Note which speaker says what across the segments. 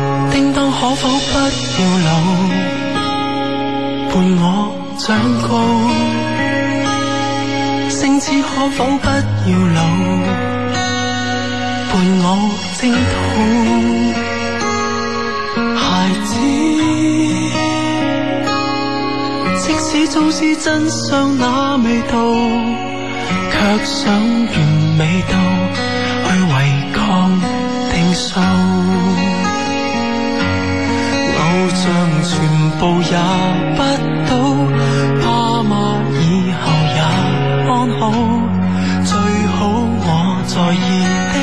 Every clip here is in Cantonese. Speaker 1: 生可否不要老，伴我長高？星子可否不要老，伴我征討？孩子，即使早知真相那味道。卻想完美到去違抗定數，偶像全部也不到，怕嗎以後也安好？最好我在意的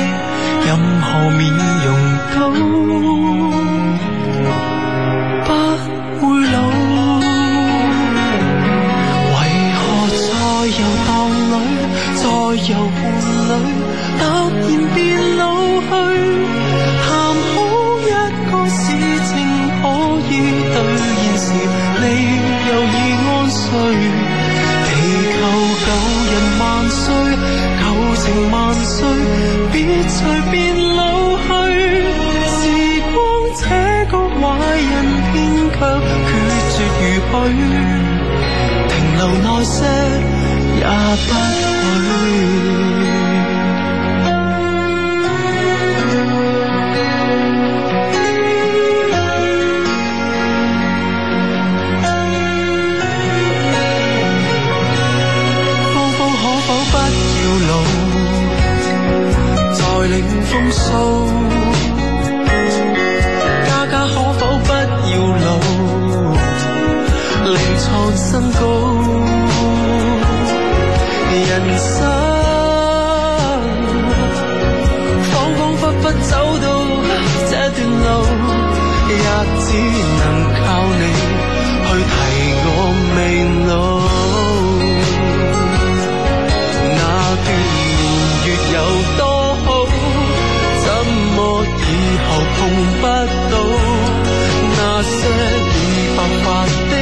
Speaker 1: 任何面容都不會老。為何再遊蕩裏，再遊伴侶，突然變老去？談好一個事情可以兌現時，你又已安睡。地球舊人萬歲，舊情萬歲，別隨便老去。時光這個壞人，偏卻決絕如許。停留耐些也不會。方方可否不要老，再領風騷。家家可否不要老？另創新高。人生恍恍惚惚走到這段路，也只能靠你去提我未老。那段年月有多好，怎麼以後碰不到？那些已白髮的，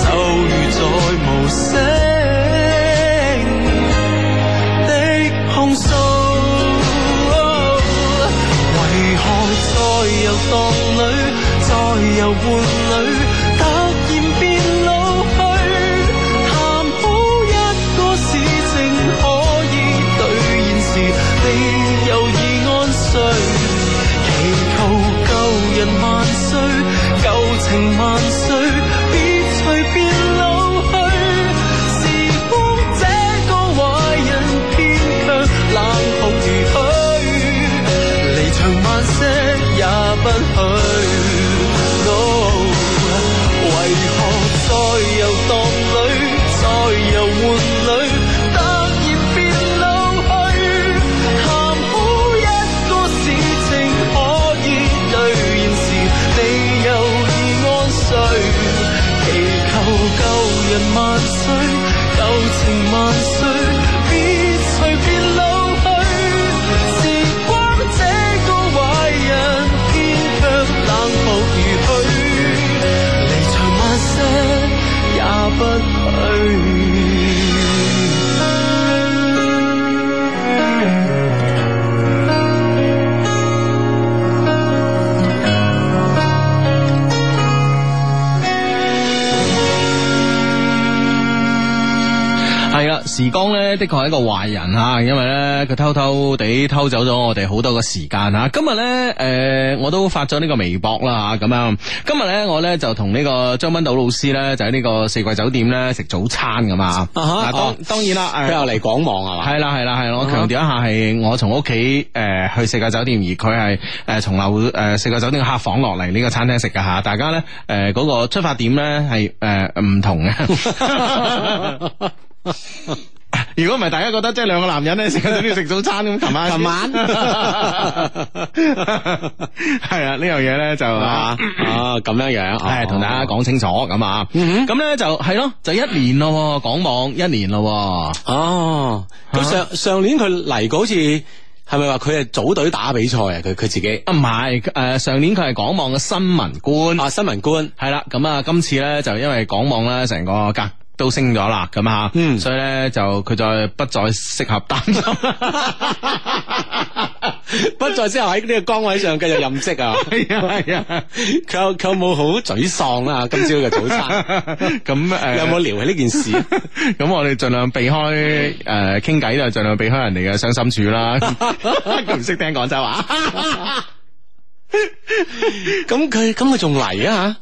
Speaker 1: 就如在無聲的控訴。為何在遊蕩裏，在遊玩裏，突然變老去？談好一個事情可以兌現時，你又已安睡。祈求舊人萬歲，舊情萬歲，別隨便老去。時光這個壞人，偏卻冷酷如許，離場慢些也不許。No，為何在遊蕩裏，在遊玩裏，突然變老去？談好一個事情可以兌現時，你又已安睡。祈求舊人萬歲，舊情萬歲，別隨便老去。時光這個壞人，偏卻冷酷如許。離場慢些也不許。
Speaker 2: 系啦，時光咧的確係一個壞人吓，因為咧佢偷偷地偷走咗我哋好多嘅時間吓。今日咧，诶、我都發咗呢個微博啦吓，咁樣。今日咧，我咧就同呢個張斌斗老師咧，就喺呢個四季酒店咧食早餐咁啊。
Speaker 1: 哈
Speaker 2: 嗱，當
Speaker 1: 哦
Speaker 2: 當然 啦，誒
Speaker 3: 佢又嚟廣望係嘛？
Speaker 2: 系啦系啦系啦，我強調一下係我從屋企诶去四季酒店，而佢係诶從樓诶四季酒店嘅客房落嚟呢個餐廳食噶吓，大家咧诶嗰個出發點咧係诶唔同嘅。 如果唔係，大家覺得即係兩個男人咧食緊都要食早餐咁，琴晚
Speaker 3: 琴晚
Speaker 2: 係啊，呢樣嘢咧就
Speaker 3: 啊
Speaker 2: 啊。
Speaker 3: 啊咁樣樣，
Speaker 2: 系同大家
Speaker 3: 講
Speaker 2: 講清楚咁啊，咁咧就係咯，就一年咯喎，講網一年咯喎，
Speaker 3: 哦。咁上上年佢嚟嗰好似係咪話佢係組隊打比賽啊？佢佢自己
Speaker 2: 啊唔係，诶上年佢係港網嘅新聞官，
Speaker 3: 啊新聞官
Speaker 2: 系啦，咁啊，今次咧就因為港網咧成個格。都升咗啦，咁啊，
Speaker 3: 嗯
Speaker 2: 所以咧就佢再不再適合擔 心。
Speaker 3: 不再之後喺呢個崗位上繼續任職 啊！
Speaker 2: 係啊係啊，
Speaker 3: 佢有佢有冇好沮喪啊？今朝嘅 早餐，
Speaker 2: 咁誒
Speaker 3: 你有冇聊起呢件 事？
Speaker 2: 咁我哋盡量避開誒傾偈就盡量避開人哋嘅傷心處 啦。佢唔識聽廣州話，
Speaker 3: 咁佢咁佢仲嚟啊？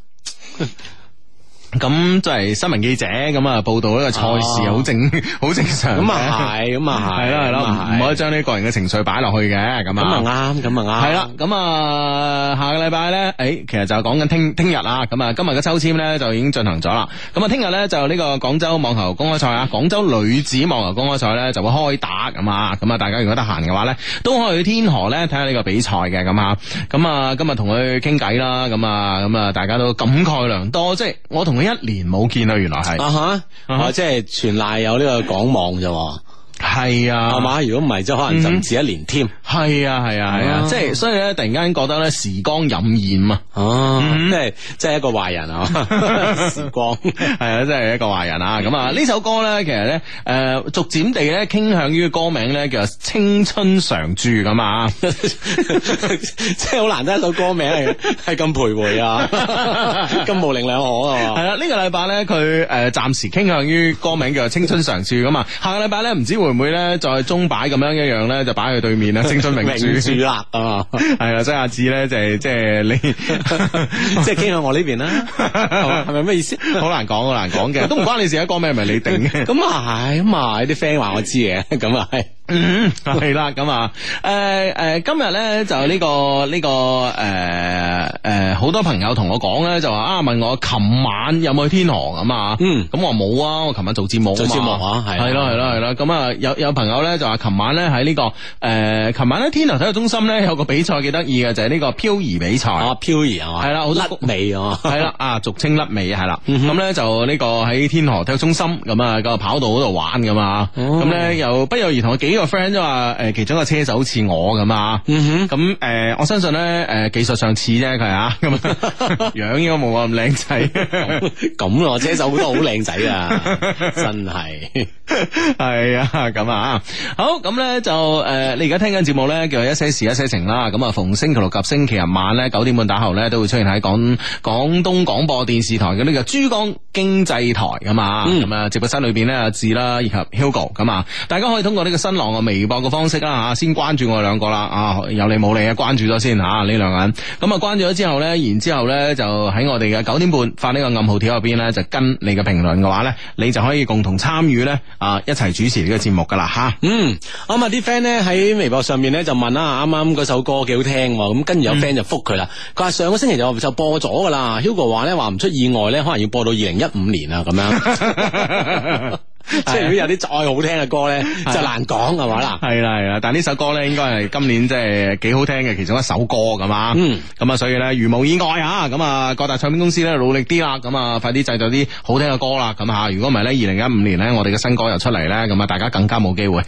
Speaker 2: 咁即係新聞記者咁啊報導呢個賽事
Speaker 3: 哦
Speaker 2: 好正好正常嘅。
Speaker 3: 咁啊係，咁啊係，
Speaker 2: 嗯係啦係
Speaker 3: 咁啊
Speaker 2: 啦，唔
Speaker 3: 係
Speaker 2: 唔可以將呢個人嘅情緒擺落去嘅咁啊
Speaker 3: 咁。啊啱，咁啊啱，
Speaker 2: 系啦，咁啊，下個禮拜咧，诶，其實就講緊聽聽日啊，咁啊，今日嘅抽籤咧就已經進行咗啦。咁啊，聽日咧就呢個廣州網球公開賽啊，廣州女子網球公開賽咧就會開打咁啊，咁啊，大家如果得閒嘅話咧，都可以去天河咧睇下呢個比賽嘅咁啊。咁啊，今日同佢傾偈啦，咁啊，咁啊，大家都感慨良多，即係我同佢一年冇見啦，原來係
Speaker 3: 啊哈，
Speaker 2: 啊哈
Speaker 3: 哦即係全賴有呢個港網咋喎，
Speaker 2: 係啊，
Speaker 3: 係嘛？如果唔係，即係可
Speaker 2: 嗯
Speaker 3: 能就唔止一年添。
Speaker 2: 係啊，係啊，係啊
Speaker 3: 啊，
Speaker 2: 即係所以咧，突然間覺得咧時光荏苒啊。
Speaker 3: 哦，即係即係一個壞 人啊！時光
Speaker 2: 系啊，真系一個壞人啊！咁啊，呢首歌咧，其實咧，诶、逐漸地咧，傾向於歌名咧，叫做《青春常駐》咁啊。
Speaker 3: 即係好難得一首歌名係係咁徘徊啊， 咁模棱兩可
Speaker 2: 係
Speaker 3: 啊！
Speaker 2: 啦，呢個禮拜咧，佢诶暂时倾向於歌名叫做《青春常駐》咁啊。下個禮拜咧，唔知會唔會咧，再中擺咁樣一樣咧，就擺佢對 面啦，《青春名著
Speaker 3: 名》著啦 啊！
Speaker 2: 係啦，所以阿志咧就係即係你。
Speaker 3: 即係傾向我呢邊啦，係咪咩意思？
Speaker 2: 好難講，好難講嘅，都唔關你事啊！歌名係咪你定嘅？
Speaker 3: 咁啊係，咁啊啲 friend 話我知嘅，咁啊係。
Speaker 2: 嗯，系啦，咁啊，诶、诶、今日咧就呢、個呢、個诶诶，好、多朋友同我講咧，就話啊問我琴晚有冇去天河咁啊，
Speaker 3: 嗯
Speaker 2: 咁我話冇啊，我琴晚做節目嘛
Speaker 3: 做節目啊係啊
Speaker 2: 係咯係咯係咯，咁啊有有朋友咧就話琴晚咧喺呢個诶，琴、晚咧天河體育中心咧有個比賽幾得意嘅，就係呢個漂移比賽。
Speaker 3: 啊，漂移係嘛？
Speaker 2: 係啦好多
Speaker 3: 甩尾啊！
Speaker 2: 系 啦，啊，俗稱甩尾係啦，
Speaker 3: 嗯
Speaker 2: 咁
Speaker 3: 哼
Speaker 2: 咧就呢個喺天河體育中心咁啊個跑道嗰度玩咁啊，
Speaker 3: 哦
Speaker 2: 咁咧又不約而同有幾個 friend 都話诶，誒其中一個車手好似我咁啊，
Speaker 3: 嗯
Speaker 2: 咁诶，誒我相信咧诶技術上似啫佢啊， 咁 啊樣應該冇我咁靚仔。
Speaker 3: 哼，咁咯，車手都好靚仔啊，真係。
Speaker 2: 系啊，咁啊，好咁咧就诶、呃你而家聽緊節目咧叫做一些事一些情啦。咁啊，逢星期六及星期日晚咧九點半打後咧都會出現喺廣廣東廣播電視台嘅呢個珠江經濟台咁啊。
Speaker 3: 嗯
Speaker 2: 咁啊、直播室裏边咧阿志啦以及 Hugo 咁啊，大家可以通過呢個新浪嘅微博嘅方式啦吓，先關注我哋兩個啦啊，有你冇你啊，關注咗先吓呢兩個人。咁啊，關注咗之後咧，然之後咧就喺我哋嘅九點半發呢個暗號條入邊咧，就跟你嘅評論嘅話咧，你就可以共同參與咧啊，一齊主持呢個節目噶啦吓。
Speaker 3: 嗯，啱啊！啲 friend 咧喺微博上面咧就問啦，啱啱嗰首歌幾好聽喎，咁跟住有 friend 就覆佢啦，佢話上個星期就就播咗噶啦，Hugo 話咧話唔出意外咧，可能要播到二零一五年啊咁樣， 即係如果有啲再好聽嘅歌咧，就難講係嘛啦。
Speaker 2: 係啦係啦，但呢首歌咧應該係今年即係幾好聽嘅其中一首歌咁啊。
Speaker 3: 嗯，
Speaker 2: 咁啊，所以咧如無意外啊，咁啊各大唱片公司咧努力啲啦，咁啊快啲製作啲好聽嘅歌啦，咁吓。如果唔係咧，二零一五年咧我哋嘅新歌又出嚟咧，咁啊大家更加冇機會。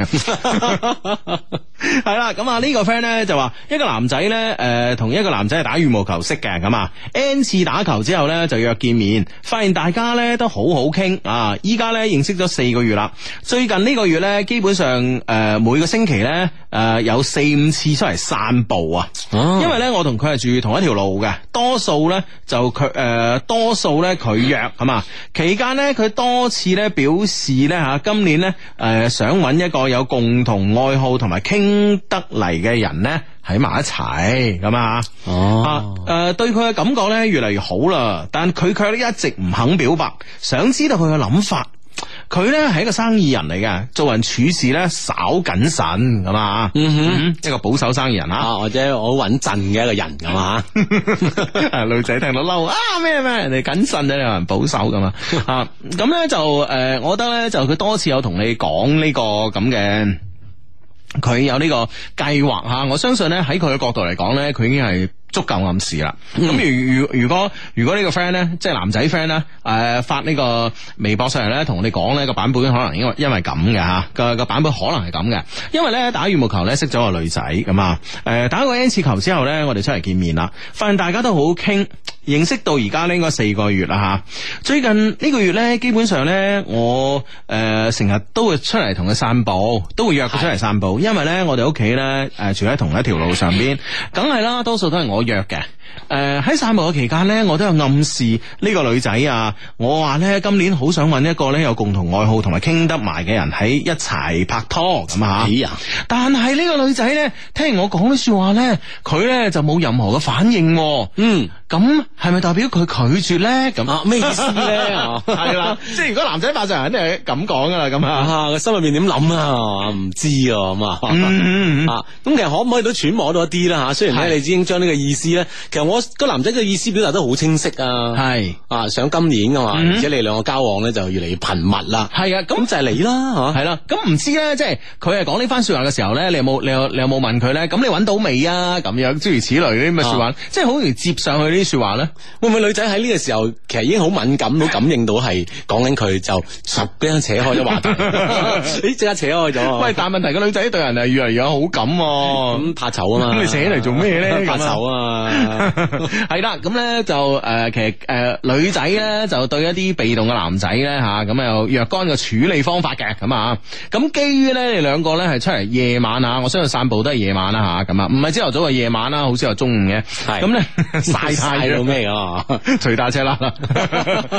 Speaker 2: 係啦，咁啊呢個 friend 咧就話一個男仔咧诶同一個男仔係打羽毛球識嘅咁啊，n 次打球之後咧就約見面，發現大家咧都好好傾啊！依家咧認識咗四個月啦，最近呢個月咧基本上诶、呃每個星期咧诶、呃有四五次出嚟散步啊。因
Speaker 3: 因為
Speaker 2: 為咧，我同佢係住同一條路嘅，多數咧就佢诶、呃多數咧佢約係嘛。期間咧，佢多次咧表示咧吓，今年咧诶、呃想揾一個有共同愛好同埋傾得嚟嘅人咧喺埋一齊咁啊。啊
Speaker 3: 哦，，
Speaker 2: 誒、對佢嘅感覺咧越嚟越好啦，但佢卻一直唔肯表白，想知道佢嘅諗法。佢咧係一個生意人嚟嘅，做人處事咧稍謹慎咁啊，嗯哼，一個保守生意人啊。
Speaker 3: 啊或者我好穩陣嘅一個人咁啊，
Speaker 2: 女仔聽到嬲啊咩咩，人哋謹慎啊，你話人保守咁嘛啊，咁咧就誒、呃我覺得咧就佢多次有同你講呢個咁嘅。佢有呢個計劃吓，我相信咧喺佢嘅角度嚟講咧，佢已經係足夠暗示啦。咁如如如果如果呢個 friend 咧，即係男仔 friend 咧，誒發呢個微博上嚟咧，同我哋講呢個版本可能因為因為咁嘅嚇，個個版本可能係咁嘅，因為咧打羽毛球咧識咗個女仔咁啊，誒打過 N 次球之後咧，我哋出嚟見面啦，發現大家都好好傾。認識到而家呢，應該四個月啦吓。最近呢個月呢，基本上呢，我誒成日都會出嚟同佢散步，都會約佢出嚟散步，因為呢，我哋屋企呢，誒、呃住喺同一條路上邊，梗係啦，多數都係我約嘅。誒、呃喺散步嘅期間呢，我都有暗示呢個女仔啊，我話呢，今年好想揾一個呢有共同愛好同埋傾得埋嘅人喺一齊拍拖咁啊。
Speaker 3: 咦呀，
Speaker 2: 但係呢個女仔呢，聽完我講啲說話呢，佢呢就冇任何嘅反應喎。
Speaker 3: 嗯，
Speaker 2: 咁係咪代表佢拒絕咧？咁
Speaker 3: 啊咩意思 咧？啊
Speaker 2: 係啦，即係如果男仔發上人，一定係咁講噶啦，咁啊。
Speaker 3: 啊，個心入面點諗啊？唔知啊，咁啊。
Speaker 2: 嗯嗯嗯
Speaker 3: 啊，咁其實可唔可以都揣摩到一啲啦吓？雖然咧
Speaker 2: 係
Speaker 3: 你已經將呢個意思咧，其實我個男仔嘅意思表達得好清晰啊，
Speaker 2: 嗯係
Speaker 3: 啊想今年噶嘛，
Speaker 2: 嗯
Speaker 3: 而且你兩個交往咧就越嚟越頻密啦，
Speaker 2: 係啊，
Speaker 3: 咁
Speaker 2: 咁
Speaker 3: 就係你啦吓。
Speaker 2: 係啦，咁唔知咧，即係佢係講呢番說話嘅時候咧，你有冇你有你有冇問佢咧？咁你揾到未啊？咁樣諸如此類嗰啲咁嘅說話，即係好容易接上去呢啲說話咧。
Speaker 3: 會唔會女仔喺呢個時候其實已經好敏感，好感應到係講緊佢就十幾樣扯開咗 話題，咦即刻扯開咗啊。
Speaker 2: 喂，但係問題個女仔對人係越嚟越有好感喎。
Speaker 3: 咁怕醜啊嘛，
Speaker 2: 哦哎咁你扯嚟做咩 咧啊
Speaker 3: 怕醜 啊！
Speaker 2: 係啦，咁咧就誒、呃其實誒、呃女仔咧就對一啲被動嘅男仔咧吓，咁、有若干嘅處理方法嘅咁啊，咁基於咧你兩個咧係出嚟夜晚啊，我相信散步都係夜晚啦吓，咁啊，唔係朝頭早係夜晚啦，好少係中午嘅，
Speaker 3: 係
Speaker 2: 咁 咧
Speaker 3: 晒晒到咩啊？
Speaker 2: 除大車啦，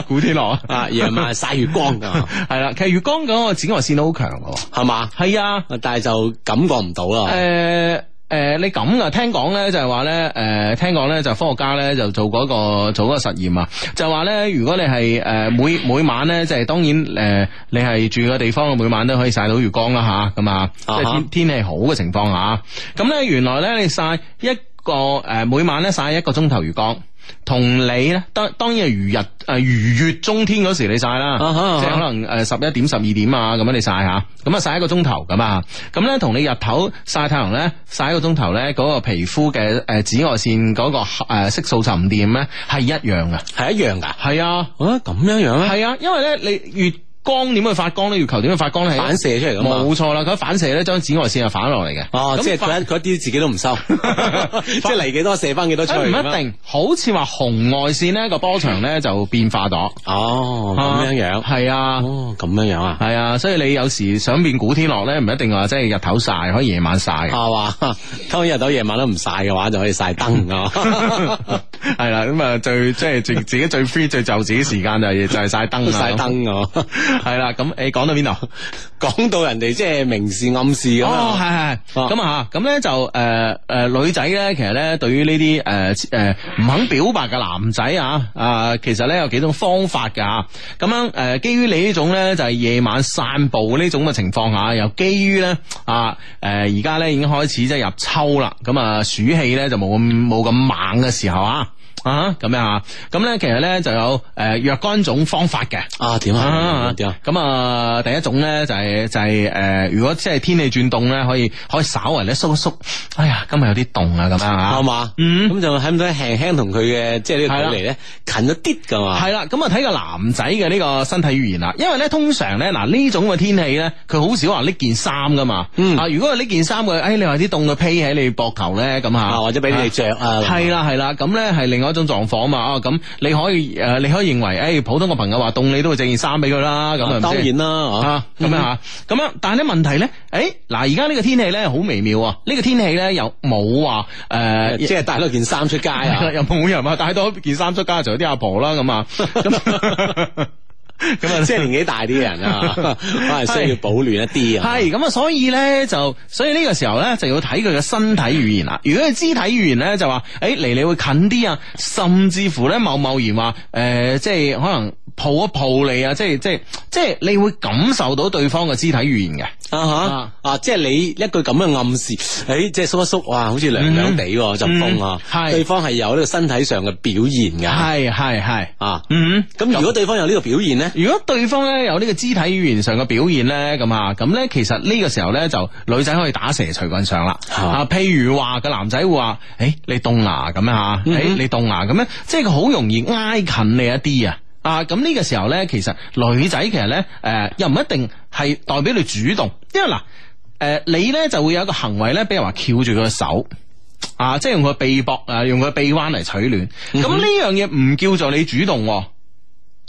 Speaker 2: 古天樂
Speaker 3: 啊，夜晚晒月光噶，
Speaker 2: 係啦，其實月光嗰個紫外線都好強嘅喎，
Speaker 3: 係嘛？
Speaker 2: 係啊。
Speaker 3: 但係就感覺唔到啊啦。
Speaker 2: 誒誒、呃你咁噶？聽講咧就係話咧，誒、聽講咧就科學家咧就做嗰、個做嗰個實驗啊，就話咧如果你係誒、每每晚咧，即係當然誒、你係住嘅地方每晚都可以曬到月光啦吓，咁啊，即
Speaker 3: 啊哈
Speaker 2: 係天天氣好嘅情況下，咁咧原來咧你曬一個誒、每晚咧曬一個鐘頭月光。同你咧，當當然係如日誒、如月中天嗰時你晒啦，
Speaker 3: 啊哈啊哈
Speaker 2: 即係可能誒十一點十二點啊咁樣你晒下，咁啊晒一個鐘頭咁啊，咁咧同你日頭晒太陽咧晒一個鐘頭咧，嗰、個皮膚嘅誒紫外線嗰、個誒、色素沉澱咧係一樣嘅，
Speaker 3: 係一樣噶。啊，
Speaker 2: 係啊
Speaker 3: 咁樣樣咩？
Speaker 2: 係啊，因為咧你月光點去發光咧，月球點去發光咧？
Speaker 3: 反射出嚟噶嘛？
Speaker 2: 冇錯啦，佢反射咧將紫外線係反落嚟嘅，
Speaker 3: 哦，
Speaker 2: 咁
Speaker 3: 即係
Speaker 2: 反
Speaker 3: 佢一佢一啲自己都唔 收， 即係嚟幾多射翻幾多出去。
Speaker 2: 誒唔
Speaker 3: 咁
Speaker 2: 一
Speaker 3: 樣。
Speaker 2: 定，好似話紅外線咧個波長咧就變化咗。
Speaker 3: 哦，咁樣樣。
Speaker 2: 係啊。
Speaker 3: 哦，咁樣樣啊。
Speaker 2: 係啊，所以你有時想變古天樂咧，唔一定話即係日頭晒，可以夜晚晒 嘅。
Speaker 3: 係嘛？啊當然日頭夜晚都唔晒嘅話，就可以晒燈啊。
Speaker 2: 係啦，咁啊最即係最自己最 free 最就自己時間就係就係晒燈啊
Speaker 3: 晒。燈啊！
Speaker 2: 係啦，咁你講到邊度？
Speaker 3: 講到人哋即係明示暗示咁
Speaker 2: 哦，
Speaker 3: 啊。
Speaker 2: 係係
Speaker 3: 啊
Speaker 2: 係，咁啊吓，咁咧就誒誒、呃女仔咧，其實咧對於呢啲誒誒唔肯表白嘅男仔啊，啊、其實咧有幾種方法㗎吓，咁樣誒、呃基於你呢種咧就係、夜晚散步呢種嘅情況下，又基於咧啊誒而家咧已經開始即係入秋啦，咁啊暑氣咧就冇咁冇咁猛嘅時候啊。啊，咁樣啊，咁咧其實咧就有誒、呃若干種方法嘅，
Speaker 3: 啊，點啊？點
Speaker 2: 嗯
Speaker 3: 啊？
Speaker 2: 咁啊，第一種咧就係、就係、呃如果即係天氣轉凍咧，可以可以稍為咧縮一縮。哎呀，今日有啲凍啊，咁樣
Speaker 3: 係
Speaker 2: 啊。
Speaker 3: 嘛？
Speaker 2: 嗯
Speaker 3: 咁就喺唔到輕輕同佢嘅即
Speaker 2: 係
Speaker 3: 係呢個
Speaker 2: 啦
Speaker 3: 距離咧近咗啲噶嘛？
Speaker 2: 係啦，咁啊睇個男仔嘅呢個身體語言啦，因為咧通常咧嗱呢種嘅天氣咧，佢好少話拎件衫噶嘛。
Speaker 3: 嗯
Speaker 2: 啊，如果係拎件衫嘅，哎你話啲凍嘅披喺你膊頭咧，咁
Speaker 3: 啊，
Speaker 2: 吓，
Speaker 3: 或者俾你哋着啊？
Speaker 2: 係啦係啦，咁咧係另外一種狀況啊嘛。啊，咁你可以誒、呃你可以認為，誒、普通嘅朋友話凍，你都會整件衫俾佢啦。咁
Speaker 3: 咁
Speaker 2: 啊
Speaker 3: 啊，，當然啦，
Speaker 2: 啊，咁樣吓，咁樣，但係咧問題咧，誒，嗱，而家呢個天氣咧好微妙啊，呢、個天氣咧又冇話
Speaker 3: 啊，
Speaker 2: 誒，
Speaker 3: 即係帶咗件衫出街
Speaker 2: 係 啦
Speaker 3: 啊，
Speaker 2: 又冇人啊，帶多件衫出街，就有啲阿婆啦咁啊，咁 咁啊，
Speaker 3: 即係年紀大啲嘅人 啊，可能需要保暖一啲啊。
Speaker 2: 係咁啊，所以咧就，所以呢個時候咧就要睇佢嘅身體語言啦。如果佢肢體語言咧就話，誒、離你會近啲啊，甚至乎咧貿貿然話，誒、即係可能抱一抱你啊，即係即係即係你會感受到對方嘅肢體語言嘅。
Speaker 3: 啊
Speaker 2: 啊
Speaker 3: 吓啊！即係你一句咁嘅暗示，誒，即係縮一縮，哇，好似涼涼地喎，陣風啊，
Speaker 2: 嗯係
Speaker 3: 對方係有呢個身體上嘅表現㗎，
Speaker 2: 係係係，
Speaker 3: 啊，
Speaker 2: 嗯。
Speaker 3: 咁如果對方有呢個表現咧，
Speaker 2: 如果對方咧有呢個肢體語言上嘅表現咧，咁啊，咁咧其實呢個時候咧就女仔可以打蛇隨棍上啦。
Speaker 3: 啊
Speaker 2: 啊，譬如話個男仔會話：，誒、你凍牙咁樣嚇，誒、你凍牙咁樣，即係佢好容易挨近你一啲啊。啊，咁呢個時候咧，其實女仔其實咧，誒、又唔一定係代表你主動，因為嗱，誒、你咧就會有一個行為咧，比如話翹住佢個手。啊，即係用佢臂膊啊，用佢臂彎嚟取暖。咁呢、樣嘢唔叫做你主動、喎。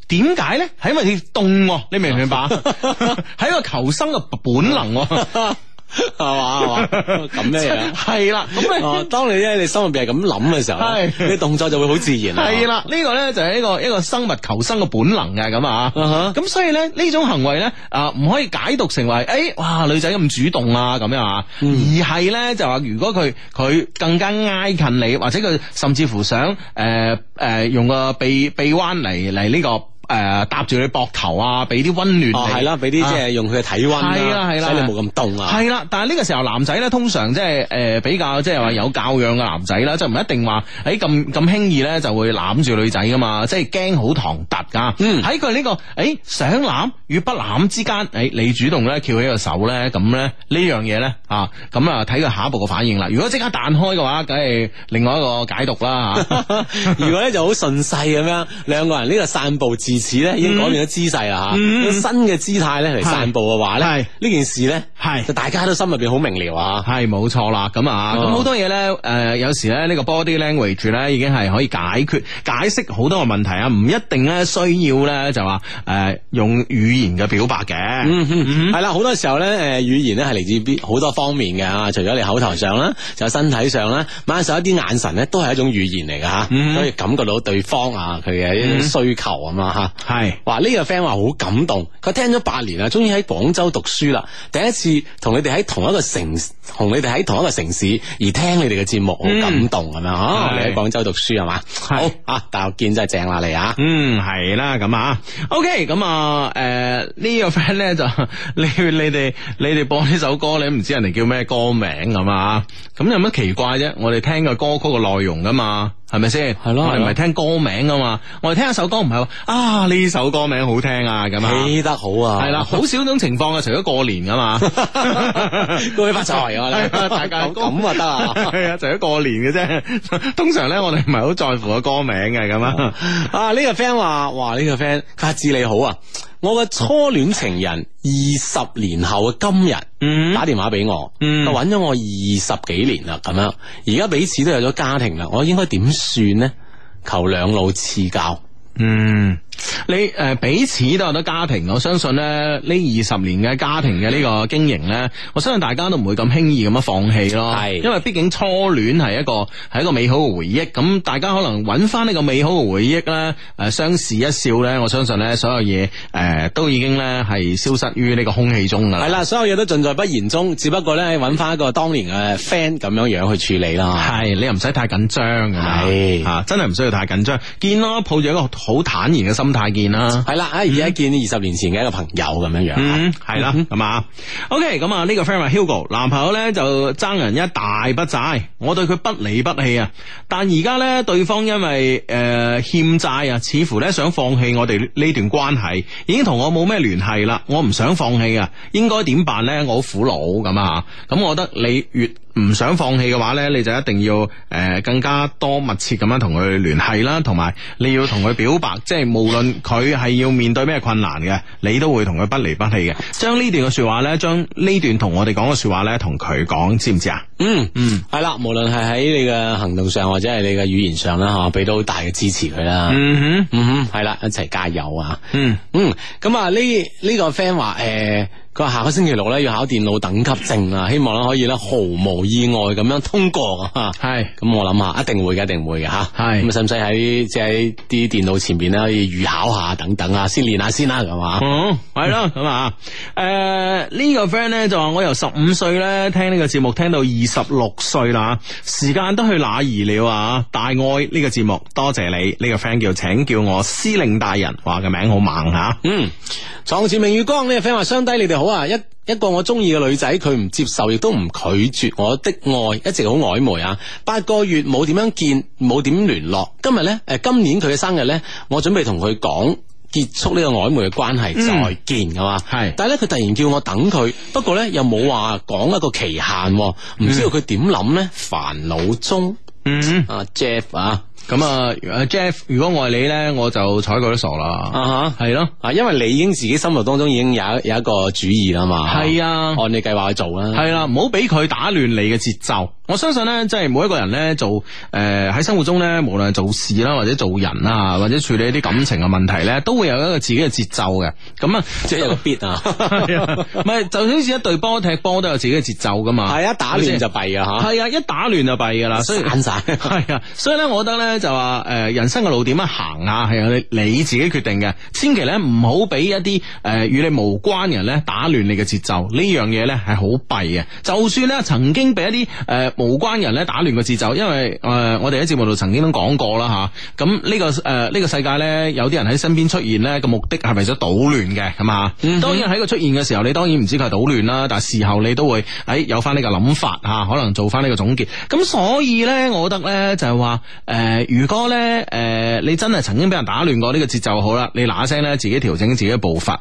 Speaker 2: 點解咧？係因為你凍、喎，你明唔明 白？係一個求生嘅本能、喎。
Speaker 3: 係嘛係嘛，咁樣樣。
Speaker 2: 係啦，咁你。
Speaker 3: 啊哦，當你咧你心入邊係咁諗嘅時候咧，
Speaker 2: 係
Speaker 3: 你動作就會好自然啊啦。
Speaker 2: 係啦，呢個咧就係一個一個生物求生嘅本能嘅咁啊，
Speaker 3: 啊哈
Speaker 2: 咁所以咧呢種行為咧啊唔可以解讀成為誒哇女仔咁主動啊咁樣啊，
Speaker 3: 嗯
Speaker 2: 而係咧就話如果佢佢更加挨近你，或者佢甚至乎想誒誒用個臂臂彎嚟嚟呢個。誒、搭住你膊頭啊，俾啲温暖
Speaker 3: 哦，
Speaker 2: 你。
Speaker 3: 係啦，俾啲即係用佢嘅體温
Speaker 2: 啊
Speaker 3: 啊
Speaker 2: 係啦係啦
Speaker 3: 使你冇咁凍啊。
Speaker 2: 係啦，但係呢個時候男仔咧，通常即係誒比較即係話有教養嘅男仔啦，就唔一定話誒咁咁輕易咧就會攬住女仔噶嘛，即係驚好唐突噶。
Speaker 3: 嗯
Speaker 2: 喺佢呢個誒、哎想攬與不攬之間，誒、哎你主動咧翹起個手咧，咁咧呢樣嘢咧啊，咁啊睇佢下一步嘅反應啦。如果即刻彈開嘅話，梗係另外一個解讀 啦啊吓。
Speaker 3: 如果咧就好順勢咁樣，兩個人呢個散步自此咧已經改變咗姿勢啦吓，
Speaker 2: 嗯
Speaker 3: 用新嘅姿態咧嚟散步嘅話
Speaker 2: 係
Speaker 3: 咧，呢件事咧
Speaker 2: 係
Speaker 3: 就大家都心入邊好明了啊。
Speaker 2: 係冇錯啦，咁啊，咁
Speaker 3: 哦
Speaker 2: 好多嘢咧，誒、有時咧呢個 body language 咧已經係可以解決解釋好多個問題啊，唔一定咧需要咧就話誒、呃用語言嘅表白嘅，
Speaker 3: 嗯哼，係啦，好多時候咧，誒語言咧係嚟自邊好多方面嘅啊，除咗你口頭上啦，就有身體上啦，晚上一啲眼神咧都係一種語言嚟噶
Speaker 2: 嗯
Speaker 3: 吓，可以感覺到對方啊佢嘅一種需求咁啊吓。
Speaker 2: 係
Speaker 3: 哇！呢、個 friend 話好感動，佢聽咗八年啦，終於喺廣州讀書啦，第一次同你哋喺同一個城，同你哋喺同一個城市，而聽你哋嘅節目，好感動咁樣哦，
Speaker 2: 係
Speaker 3: 你喺廣州讀書係嘛？好啊，大學見真係正啦你啊！
Speaker 2: 嗯，係啦，咁啊，OK，咁啊，誒、呢、個 friend 咧就 你你哋你哋播呢首歌，你唔知人哋叫咩歌名咁啊，咁有乜奇怪啫？我哋聽個歌曲嘅內容噶嘛，係咪先？
Speaker 3: 係咯
Speaker 2: 我哋唔係聽歌名噶嘛，我哋聽一首歌唔係話啊呢首歌名好聽啊咁啊。
Speaker 3: 起得好啊，
Speaker 2: 係啦，好少種情況嘅，除咗過年噶嘛，
Speaker 3: 恭喜發財啊
Speaker 2: 係啊
Speaker 3: 你！
Speaker 2: 大家
Speaker 3: 咁咁啊得啊！
Speaker 2: 係啊，除咗過年嘅啫。通常咧，我哋唔係好在乎個歌名嘅咁啊。
Speaker 3: 啊！呢、個 friend 話，哇！呢、個 friend 佢話志你好啊，我嘅初戀情人二十年後嘅今日，
Speaker 2: 嗯
Speaker 3: 打電話俾我，
Speaker 2: 嗯
Speaker 3: 佢揾咗我二十幾年啦，咁樣，而家彼此都有咗家庭啦，我應該點算呢？求兩老賜
Speaker 2: 啊
Speaker 3: 教。
Speaker 2: 嗯，你誒、呃彼此都有得家庭，我相信咧呢二十年嘅家庭嘅呢個經營咧，我相信大家都唔會咁輕易咁樣放棄咯。
Speaker 3: 係
Speaker 2: 因為畢竟初戀係一個係一個美好嘅回憶，咁大家可能揾翻呢個美好嘅回憶咧，誒、相視一笑咧，我相信咧所有嘢誒、呃都已經咧係消失於呢個空氣中㗎啦
Speaker 3: 係。啦，所有嘢都盡在不言中，只不過咧揾翻一個當年嘅 friend 咁樣樣去處理 啦。
Speaker 2: 係，你又唔使太緊張㗎嘛，
Speaker 3: 係
Speaker 2: 啊，真係唔需要太緊張，見咯，抱住一個好坦然嘅心態見啦。
Speaker 3: 係啦，啊而家見二十年前嘅一個朋友咁樣樣。
Speaker 2: 嗯，係啦，咁啊，OK，咁啊，呢個 friend 話 Hugo 男朋友咧就爭人一大筆債，我對佢不離不棄啊，但而家咧對方因為誒、呃欠債啊，似乎咧想放棄我哋呢段關係，已經同我冇咩聯繫啦，我唔想放棄啊，應該點辦咧？我好苦惱咁啊，咁我覺得你越唔想放棄嘅話咧，你就一定要誒、呃更加多密切咁樣同佢聯繫啦，同埋你要同佢表白，即係無論佢係要面對咩困難嘅，你都會同佢不離不棄嘅。將呢段嘅説話咧，將呢段同我哋講嘅説話咧，同佢講，知唔知啊？
Speaker 3: 嗯
Speaker 2: 嗯，
Speaker 3: 係啦，無論係喺你嘅行動上或者係你嘅語言上啦，吓俾到好大嘅支持佢啦。
Speaker 2: 嗯哼，
Speaker 3: 嗯哼，係啦，一齊加油啊！
Speaker 2: 嗯
Speaker 3: 嗯，咁啊呢呢個 friend 話誒，佢話下個星期六咧要考電腦等級證啊，希望咧可以咧毫無意外咁樣通過啊。
Speaker 2: 係
Speaker 3: 咁我諗下，一定會嘅，一定會嘅吓。
Speaker 2: 係
Speaker 3: 咁使唔使喺即係啲電腦前邊咧可以預考下等等啊，先練下先啦，係嘛？
Speaker 2: 嗯，系咯，咁啊，诶、呢、個个 friend 咧就話我由十五歲咧聽呢個節目聽到二十六歲啦，時間都去哪兒了啊？大愛呢個節目，多謝你，呢、個 friend 叫請叫我司令大人，哇個名好猛吓、
Speaker 3: 嗯，床前明月光呢個 friend 話：相低你哋好啊！一一個我中意嘅女仔，佢唔接受，亦都唔拒絕我的愛，一直好曖昧啊！八個月冇點樣見，冇點聯絡。今日呢，诶、今年佢嘅生日呢，我準備同佢講結束呢個曖昧嘅關係，再見㗎嘛。
Speaker 2: 嗯係
Speaker 3: 但係呢，佢突然叫我等佢，不過呢，又冇話講一個期限喎，唔知道佢點諗呢？煩惱中，
Speaker 2: 嗯，
Speaker 3: 啊 Jeff 啊，
Speaker 2: 咁啊誒，Jeff，如果我係你咧，我就睬佢都傻啦，
Speaker 3: 啊哈。
Speaker 2: 係咯、
Speaker 3: 啊，因為你已經自己心目當中已經有一有一個主意啦嘛，
Speaker 2: 係啊
Speaker 3: 按你計劃去做啦，
Speaker 2: 係啦，唔好俾佢打亂你嘅節奏。我相信咧，即係每一個人咧做诶喺、生活中咧，無論係做事啦，或者做人啊，或者處理一啲感情嘅問題咧，都會有一個自己嘅節奏嘅。咁啊，
Speaker 3: 即係 有個 bit 啊，
Speaker 2: 係啊唔係就好似一隊波踢波都有自己嘅節奏噶嘛。
Speaker 3: 係啊，打亂就弊啊吓，
Speaker 2: 係啊，一打亂就弊噶啦，所以。
Speaker 3: 散晒。
Speaker 2: 系啊，所以咧，我覺得咧就話诶、誒人生嘅路點樣行啊，係你你自己決定嘅，千祈咧唔好俾一啲诶与你無關嘅人咧打亂你嘅節奏，呢樣嘢咧係好弊嘅。就算咧曾經俾一啲诶、誒無關人咧打亂個節奏，因為诶、誒我哋喺節目度曾經都講過啦吓，咁、呢、個诶呢、個世界咧有啲人喺身邊出現咧個目的係為咗搗亂嘅，係嘛？當然喺佢出現嘅時候，你當然唔知佢係搗亂啦，但係事後你都會誒、哎有翻呢個諗法嚇、可能做翻呢個總結。咁所以咧，我覺得咧就係話誒，如果咧誒、呃你真係曾經俾人打亂過呢個節奏好啦，你嗱聲咧自己調整自己嘅步伐。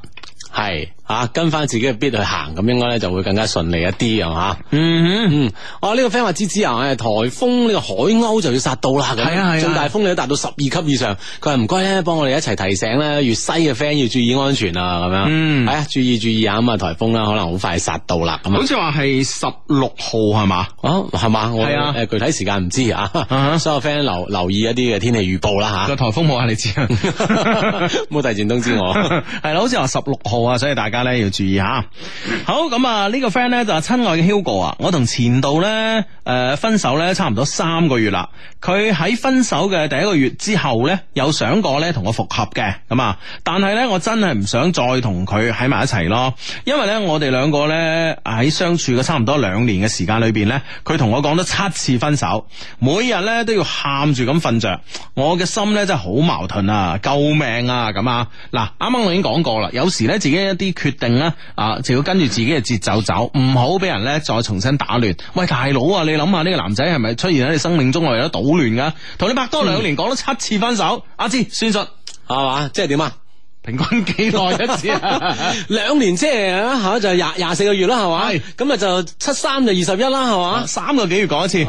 Speaker 3: 系啊，跟翻自己嘅 bit 去行，咁應該咧就會更加順利一啲啊吓。
Speaker 2: 嗯
Speaker 3: 嗯，哦呢、個 friend 話芝芝啊，誒颱風呢個海鷗就要殺到啦，咁
Speaker 2: 係啊係啊
Speaker 3: 最大風力都達到十二級以上。佢話唔該咧，幫我哋一齊提醒咧，粵西嘅 friend 要注意安全啊，咁樣。
Speaker 2: 嗯
Speaker 3: 係啊，注意注意啊，咁啊颱風啦，可能好快殺到啦，咁啊。
Speaker 2: 似話係十六號係嘛？
Speaker 3: 哦，系嘛？我
Speaker 2: 係啊
Speaker 3: 誒具體時間唔知啊
Speaker 2: 哈，
Speaker 3: 所有 friend 留留意一啲嘅天氣預 報 啦
Speaker 2: 個颱風冇啊，你知啊。
Speaker 3: 吓， 冇提前通知我。
Speaker 2: 系啦，好似话十六號啊，所以大家咧要注意吓。好咁啊，呢個 friend 咧就係親愛嘅 Hugo 啊，我同前度咧诶分手咧差唔多三個月啦。佢喺分手嘅第一個月之後咧，有想過咧同我復合嘅咁啊，但係咧我真係唔想再同佢喺埋一齊咯，因為咧我哋兩個咧喺相處嘅差唔多兩年嘅時間裏邊咧，佢同我講咗七次分手，每日咧都要喊住咁瞓着，我嘅心咧真係好矛盾啊！救命啊！咁啊，嗱，啱啱我已經講過啦，有時咧自己一啲決定咧啊，就要跟住自己嘅節奏走，唔好俾人咧再重新打亂。喂，大佬啊，你諗下呢個男仔係咪出現喺你生命中為咗搗亂噶？同你拍拖兩年，講咗七次分手，阿芝算術
Speaker 3: 係嘛？即係點啊？
Speaker 2: 平均幾耐一次啊？
Speaker 3: 兩年即係啊吓，就廿廿四個月啦，係嘛
Speaker 2: 係？
Speaker 3: 咁啊就七三就二十一啦，係嘛？
Speaker 2: 啊三個幾月講一
Speaker 3: 啊
Speaker 2: 次。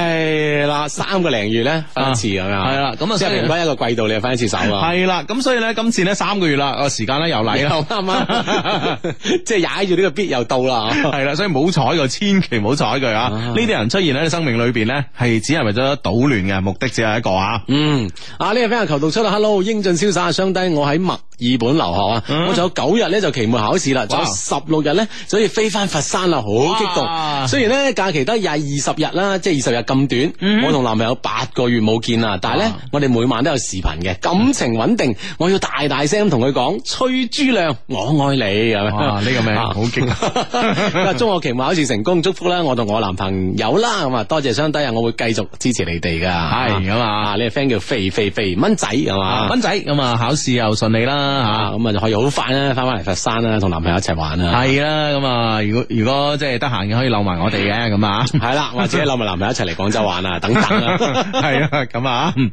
Speaker 3: 係啦，三個零月咧分一次咁樣。
Speaker 2: 啊係啦咁啊
Speaker 3: 即
Speaker 2: 所
Speaker 3: 係
Speaker 2: 以
Speaker 3: 平均一個季度你就分一次手啊。
Speaker 2: 係啦，咁所以咧，今次咧三個月啦，個時間咧又嚟啦
Speaker 3: 又。啱 啊！即係踩住呢個 bit 又到啦。
Speaker 2: 系啦，所以冇睬佢，千祈唔好睬佢啊！
Speaker 3: 啊
Speaker 2: 呢啲人出現喺你生命裏边咧，係只係為咗搗亂嘅，目的只係一個啊！
Speaker 3: 嗯，啊呢、個 friend 求讀出啦，hello，英俊瀟灑啊，相低，我喺墨爾本留學啊，
Speaker 2: 嗯
Speaker 3: 我仲有九日咧就期末考試啦，仲有十六日咧就要飛翻佛山啦，好激
Speaker 2: 哇
Speaker 3: 動。雖然咧假期得廿二十日啦，即係二十日咁短，
Speaker 2: 嗯
Speaker 3: 我同男朋友八個月冇見啊啦，但係咧我哋每晚都有視頻嘅，感情穩定，我要大大聲咁同佢講，崔珠亮，我愛你咁樣。
Speaker 2: 哇，呢個名
Speaker 3: 啊
Speaker 2: 好勁啊！
Speaker 3: 咁啊中學期末考試成功，祝福啦！我同我男朋友啦，咁啊多謝雙低啊，我會繼續支持你哋 噶。
Speaker 2: 係咁啊
Speaker 3: 啊呢個 friend 叫肥肥肥蚊仔係
Speaker 2: 啊
Speaker 3: 嘛，
Speaker 2: 蚊仔咁啊，考試又順利
Speaker 3: 啊
Speaker 2: 啦
Speaker 3: 咁啊就可以好快啦，翻翻嚟佛山啦，同男朋友一齊玩
Speaker 2: 吓，
Speaker 3: 啦。
Speaker 2: 係啦咁啊！如果如果即係得閒嘅，可以留埋我哋嘅咁啊！
Speaker 3: 係啦，或者諗埋男朋友一齊嚟廣州玩啊，等 等啊。
Speaker 2: 係啊，咁啊，嗯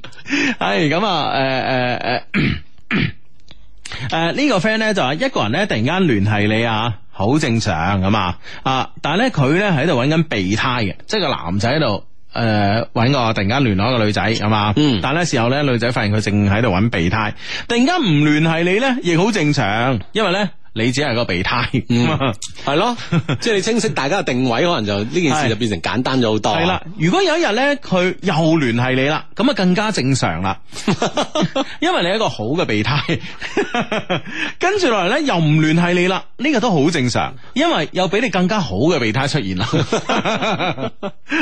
Speaker 2: 係咁啊，诶诶诶。 诶，呢個 friend 咧就話一個人咧突然間聯繫你啊，好正常咁啊。啊，但係咧佢咧喺度揾緊備胎嘅，即係個男仔喺度。誒揾個突然間聯絡一個女仔係嘛，
Speaker 3: 嗯
Speaker 2: 但係咧事後咧女仔發現佢正喺度揾備胎，突然間唔聯繫你咧，亦好正常，因為咧你只係個備胎咁啊。
Speaker 3: 系咯，即系你清晰大家嘅定位，可能就呢件事就變成簡單咗好多。啊
Speaker 2: 系啦，，如果有一日咧，佢又聯繫你啦，咁啊更加正常 啦，因為你係一個好嘅備胎。 跟住落嚟咧，又唔聯繫你啦，呢、個都好正常，因為有比你更加好嘅備胎出現啦。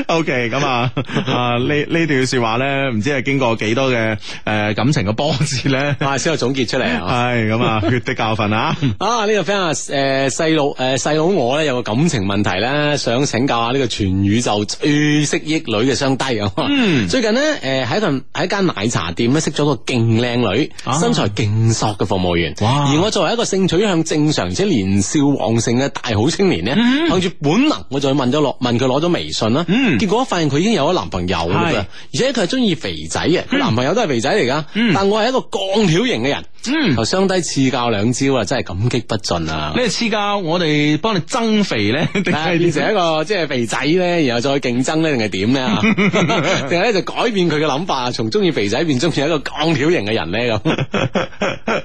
Speaker 2: OK，咁啊，啊呢呢段说話咧，唔知係經過幾多嘅诶、呃感情嘅波折 咧，
Speaker 3: 啊，先有總結出嚟
Speaker 2: 系
Speaker 3: 啊。
Speaker 2: 咁啊，血的教訓 啊。
Speaker 3: 啊！呢、個 friend 啊，誒細佬誒細佬我咧有個感情問題咧，想請教下呢個全宇宙最識益女嘅雙低啊！
Speaker 2: 嗯
Speaker 3: 最近咧誒喺一份喺一間奶茶店咧識咗個勁靚女，
Speaker 2: 啊
Speaker 3: 身材勁索嘅服務員。
Speaker 2: 哇
Speaker 3: 而我作為一個性取向正常且年少旺盛嘅大好青年咧，向住本能我就去問咗落問佢攞咗微信啦。
Speaker 2: 嗯
Speaker 3: 結果發現佢已經有咗男朋友啦
Speaker 2: 係
Speaker 3: 噃，而且佢係中意肥仔嘅，佢男朋友都係肥仔嚟㗎。但我係一個鋼條型嘅人。
Speaker 2: 嗯
Speaker 3: 就哦相低賜教兩招啊，真係感激不盡啊！
Speaker 2: 你係黐膠，我哋幫你增肥咧， 定
Speaker 3: 啊
Speaker 2: 係
Speaker 3: 變成一個即係肥仔咧，然後再競爭咧，定係 點咧？啊定係咧就改變佢嘅諗法，從中意肥仔變中意一個鋼條型嘅人咧咁。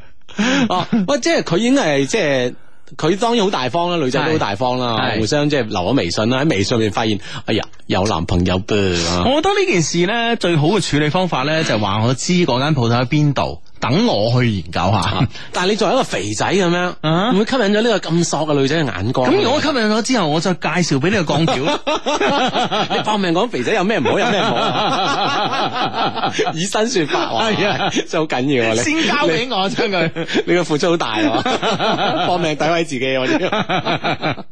Speaker 3: 哦，喂，即係佢已經係即係。佢當然好大方啦，女仔都好大方啦，
Speaker 2: 係
Speaker 3: 互相即係留咗微信啦，喺微信入面發現，哎呀，有男朋友 噃啊
Speaker 2: 我覺得呢件事呢，最好嘅處理方法呢，就係話我知嗰間鋪頭喺邊度，等我去研究下
Speaker 3: 啊。！但係你作為一個肥仔咁樣，
Speaker 2: 啊
Speaker 3: 會唔會吸引咗呢個咁索嘅女仔嘅眼光咧？
Speaker 2: 咁如果吸引咗之後，我再介紹俾呢 個鋼條。
Speaker 3: 你搏命講肥仔有咩唔好，有咩唔 好，以身說法喎，
Speaker 2: 係啊
Speaker 3: 真係好緊要啊！你
Speaker 2: 先交俾我將佢。
Speaker 3: 你嘅付出好大 喎，搏命詆毀自己啊喎，你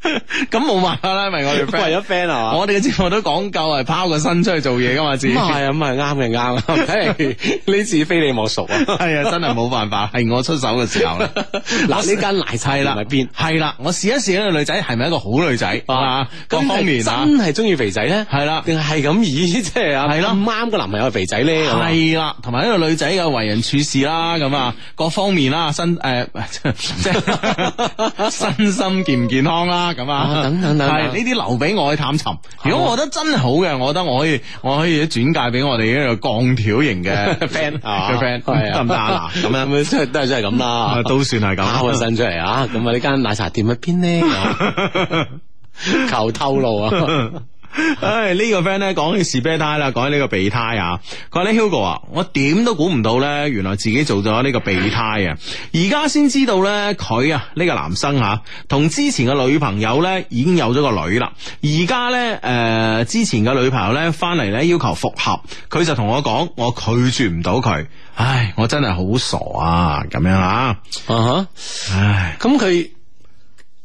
Speaker 2: 咁冇辦法啦，咪我哋 friend。
Speaker 3: 為咗 friend 啊嘛。
Speaker 2: 我哋嘅節目都講究係拋個身出去做嘢噶嘛，自己。
Speaker 3: 咁啊係啊，咁啊啱嘅啱 嘅，唉呢次非你莫屬啊！
Speaker 2: 係啊，真係冇辦法，係我出手嘅時候啦。
Speaker 3: 嗱，呢間奶茶
Speaker 2: 係
Speaker 3: 店
Speaker 2: 啦
Speaker 3: 喺邊？
Speaker 2: 係啦，我試一試呢個女仔係咪一個好女仔啊？各
Speaker 3: 咁
Speaker 2: 方面啊
Speaker 3: 係，真係中意肥仔咧，
Speaker 2: 係啦。
Speaker 3: 定係咁以即係啊？
Speaker 2: 係咯
Speaker 3: 咁啱個男朋友係肥仔咧，咁啊
Speaker 2: 系啦，同埋呢個女仔嘅為人處事啦，咁啊，各方面啦，身诶、 即係身心健唔健康啦，咁啊
Speaker 3: 啊，等等等等
Speaker 2: 係呢啲留俾我去探尋。如果我覺得真係好嘅，我覺得我可以，我可以轉介俾我哋呢個鋼條型嘅 friend
Speaker 3: 啊
Speaker 2: 嘅 friend，
Speaker 3: 係啊
Speaker 2: 得唔得啊？嗱，咁樣
Speaker 3: 咁啊，真係都係真係咁啦
Speaker 2: 啊， 都算係
Speaker 3: 拋個
Speaker 2: 咁。
Speaker 3: 身出嚟啊！咁啊，呢間奶茶店喺邊咧？ 求透露啊！
Speaker 2: 唉，呢、個 friend 咧講起士啤胎啦，講起呢個備胎啊，佢話咧 Hugo 啊，我點都估唔到咧，原來自己做咗呢個備胎啊，而家先知道咧，佢啊呢、個男生吓、同之前嘅女朋友咧已經有咗個女啦，而家咧誒之前嘅女朋友咧翻嚟咧要求復合，佢就同我講，我拒絕唔到佢，唉，我真係好傻啊，咁樣啊，
Speaker 3: 啊
Speaker 2: 唉。
Speaker 3: 哈，咁佢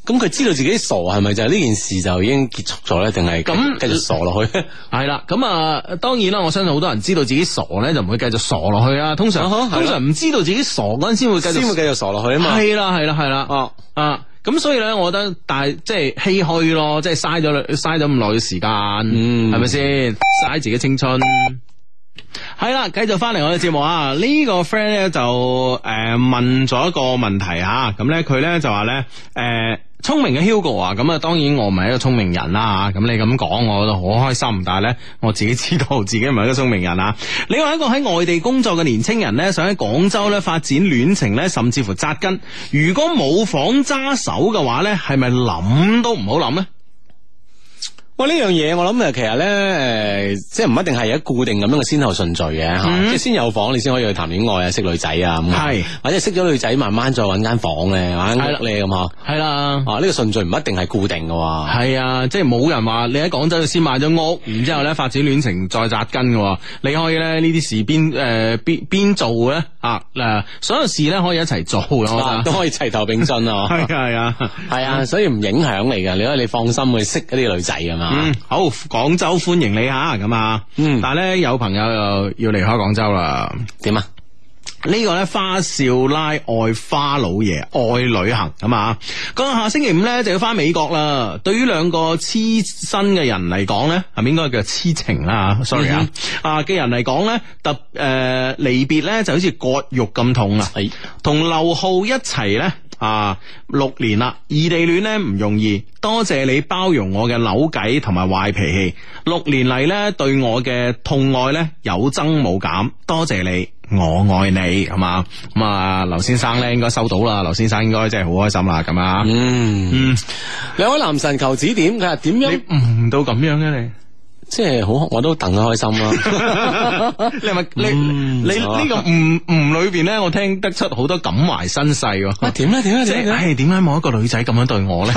Speaker 3: 咁佢知道自己傻係咪就係呢件事就已經結束咗咧？定係
Speaker 2: 咁
Speaker 3: 咁繼續傻落 去？
Speaker 2: 系啦，咁啊，當然啦，我相信好多人知道自己傻咧，就唔會繼續傻落去啦。通常、
Speaker 3: 啊哈係啦
Speaker 2: 通常唔知道自己傻嗰阵先會繼續
Speaker 3: 先會繼續傻落去啊嘛？
Speaker 2: 係啦係啦係啦，
Speaker 3: 哦
Speaker 2: 啊，咁所以咧，我覺得但係即係唏噓咯，即係嘥咗嘥咗咁耐嘅時間，
Speaker 3: 嗯
Speaker 2: 係咪先嘥自己青春？係啦，繼續翻嚟我哋節目啊！呢、個 friend 咧就誒、呃、問咗一個問題啊，咁咧佢咧就話咧誒。聰明嘅 Hugo 啊，咁啊，當然我唔係一個聰明人啦，咁你咁講，我覺得好開心。但係咧，我自己知道 自己唔係一個聰明人啊。你話一個喺外地工作嘅年青人咧，想喺廣州咧發展戀情咧，甚至乎扎根，如果冇房揸手嘅話咧，係咪諗都唔好諗咧？
Speaker 3: 喂，呢樣嘢我諗誒，其實咧誒、即係唔一定係有固定咁樣嘅先後順序嘅嚇，即係先有房你先可以去談戀愛啊，識女仔啊咁啊，
Speaker 2: 嗯係
Speaker 3: 或者識咗女仔慢慢再揾間房咧，揾間屋咧咁嚇。
Speaker 2: 係啦。
Speaker 3: 啊，呢、個順序唔一定係固定嘅喎。
Speaker 2: 係啊，即係冇人話你喺廣州先買咗屋，然之後咧發展戀情再扎根嘅喎。你可以咧呢啲事邊誒邊邊做咧啊誒，所有事咧可以一齊 做嘅，我覺
Speaker 3: 啊
Speaker 2: 得
Speaker 3: 都。可以齊頭並進啊！
Speaker 2: 係啊係啊，
Speaker 3: 係啊，所以唔影響你噶，你可以你放心去識嗰啲女仔噶嘛。
Speaker 2: 嗯，好，廣州歡迎你吓，咁啊，
Speaker 3: 嗯
Speaker 2: 但係咧有朋友又要離開廣州啦。
Speaker 3: 點啊？
Speaker 2: 呢個咧花少奶愛花老爺愛旅行咁啊！咁下星期五咧就要翻美國啦。對於兩個痴身嘅人嚟講咧，係咪應該叫痴情啦啊？sorry 啊，啊嘅人嚟講咧，特誒離別咧就好似割肉咁痛啊！
Speaker 3: 係
Speaker 2: 同劉浩一齊咧。啊，六年啦，異地戀咧唔容易，多謝你包容我嘅扭計同埋壞脾氣。六年嚟咧對我嘅痛愛咧有增冇減，多謝你，我愛你，係嘛？咁啊，劉先生咧應該收到啦，劉先生應該真係好開心啦，咁啊，
Speaker 3: 嗯，
Speaker 2: 嗯，
Speaker 3: 兩位男神求指點，佢話點樣？
Speaker 2: 你唔到咁樣嘅你。
Speaker 3: 即係好，我都戥佢開心啊 啦。
Speaker 2: 你係咪你
Speaker 3: 嗯
Speaker 2: 你
Speaker 3: 啊
Speaker 2: 呢個唔唔裏邊咧，我聽得出好多感懷身世
Speaker 3: 啊，
Speaker 2: 喎。
Speaker 3: 點咧？點咧？
Speaker 2: 即
Speaker 3: 點
Speaker 2: 係，
Speaker 3: 咧？
Speaker 2: 唉，點解冇一個女仔咁樣對我 咧？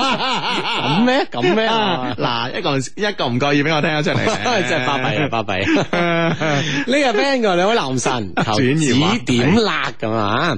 Speaker 3: 咁咩？咁 咩？啊
Speaker 2: 嗱，一個一個唔覺意俾我聽咗出嚟，
Speaker 3: 真係巴閉啊！巴閉。
Speaker 2: 閉。
Speaker 3: 呢個 friend 嘅兩位 男神求
Speaker 2: 轉移話
Speaker 3: 指
Speaker 2: 題嗯
Speaker 3: 點辣咁啊！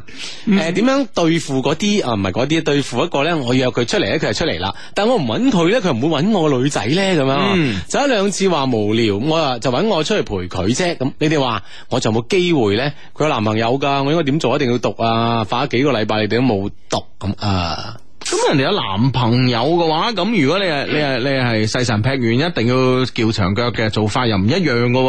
Speaker 3: 誒點樣對付嗰啲啊？唔係嗰啲對付一個咧，我約佢出嚟咧，佢就出嚟啦。但我唔揾佢咧，佢唔會揾我個女仔咧咁樣
Speaker 2: 嗯。
Speaker 3: 就一兩次話無聊，我啊就揾我出去陪佢啫。咁你哋話我仲有冇機會咧？佢有男朋友㗎，我應該點做？一定要讀啊！發咗幾個禮拜，你哋都冇讀咁啊！
Speaker 2: 咁人哋有男朋友嘅話，咁如果你係你係你係細神劈完，一定要叫長腳嘅做法又唔一樣嘅喎。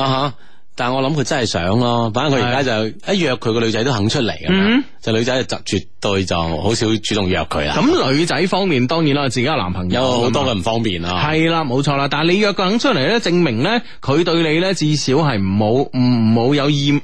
Speaker 3: 啊哈！但係我諗佢真係想咯，反正佢而家就一約佢個女仔都肯出嚟咁樣
Speaker 2: 嗯，
Speaker 3: 就女仔就絕對就好少主動約佢啦。
Speaker 2: 咁女仔方面當然啦，自己有男朋友
Speaker 3: 有
Speaker 2: 㗎嘛，
Speaker 3: 好多嘅唔方便啊。
Speaker 2: 係啦，冇錯啦。但係你約個人出嚟咧，證明咧佢對你咧至少係冇唔冇有厭，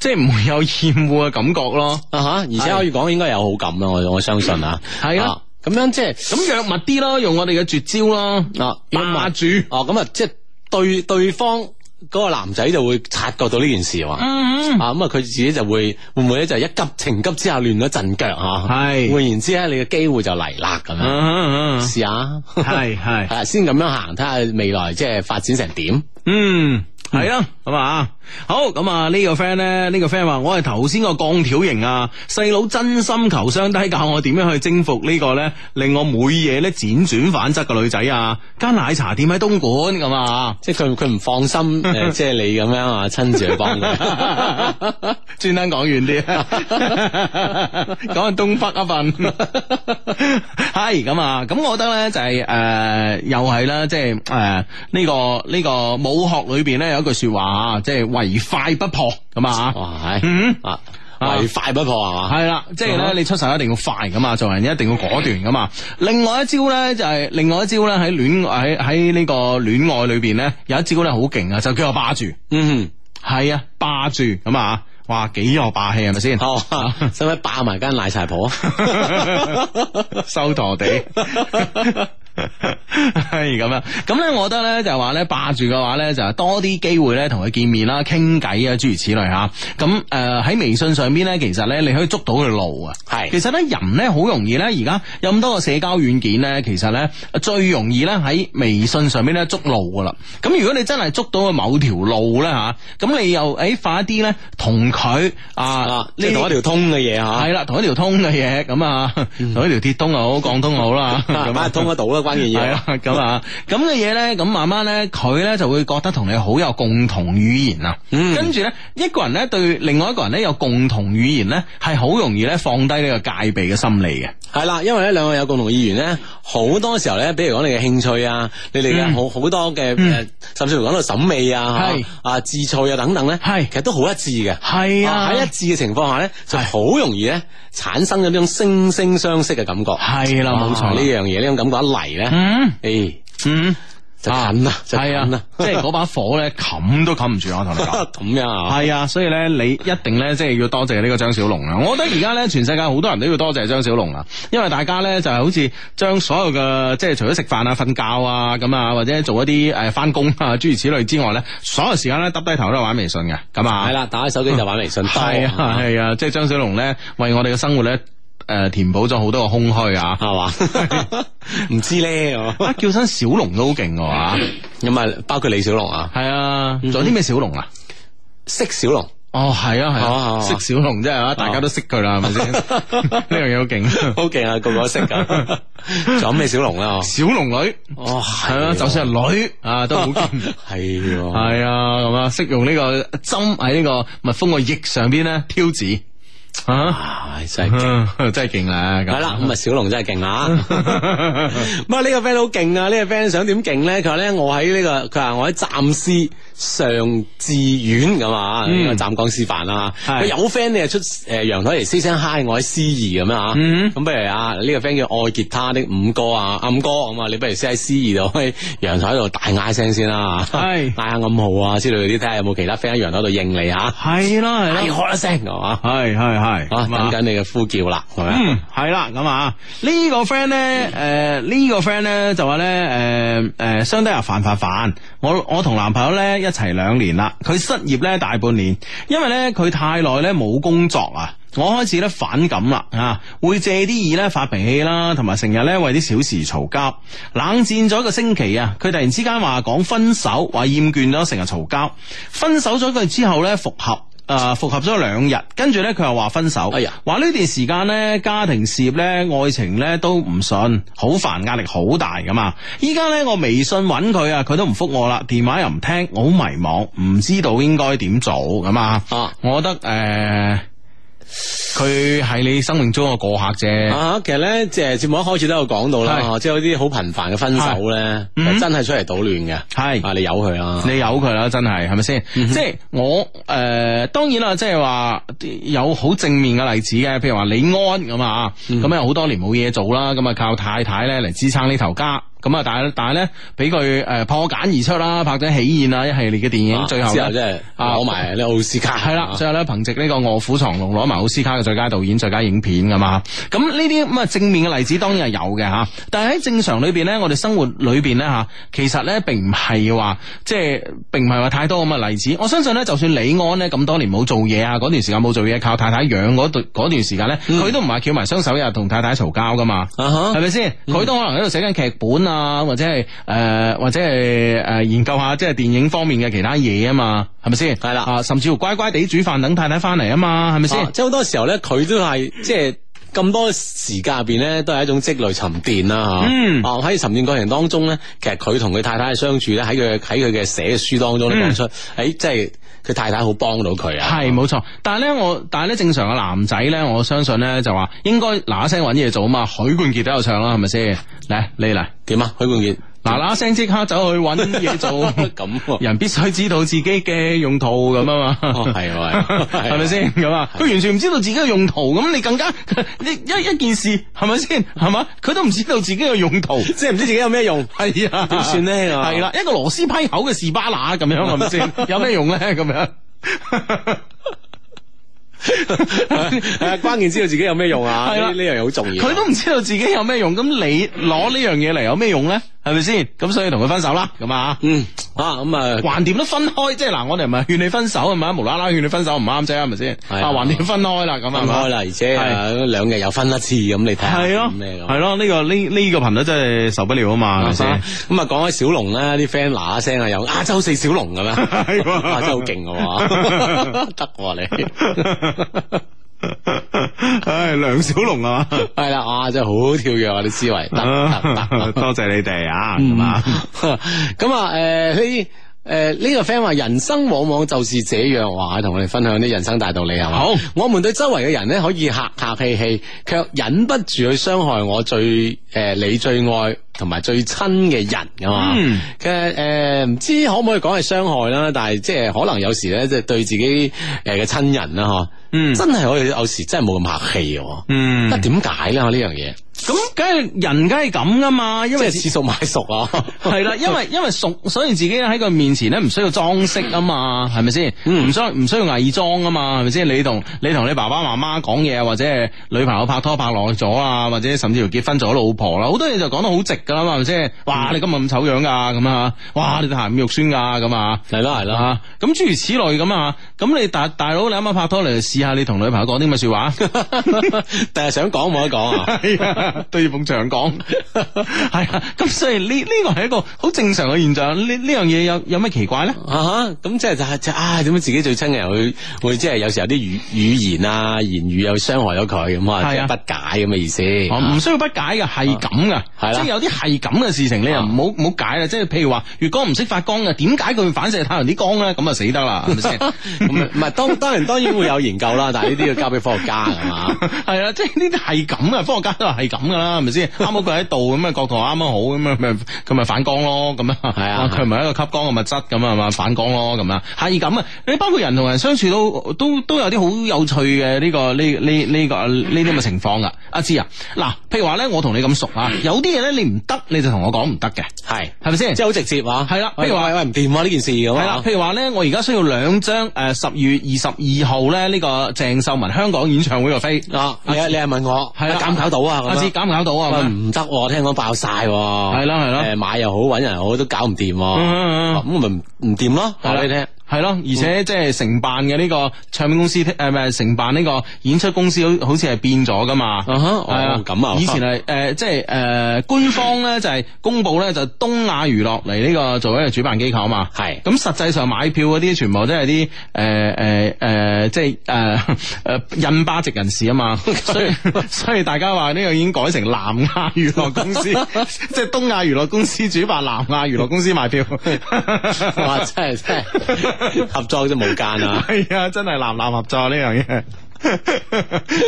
Speaker 2: 即係唔會有厭惡嘅感覺咯。
Speaker 3: 啊哈！而且可以講應該有好感啦，我我相信啊。
Speaker 2: 係啊
Speaker 3: 啊，咁樣即係
Speaker 2: 咁約密啲咯，用我哋嘅絕招咯，
Speaker 3: 啊，
Speaker 2: 霸
Speaker 3: 咁
Speaker 2: 住。
Speaker 3: 哦咁啊，即係對對方嗰個男仔就會察覺到呢件事喎。
Speaker 2: 嗯，
Speaker 3: 啊咁啊，佢自己就會會唔會咧就一急情急之下亂咗陣腳吓？
Speaker 2: 係嗯
Speaker 3: 換言之咧，你嘅機會就嚟啦咁
Speaker 2: 啊
Speaker 3: 樣。試下。
Speaker 2: 係係
Speaker 3: 係啊，先咁樣行，睇下未來即係發展成點。
Speaker 2: 嗯。係啦，咁啊，好咁啊，呢個 friend 咧，呢個 friend 話我係頭先個鋼條型啊，細佬真心求相低教我點樣去征服呢個咧，令我每夜咧輾轉反側嘅女仔啊，間奶茶店喺東莞咁啊。
Speaker 3: 即係佢佢唔放心 誒，呃即係你咁樣啊，親自去幫佢。
Speaker 2: 專登講遠啲，講下東北一份，係咁啊！咁我覺得咧就係、誒、呃又係啦，即係誒呢個呢、個武學裏邊咧有一句説話啊，即係唯快不破咁啊！
Speaker 3: 哇，係
Speaker 2: 嗯，
Speaker 3: 啊，
Speaker 2: 啊
Speaker 3: 唯快不破係嘛？
Speaker 2: 係啦，即係咧
Speaker 3: 啊
Speaker 2: 你出手一定要快噶嘛，做人一定要果斷噶嘛。另外一招咧就係、另外一招咧喺戀喺喺呢個戀愛裏邊咧有一招咧好勁啊，就叫做霸住。
Speaker 3: 嗯，
Speaker 2: 係啊，霸住咁啊，哇，幾有霸氣係咪先？
Speaker 3: 好，哦使唔使霸埋間奶茶鋪啊？
Speaker 2: 收陀地。 係咁樣，啊咁咧，我覺得咧就係話咧霸住嘅話咧，就係多啲機會咧同佢見面啦、傾偈啊，諸如此類吓。咁誒喺微信上邊咧，其實咧你可以捉到佢路啊。
Speaker 3: 係
Speaker 2: 其實咧人咧好容易咧，而家有咁多個社交軟件咧，其實咧最容易咧喺微信上邊咧捉路噶啦。咁如果你真係捉到佢某條路咧吓，咁你又誒快一啲咧同佢啊
Speaker 3: 啊，即係同一條通嗯嘅嘢啊吓。
Speaker 2: 系啦，同一條通嘅嘢咁啊，同一條鐵通又好，鋼通好 啦，
Speaker 3: 咁
Speaker 2: 咁
Speaker 3: 啊，
Speaker 2: 啊
Speaker 3: 通得到啦，關鍵
Speaker 2: 系
Speaker 3: 嘢
Speaker 2: 啦，。咁啊，咁嘅嘢咧，咁慢慢咧，佢咧就會覺得同你好有共同語言啊。
Speaker 3: 嗯
Speaker 2: 跟住咧，一個人咧對另外一個人咧有共同語言咧，係好容易咧放低呢個戒備嘅心理嘅。
Speaker 3: 係啦，因為咧兩個有共同意願咧，好多時候咧，比如講你嘅興趣啊，你哋嘅
Speaker 2: 嗯
Speaker 3: 好好多嘅
Speaker 2: 嗯
Speaker 3: 誒，甚至乎講到審美啊
Speaker 2: 係、
Speaker 3: 啊志趣啊等等咧，
Speaker 2: 係
Speaker 3: 其實都好一致嘅。
Speaker 2: 係
Speaker 3: 啊喺一致嘅情況下咧，就好容易咧產生咗呢種惺惺相惜嘅感覺。
Speaker 2: 係啦，冇
Speaker 3: 哇
Speaker 2: 錯
Speaker 3: 呢
Speaker 2: 啦。
Speaker 3: 樣嘢呢種感覺一嚟咧，
Speaker 2: 嗯
Speaker 3: 誒
Speaker 2: 嗯，
Speaker 3: 就近啦，就
Speaker 2: 係
Speaker 3: 近
Speaker 2: 啊
Speaker 3: 啦，，
Speaker 2: 即係嗰把火咧冚都冚唔住我同你講。
Speaker 3: 咁樣啊，
Speaker 2: 系啊，所以咧，你一定咧，即係要多謝呢個張小龍啦。啊我覺得而家咧，全世界好多人都要多謝張小龍啦，因為大家咧就係好似將所有嘅即係除咗食飯啊、瞓覺啊咁啊，或者做一啲誒翻工啊諸如此類之外咧，所有時間咧耷低頭都係玩微信嘅，咁啊，
Speaker 3: 係啦，打開手機就玩微信，嗯
Speaker 2: 係啊，係啊，即係張小龍咧為我哋嘅生活咧誒、呃填補咗好多嘅空虛啊。
Speaker 3: 係嘛？唔知咧，咁
Speaker 2: 啊，叫聲小龍都好勁嘅話，
Speaker 3: 啊，包括李小龍啊，
Speaker 2: 係啊，仲有啲咩小龍啊？
Speaker 3: 識小龍。
Speaker 2: 哦，係啊，係
Speaker 3: 係嘛係
Speaker 2: 啊，
Speaker 3: 嘛
Speaker 2: 識小龍真係啊，大家都識佢啦，係咪 先？呢樣嘢好勁。
Speaker 3: 好勁啊！個個都識噶，仲有咩小龍啦？
Speaker 2: 小龍女
Speaker 3: 哦，係
Speaker 2: 係啊啦，就算係女啊都好
Speaker 3: 係
Speaker 2: 勁。
Speaker 3: 喎，
Speaker 2: 係啊，咁啊，識用呢個針喺呢個蜜蜂個翼上邊咧挑子，啊，
Speaker 3: 唉，真係 勁。
Speaker 2: 真系劲啦，
Speaker 3: 系啦，咁啊小龍真係勁啦。咁啊呢個 friend 好勁啊！呢個 friend 想點勁咧？佢話咧我喺呢個，佢話我喺湛師上志院咁啊，呢個湛江師範啦。
Speaker 2: 嗯係
Speaker 3: 佢有 friend 你係出诶陽台嚟 say 聲 hi，我喺思怡咁樣啊。
Speaker 2: 嗯
Speaker 3: 咁不如啊呢個 friend 叫愛吉他的五哥啊，暗哥咁啊，你不如先喺思怡度喺陽台度大嗌聲先啦，
Speaker 2: 係
Speaker 3: 嗌下暗號啊之類嗰啲，睇下有冇其他 friend 喺陽台度應你吓，
Speaker 2: 系啦
Speaker 3: 大
Speaker 2: 系啦，
Speaker 3: 喝一聲係嘛，
Speaker 2: 系系系，
Speaker 3: 啊
Speaker 2: 咁啊
Speaker 3: 等緊你嘅呼叫啦，係咪啊？
Speaker 2: 嗯，系啦，咁啊，呢個 friend 咧，诶，呢個 friend 咧就話咧，诶诶，相低啊，煩煩煩，我我同男朋友咧一齊兩年啦，佢失業咧大半年，因為咧佢太耐咧冇工作啊。我開始咧反感啦，啊，會借啲意咧發脾氣啦，同埋成日咧為啲小事嘈交，冷戰咗一個星期啊，佢突然之間話講分手，話厭倦咗成日嘈交，分手咗佢之後咧復合。誒、復合咗兩日，跟住咧佢又話分手，
Speaker 3: 哎呀
Speaker 2: 話呢段時間咧，家庭事業咧，愛情咧都唔順，好煩，壓力好大噶嘛。依家咧我微信揾佢啊，佢都唔復我啦，電話又唔聽，我好迷茫，唔知道應該點做咁啊。
Speaker 3: 啊
Speaker 2: 我覺得誒，佢、係你生命中嘅過客啫。
Speaker 3: 啊，其實咧，即係節目一開始都有講到啦，
Speaker 2: 係
Speaker 3: 即係有啲好頻繁嘅分手咧，
Speaker 2: 嗯
Speaker 3: 真係出嚟搗亂嘅。
Speaker 2: 係
Speaker 3: 啊，你由佢啦。
Speaker 2: 你由佢啦，真係係咪先？
Speaker 3: 嗯
Speaker 2: 即係我誒、呃，當然啦，即係話有好正面嘅例子嘅，譬如話李安咁啊，
Speaker 3: 嗯
Speaker 2: 咁有好多年冇嘢做啦，咁啊靠太太咧嚟支撐呢頭家。咁啊，但係但係咧，俾佢誒破繭而出啦，拍咗《喜宴》啊一系列嘅電影，
Speaker 3: 啊
Speaker 2: 最後
Speaker 3: 之後
Speaker 2: 咧
Speaker 3: 即係
Speaker 2: 啊
Speaker 3: 攞埋呢奧斯卡，啊
Speaker 2: 系啦，最後咧憑藉呢個《卧虎藏龍》攞埋奧斯卡嘅最佳導演、最佳影片噶嘛。咁呢啲咁啊正面嘅例子當然係有嘅吓，但係喺正常裏边咧，我哋生活裏边咧吓，其實咧並唔係話即係並唔係話太多咁嘅例子。我相信咧，就算李安咧咁多年冇做嘢啊，嗰段時間冇做嘢，靠太太養嗰段嗰段時間咧，佢都唔係翹埋雙手，日日同太太嘈交噶嘛。
Speaker 3: 啊哈
Speaker 2: 係咪先？佢都可能喺度寫緊劇本啊，或者係诶，或者係诶、呃研究下即係電影方面嘅其他嘢啊嘛，係咪先？
Speaker 3: 係啦
Speaker 2: 啊，甚至乎乖乖地煮飯等太太翻嚟啊嘛，係咪
Speaker 3: 啊
Speaker 2: 先？
Speaker 3: 即係好多時候咧，佢都係即係。咁多時間入邊咧，都係一種積累沉澱啦嚇。
Speaker 2: 嗯
Speaker 3: 啊喺沉澱過程當中咧，其實佢同佢太太嘅相處咧，喺佢喺佢嘅寫嘅書當中咧講出，誒、哎即係佢太太好幫到佢啊。
Speaker 2: 嗯係冇錯，但係咧我，但係咧正常嘅男仔咧，我相信咧就話應該嗱嗱聲揾嘢做啊嘛。許冠傑都有唱啦，係咪先？嚟，你嚟，
Speaker 3: 點啊？許 冠傑。
Speaker 2: 嗱嗱聲即刻走去揾嘢做
Speaker 3: 咁喎
Speaker 2: 人必須知道自己嘅用途咁啊嘛，
Speaker 3: 哦係喎 係喎
Speaker 2: 係咪先咁啊？佢完全唔知道自己嘅用途，咁你更加你一一件事係咪先係嘛？佢都唔知道自己嘅用途，
Speaker 3: 即係唔知自己有咩用。
Speaker 2: 係啊，
Speaker 3: 點 算呢
Speaker 2: 係啦，一個螺絲批口嘅士巴拿咁樣係咪 先？有咩用咧？咁樣。
Speaker 3: 啊，關鍵知道自己有咩用啊？
Speaker 2: 係啦
Speaker 3: 呢呢樣嘢好重要啊。
Speaker 2: 佢都唔知道自己有咩用，咁你攞呢樣嘢嚟有咩用咧？係咪先？咁所以同佢分手啦，咁啊。
Speaker 3: 嗯啊咁 啊。
Speaker 2: 橫掂都分開，即係嗱，我哋唔係勸你分手係咪？無啦啦勸你分手唔啱啫，係咪先？
Speaker 3: 係啊
Speaker 2: 啊，橫掂分開啦，咁係
Speaker 3: 分
Speaker 2: 咪
Speaker 3: 開啦，而且啊兩日又分一次，咁你睇下
Speaker 2: 系咯，
Speaker 3: 咩咁
Speaker 2: 系。咯，呢、個呢呢、個頻率真係受不了啊嘛，係咪先？
Speaker 3: 咁啊，講起小龍咧，啲 friend 嗱嗱聲啊，有亞洲四小龍咁樣，
Speaker 2: 係喎
Speaker 3: 哇，真係好勁 嘅喎，得喎你，
Speaker 2: 唉，梁小龍啊，
Speaker 3: 係啦，哇，真係好跳躍啊啲思維，得得 得。
Speaker 2: 多謝你哋啊，咁啊，
Speaker 3: 咁啊，诶呢诶呢個 friend 話人生往往就是這樣，哇！同我哋分享啲人生大道理係嘛？
Speaker 2: 好，
Speaker 3: 我們對周圍嘅人呢，可以客客氣氣，卻忍不住去傷害我最诶、你最愛同埋最親嘅人噶嘛
Speaker 2: 嗯？
Speaker 3: 嘅诶唔知可唔可以講係傷害啦？但係即係可能有時咧，即係對自己诶嘅親人啦，嗬、
Speaker 2: 嗯
Speaker 3: 真係我哋有時真係冇咁客氣嘅喎，
Speaker 2: 嗯
Speaker 3: 得點解咧？呢樣嘢
Speaker 2: 咁梗係人梗係咁噶嘛，因
Speaker 3: 即
Speaker 2: 為
Speaker 3: 係次數買熟 啊！
Speaker 2: 系啦，因為因为熟，所以自己喺佢面前咧唔需要裝飾啊嘛，係咪先？唔需唔需要偽裝啊嘛，係咪先？你同你同你爸爸媽媽講嘢，或者係女朋友拍拖拍耐咗啊，或者甚至乎結婚咗老婆啦，好多嘢就講得好直噶啦嘛，係咪先？哇，你今日咁醜樣噶咁啊，哇，你對鞋咁肉酸噶咁啊。
Speaker 3: 係啦係啦。
Speaker 2: 啊，咁諸如此類咁啊，咁你大大佬你啱啱拍拖嚟試下你同女朋友講啲乜说話？
Speaker 3: 但系想講冇得講啊！
Speaker 2: 對住埲牆講，係啊，咁所以呢呢個係一個好正常嘅現象，呢呢樣嘢有有咩奇怪咧？
Speaker 3: 啊哈！咁即係就係就啊，點解自己最親嘅人會會即係有時候啲語語言啊言語又傷害咗佢咁啊，即
Speaker 2: 係啊
Speaker 3: 係不解咁嘅意思。啊
Speaker 2: 哦唔需要不解嘅，係咁噶，
Speaker 3: 係啦
Speaker 2: 啊即係有啲係咁嘅事情，你又唔好唔好解啦。即係譬如話，月光唔識發光嘅，點解佢會反射太陽啲光咧？咁啊死得啦，係咪先？
Speaker 3: 咁啊唔係當當然當然會有研究 啦，但係呢啲要交俾科學家係嘛。
Speaker 2: 係啦，即係呢啲係咁啊，科學家都話係咁噶啦，係咪先？啱好佢喺度咁啊，角度啱啱好咁啊，咪佢咪反光咯，咁啊，
Speaker 3: 係啊
Speaker 2: 佢咪一個吸光嘅物質咁啊嘛，反光咯，咁啊，係咁啊。你包括人同人相處都都都有啲好有趣嘅呢個呢呢呢個呢啲咁嘅情況噶。阿志啊，嗱，譬如話咧，我同你咁熟啊，有啲嘢咧你唔得，你就同我講唔得嘅，
Speaker 3: 係
Speaker 2: 係咪先
Speaker 3: 嗯即？係好直接啊。
Speaker 2: 係啦
Speaker 3: 譬如話喂唔掂喎呢件事咁
Speaker 2: 係啦
Speaker 3: 啊，。
Speaker 2: 譬如話咧，我而家需要兩張誒十月二十二號咧呢個鄭秀文香港演唱會嘅飛，
Speaker 3: 啊，你係你係問我
Speaker 2: 係啦
Speaker 3: 搞唔搞到啊？
Speaker 2: 阿
Speaker 3: 咁
Speaker 2: 志
Speaker 3: 樣
Speaker 2: 搞唔搞到啊？
Speaker 3: 喂
Speaker 2: 咁樣
Speaker 3: 唔得喎，聽講爆晒喎。係
Speaker 2: 啦係啦
Speaker 3: 誒買又好，揾人又好，都搞唔掂喎。
Speaker 2: 嗯嗯嗯
Speaker 3: 咁咪唔唔掂咯，哦話俾你聽。嗯
Speaker 2: 係咯，而且即係承辦嘅呢個唱片公司，誒唔係承辦呢個演出公司，好好似係變咗噶嘛。
Speaker 3: 啊哈哦
Speaker 2: 係
Speaker 3: 咁啊
Speaker 2: 以前係誒即係誒官方咧就係公佈咧就東亞娛樂嚟呢個做一個主辦機構啊嘛。
Speaker 3: 係
Speaker 2: 咁實際上買票嗰啲全部都係啲誒誒誒即係誒誒印巴籍人士啊 嘛，所以所以大家話呢個已經改成南亞娛樂公 司，即係東亞娛樂公司主辦南亞娛樂公司買票。
Speaker 3: 哇！真係真係合作都無間啊！
Speaker 2: 係啊，真係男男合作呢樣嘢。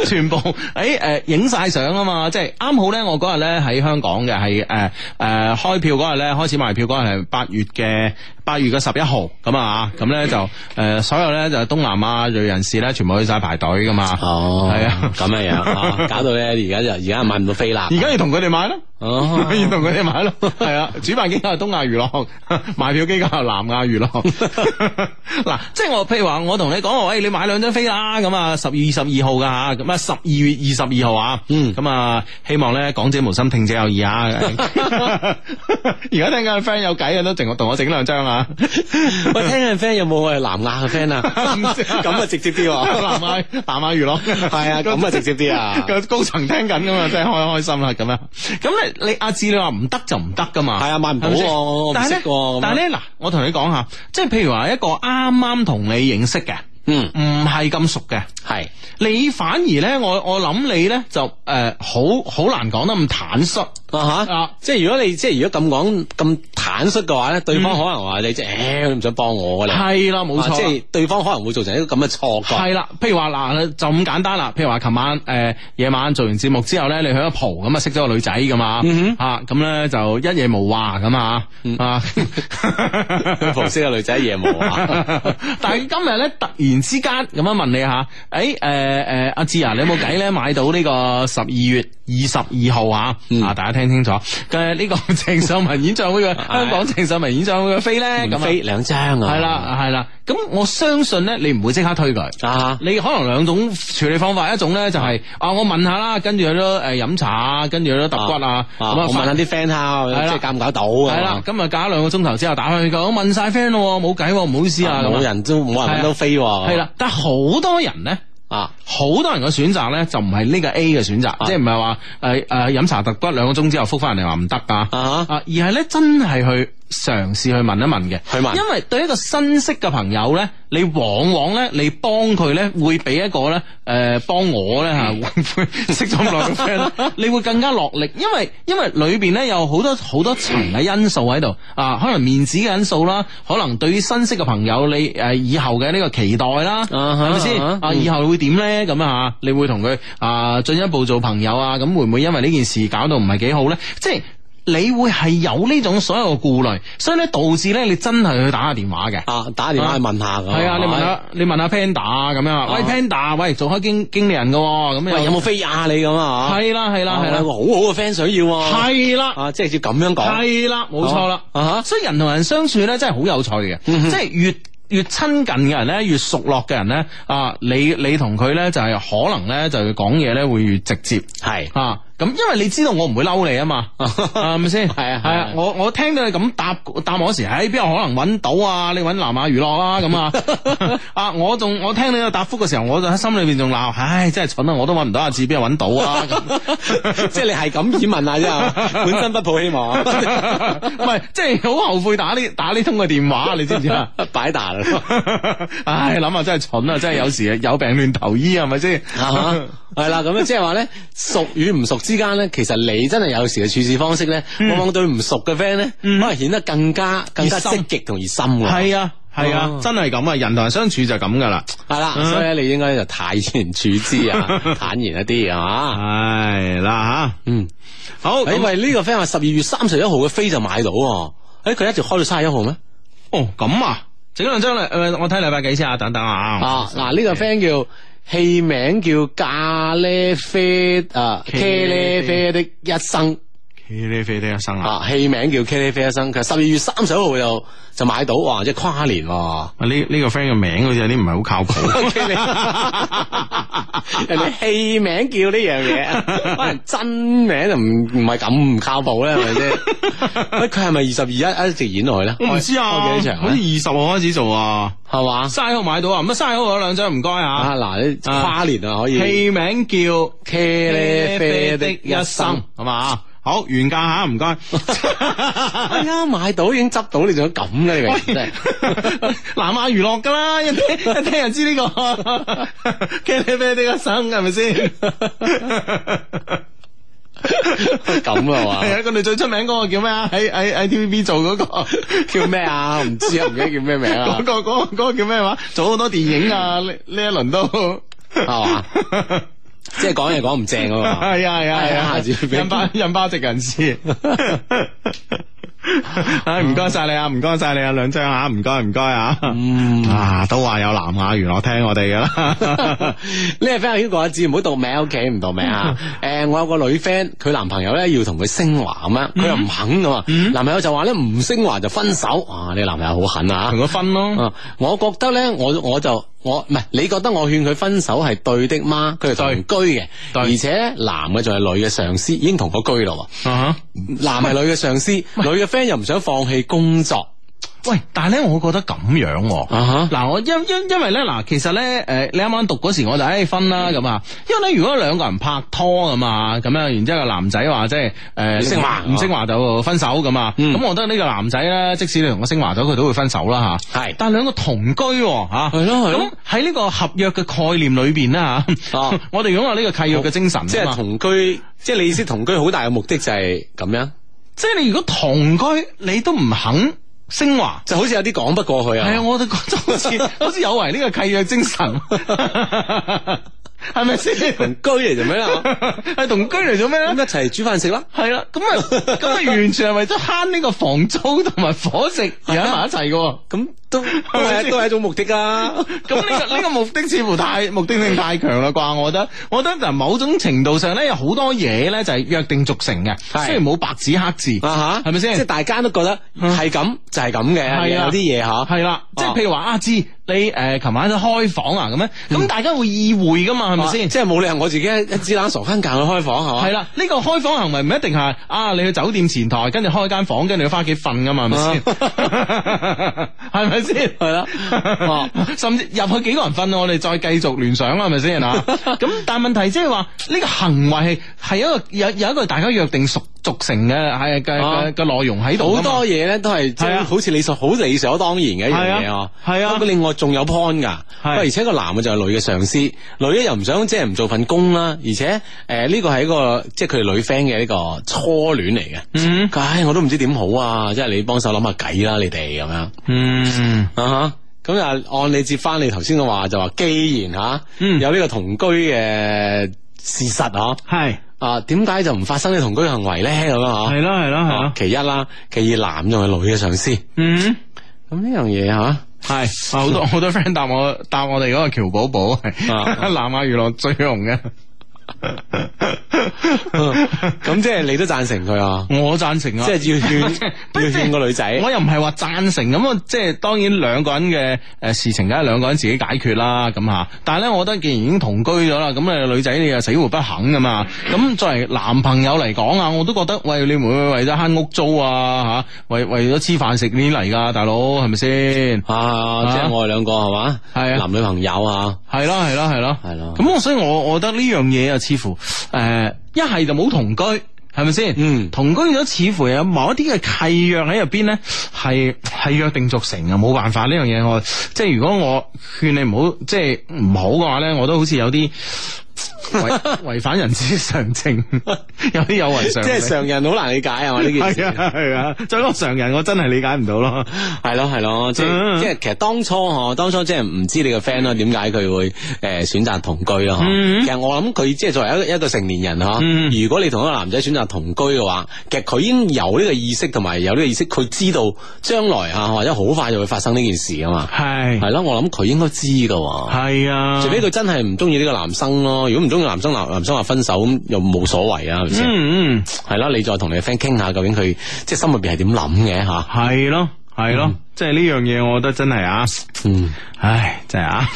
Speaker 2: 全部誒誒影晒相啊嘛，即係啱好咧。我嗰日咧喺香港嘅係誒誒開票嗰日咧，開始賣票嗰日係八月嘅八月嘅十一號咁啊，咁咧就誒、呃所有咧就東南亞裔人士咧全部去晒排隊噶嘛。
Speaker 3: 哦，
Speaker 2: 係啊
Speaker 3: 咁樣樣 啊，搞到咧而家就而家買唔到飛啦。
Speaker 2: 而家要同佢哋買咯，
Speaker 3: 哦
Speaker 2: 要同佢哋 買咯，係啊！主辦機構係東亞娛樂， 賣票機構係南亞娛樂。 嗱，即係我譬如話，我同你講話，喂，你買兩張飛啦，咁啊，十月二十二號噶吓，咁啊，十二月二十二號啊，
Speaker 3: 嗯
Speaker 2: 咁啊，希望咧講者無心，聽者有意 啊。而家聽緊嘅 friend 有計嘅啊都淨同我整兩張 啊，
Speaker 3: 喂，聽嘅 friend 有冇我哋南亞嘅 friend 啊？
Speaker 2: 唔知
Speaker 3: 咁啊直接啲喎。
Speaker 2: 南亞南亞娛樂
Speaker 3: 係啊，咁啊直接啲啊。
Speaker 2: 個高層聽緊咁
Speaker 3: 嗯
Speaker 2: 啊，真係開開心啦咁啊！咁你你阿志你話唔得就唔得噶嘛？
Speaker 3: 係啊買唔到
Speaker 2: 係
Speaker 3: 喎
Speaker 2: 咪先
Speaker 3: 我唔
Speaker 2: 但係咧
Speaker 3: 識喎咁樣
Speaker 2: 但係咧嗱，我同你講下，即係譬如話一個啱啱同你認識嘅，
Speaker 3: 嗯，
Speaker 2: 唔係咁熟嘅，
Speaker 3: 係
Speaker 2: 你反而咧，我我諗你咧就誒、呃好好難講得咁坦率
Speaker 3: 啊吓。
Speaker 2: 啊！
Speaker 3: 即係如果你即係如果咁講咁坦率嘅話咧，對方可能話你即係，誒，你唔想幫我㗎啦。
Speaker 2: 係啦，冇錯
Speaker 3: 啊
Speaker 2: 啦。
Speaker 3: 即係對方可能會造成一個咁嘅錯覺。
Speaker 2: 係啦，譬如話嗱，就咁簡單啦。譬如話，琴晚誒夜晚做完節目之後咧，你去咗蒲咁啊，識咗個女仔咁啊，
Speaker 3: 嗯
Speaker 2: 啊咁咧就一夜無話咁啊，啊，
Speaker 3: 蒲識嘅女仔夜冇 啊，
Speaker 2: 但係今日咧突然之間咁樣問你吓，誒誒誒，阿志啊，你有冇計咧買到呢個十二月二十二號啊？
Speaker 3: 嗯
Speaker 2: 啊，大家聽清楚嘅呢個鄭秀文演唱會 嘅香港鄭秀文演唱會嘅飛咧，咁
Speaker 3: 咁
Speaker 2: 啊
Speaker 3: 飛兩張啊，
Speaker 2: 係啦係啦，咁我相信咧，你唔會即刻推佢。
Speaker 3: 啊，
Speaker 2: 你可能兩種處理方法，一種咧就係、啊，我問下啦，跟住去咗誒飲茶啊，跟住去咗揼骨啊，咁
Speaker 3: 啊
Speaker 2: 啊
Speaker 3: 我問下
Speaker 2: 啲
Speaker 3: 啲 friend
Speaker 2: 係
Speaker 3: 下，
Speaker 2: 啦
Speaker 3: 即係搞唔搞到
Speaker 2: 係啦
Speaker 3: 啊，？
Speaker 2: 咁啊隔咗兩個鐘頭之後打翻去佢，我問晒 friend 咯，冇計喎，唔好意思啊，咁啊
Speaker 3: 冇人都冇人揾到飛喎，
Speaker 2: 係啦，但係好多人咧。
Speaker 3: 啊，
Speaker 2: 好多人嘅選擇咧，就唔係呢個 A 嘅選擇，即係唔係話誒誒飲茶揼骨兩個鐘之後覆翻人哋話唔得啊，
Speaker 3: 啊
Speaker 2: 而係咧真係去嘗試去問一問嘅，
Speaker 3: 去問
Speaker 2: 因為對一個新識嘅朋友咧，你往往咧你幫佢咧會比一個咧誒幫我咧
Speaker 3: 嗯
Speaker 2: 嚇會 會識咗咁耐嘅 friend 呢你會更加落力，因為因為裏邊咧有好多好多層嘅因素喺度啊，可能面子嘅因素啦，可能對於新識嘅朋友你誒以後嘅呢個期待啦，
Speaker 3: 啊哈
Speaker 2: 係咪先
Speaker 3: 啊哈
Speaker 2: 啊？以後會點咧？咁啊，你會同佢啊進一步做朋友啊？咁會唔會因為呢件事搞到唔係幾好咧？即係你會係有呢種所有嘅顧慮，所以咧導致咧你真係去打下電話嘅。
Speaker 3: 啊，打電話去問下咁，
Speaker 2: 係啊，你問下你問下 Panda 咁樣啊，喂 Panda，喂做開經經理人嘅喎咁
Speaker 3: 喂
Speaker 2: 又
Speaker 3: 有冇飛啊你咁啊？
Speaker 2: 係啦係啦
Speaker 3: 啊
Speaker 2: 係
Speaker 3: 我有
Speaker 2: 啦
Speaker 3: 個好好嘅 friend 想要喎，
Speaker 2: 係啦。
Speaker 3: 啊，即係要咁樣講，
Speaker 2: 係啦，冇錯啦，
Speaker 3: 啊嗯哈
Speaker 2: 所以人同人相處咧，真係好有趣嘅，即係越。越親近嘅人咧，越熟絡嘅人咧，啊，你你同佢咧就係、可能咧就講嘢咧會越直接
Speaker 3: 係
Speaker 2: 啊，咁因為你知道我唔會嬲你啊 嘛，係咪先？
Speaker 3: 係啊
Speaker 2: 係啊
Speaker 3: 係啊，
Speaker 2: 我我聽到你咁答答我嗰時，喺邊有可能揾到啊？你揾南亞娛樂啦咁 啊！啊，我仲我聽你個答覆嘅時候，我就喺心裏邊仲鬧，唉，真係蠢啊！我都揾唔到阿志，邊有揾到啊？
Speaker 3: 即係你係咁以問下 啫，本身不抱希望，
Speaker 2: 唔 係，即係好後悔打呢打呢通嘅電話，你知唔知啊？
Speaker 3: 擺大啦。
Speaker 2: 唉，諗下真係蠢啊！真係有時有病亂投醫，係咪先？
Speaker 3: 啊系啦，咁樣即係話咧，熟與唔熟之間咧，其實你真係有時嘅處事方式咧，往往對唔熟嘅 friend 咧，可能顯得更加更加
Speaker 2: 嗯熱心
Speaker 3: 積極同熱心嘅。
Speaker 2: 係啊，係啊
Speaker 3: 哦，
Speaker 2: 真係咁啊！人同人相處就係咁噶啦。
Speaker 3: 係啦，
Speaker 2: 嗯
Speaker 3: 所以咧，你應該就泰然處之 啊，坦然一啲啊。
Speaker 2: 唉，啦吓，
Speaker 3: 嗯，
Speaker 2: 好
Speaker 3: 因
Speaker 2: 咁啊
Speaker 3: 為呢個 friend 話十二月三十一號嘅飛就買到喎，誒佢一直開到三十一號咩？
Speaker 2: 哦咁啊，整兩張嚟，呃我睇禮拜幾先啊，等等啊，
Speaker 3: 啊，嗱呢個 friend 叫戲名叫咖喱啡啊，
Speaker 2: 茄
Speaker 3: 茄
Speaker 2: 喱
Speaker 3: 喱
Speaker 2: 啡
Speaker 3: 啡的一生。
Speaker 2: 茄哩啡的一生啊，
Speaker 3: 啊，戲名叫《茄喱啡一生》，佢十二月三十一號就就買到，哇！即係跨年 喎，
Speaker 2: 呢呢個 friend 嘅名好似有啲唔係好靠譜。
Speaker 3: 人哋戲名叫呢樣嘢， 可能真名就唔唔係咁唔靠譜咧，係咪先？ 喂，佢係咪二十二一一直演落去咧？
Speaker 2: 我唔知啊，
Speaker 3: 開
Speaker 2: 好
Speaker 3: 幾
Speaker 2: 似
Speaker 3: 多場
Speaker 2: 二
Speaker 3: 咧？
Speaker 2: 十號開始做啊，
Speaker 3: 係嘛？
Speaker 2: 三號買到啊，咁啊三號有兩張唔該
Speaker 3: 啊
Speaker 2: 啊，
Speaker 3: 嗱，你
Speaker 2: 啊
Speaker 3: 跨年啊可以。
Speaker 2: 戲名叫《
Speaker 3: 茄喱啡的一生，
Speaker 2: 係嘛？好原價吓，唔該。
Speaker 3: 哎呀，買到已經執到，你仲咁嘅你個人真係。
Speaker 2: 南亞娛樂噶啦，一聽一聽就知呢、個茄喱啡的一生係咪先？
Speaker 3: 咁啊嘛
Speaker 2: 係 啊，佢哋最出名嗰個叫咩啊？喺喺喺 TVB 做嗰、個
Speaker 3: 叫咩啊？唔知啊，唔記得叫咩名 啊
Speaker 2: 嗰、？個嗰、個嗰個叫咩話？做好多電影啊，呢呢一輪都
Speaker 3: 係嘛？即係講嘢講唔正啊 嘛。
Speaker 2: 係啊係啊係
Speaker 3: 係
Speaker 2: 啊
Speaker 3: 啊，
Speaker 2: 印巴印巴籍人士。 唉，唔該晒你啊，唔該晒你啊，兩張啊，唔該唔該啊，
Speaker 3: 嗯
Speaker 2: 啊都話有南亞娛樂聽我哋噶啦，
Speaker 3: 呢個 friend 呢個阿志唔好讀名，屋企唔讀名 啊！誒，我有個女 friend，佢男朋友咧要同佢升華咁樣，佢又唔肯噶嘛。男朋友就話咧唔升華就分手啊！你男朋友好狠 啊！
Speaker 2: 同佢分咯。
Speaker 3: 啊，我覺得咧，我我就我唔係，你覺得我勸佢分手係對的嗎？佢係同居嘅，
Speaker 2: 對
Speaker 3: 而且呢男嘅仲係女嘅上司，已經同過居咯喎。
Speaker 2: 啊哈
Speaker 3: 男係女嘅上司，女嘅 friend 又唔想放棄工作
Speaker 2: 喂，但係咧，我覺得咁樣喎、
Speaker 3: 啊
Speaker 2: 嗱，我因因因為咧，嗱，其實咧，誒，你啱啱讀嗰時我就誒分
Speaker 3: 嗯
Speaker 2: 啦咁啊，因為咧，如果兩個人拍拖咁啊，咁樣，然之後個男仔話即係誒，
Speaker 3: 升華
Speaker 2: 唔升華就分手咁啊，
Speaker 3: 嗯
Speaker 2: 咁我覺得呢個男仔咧，即使你同我升華咗，佢都會分手啦吓。
Speaker 3: 係
Speaker 2: 但係兩個同居喎吓，
Speaker 3: 係咯係咯
Speaker 2: 咁喺呢個合約嘅概念裏邊啦吓，
Speaker 3: 啊
Speaker 2: 我哋擁有呢個契約嘅精神啊嘛，
Speaker 3: 即係同居，即係你意思同居好大嘅目的就係咁樣，
Speaker 2: 即係你如果同居，你都唔肯升華。
Speaker 3: 就好似有啲講不過去啊。
Speaker 2: 系啊，我都覺得好 似好似有違呢個契約精神，係咪先？
Speaker 3: 同啊居嚟做咩 啦？
Speaker 2: 係同居嚟做咩
Speaker 3: 咁
Speaker 2: 咧？
Speaker 3: 一齊煮飯食啦。
Speaker 2: 係啦，咁 啊，咁啊，完全係為咗慳呢個房租同埋伙 食而喺埋一齊嘅喎。
Speaker 3: 咁都都
Speaker 2: 咪先
Speaker 3: 係都係一種目的啊噶。
Speaker 2: 咁呢、個呢、個目的似乎 太目的性太強啦啩，我覺得，我覺得嗱，某種程度上咧，有好多嘢咧就係約定俗成嘅，
Speaker 3: 係
Speaker 2: 雖然冇白紙黑字，
Speaker 3: 啊吓，
Speaker 2: 係咪先
Speaker 3: 即係大家都覺得係咁就係咁嘅，
Speaker 2: 係啊
Speaker 3: 有啲嘢吓。
Speaker 2: 係啦，即係
Speaker 3: 啊
Speaker 2: 譬如話啊，知你誒琴晚都開房啊咁樣，咁大家會意會噶嘛，係咪先
Speaker 3: 嗯啊？即係冇理由我自己一支冷傻坑教去開房係嘛？
Speaker 2: 系啦，呢、個開房行為唔一定係啊，你去酒店前台，跟住開間房，跟住翻屋企瞓噶嘛，係咪先？ 係咪先？
Speaker 3: 啊
Speaker 2: 啊
Speaker 3: 係啦 哦
Speaker 2: 甚至入去幾個人瞓，我哋再繼續聯想啦，係咪先 啊？咁但係問題即係話呢個行為係係一個有有一個大家約定熟俗成嘅係嘅嘅嘅內容喺度㗎
Speaker 3: 啊好
Speaker 2: 嘛
Speaker 3: 多嘢咧都係即
Speaker 2: 係啊
Speaker 3: 係好似理所好理所當然嘅一樣嘢啊，
Speaker 2: 係啊
Speaker 3: 不過另外仲有 point 㗎，不過而且個男嘅就係女嘅上司，女嘅又唔想即係唔做份工啦，而且誒呢個係一個即係佢哋女 friend 嘅呢個初戀嚟嘅。
Speaker 2: 嗯
Speaker 3: 佢唉，我都唔知點好啊！即係你幫手諗下計啦，你哋咁樣啊
Speaker 2: 嗯
Speaker 3: 哈咁啊，按你接翻你頭先嘅話，就話既然吓、
Speaker 2: 嗯
Speaker 3: 有呢個同居嘅事實嗬，
Speaker 2: 係
Speaker 3: 啊點解就唔發生呢同居行為咧？咁樣嗬，
Speaker 2: 啦係啦
Speaker 3: 啊其一啦，其二男仲係女嘅上司，
Speaker 2: 嗯。
Speaker 3: 咁呢樣嘢吓。
Speaker 2: 系好 多好多 friend 答我答我哋嗰個喬寶寶係
Speaker 3: 啊
Speaker 2: 南亞娛樂最紅嘅。
Speaker 3: 咁即係你都贊成佢啊？
Speaker 2: 我贊成啊，
Speaker 3: 即係要勸
Speaker 2: 不
Speaker 3: 要勸個女仔
Speaker 2: 我又唔係話贊成咁啊，即係當然兩個人嘅誒事情，梗係兩個人自己解決啦咁嚇。但係咧，我覺得既然已經同居咗啦，咁誒女仔你又死活不肯噶 嘛。咁作為男朋友嚟講啊，我都覺得喂，你唔會為咗慳屋租啊嚇，為為咗黐飯食呢嚟㗎，大佬係咪先？
Speaker 3: 啊，即係我哋兩個係嘛？
Speaker 2: 係啊
Speaker 3: 男女朋友啊，
Speaker 2: 係咯係咯係咯
Speaker 3: 係咯
Speaker 2: 咁我所以我我覺得呢樣嘢啊，似乎誒一係就冇同居，係咪先？
Speaker 3: 嗯
Speaker 2: 同居咗似乎有某一啲嘅契約喺入邊咧，係係約定俗成啊，冇辦法呢樣嘢我即係如果我勸你唔好，即係唔好嘅話咧，我都好似有啲違 違反人之常情， 有啲有違常
Speaker 3: 即
Speaker 2: 理。
Speaker 3: 係常人好難理解啊嘛呢件
Speaker 2: 係
Speaker 3: 事。
Speaker 2: 啊係啊，作為一個常人，我真係理解唔到咯。
Speaker 3: 系咯系咯，即系
Speaker 2: 嗯
Speaker 3: 即系，其實當初嗬，當初即係唔知你個 friend 咯，點解佢會诶选择同居咯？嗬
Speaker 2: 嗯
Speaker 3: 其實我諗佢即係作為一個一個成年人
Speaker 2: 嗯
Speaker 3: 嗬，如果你同一個男仔選擇同居嘅話，其實佢已經有呢個意識同埋有呢個意識，佢知道將來啊或者好快就會發生呢件事啊嘛。
Speaker 2: 係
Speaker 3: 係咯，我諗佢應該知噶。
Speaker 2: 係嗯啊，
Speaker 3: 除非佢真係唔中意呢個男生咯，如果唔中意男生，男男生話分手咁又冇所謂啊，係咪先？
Speaker 2: 嗯嗯。
Speaker 3: 係啦，你再同你嘅 friend 傾下，究竟佢即係心入邊係點諗嘅吓？
Speaker 2: 系咯，系咯，即系呢样嘢，我觉得真系啊，
Speaker 3: 嗯。
Speaker 2: 唉，真系啊。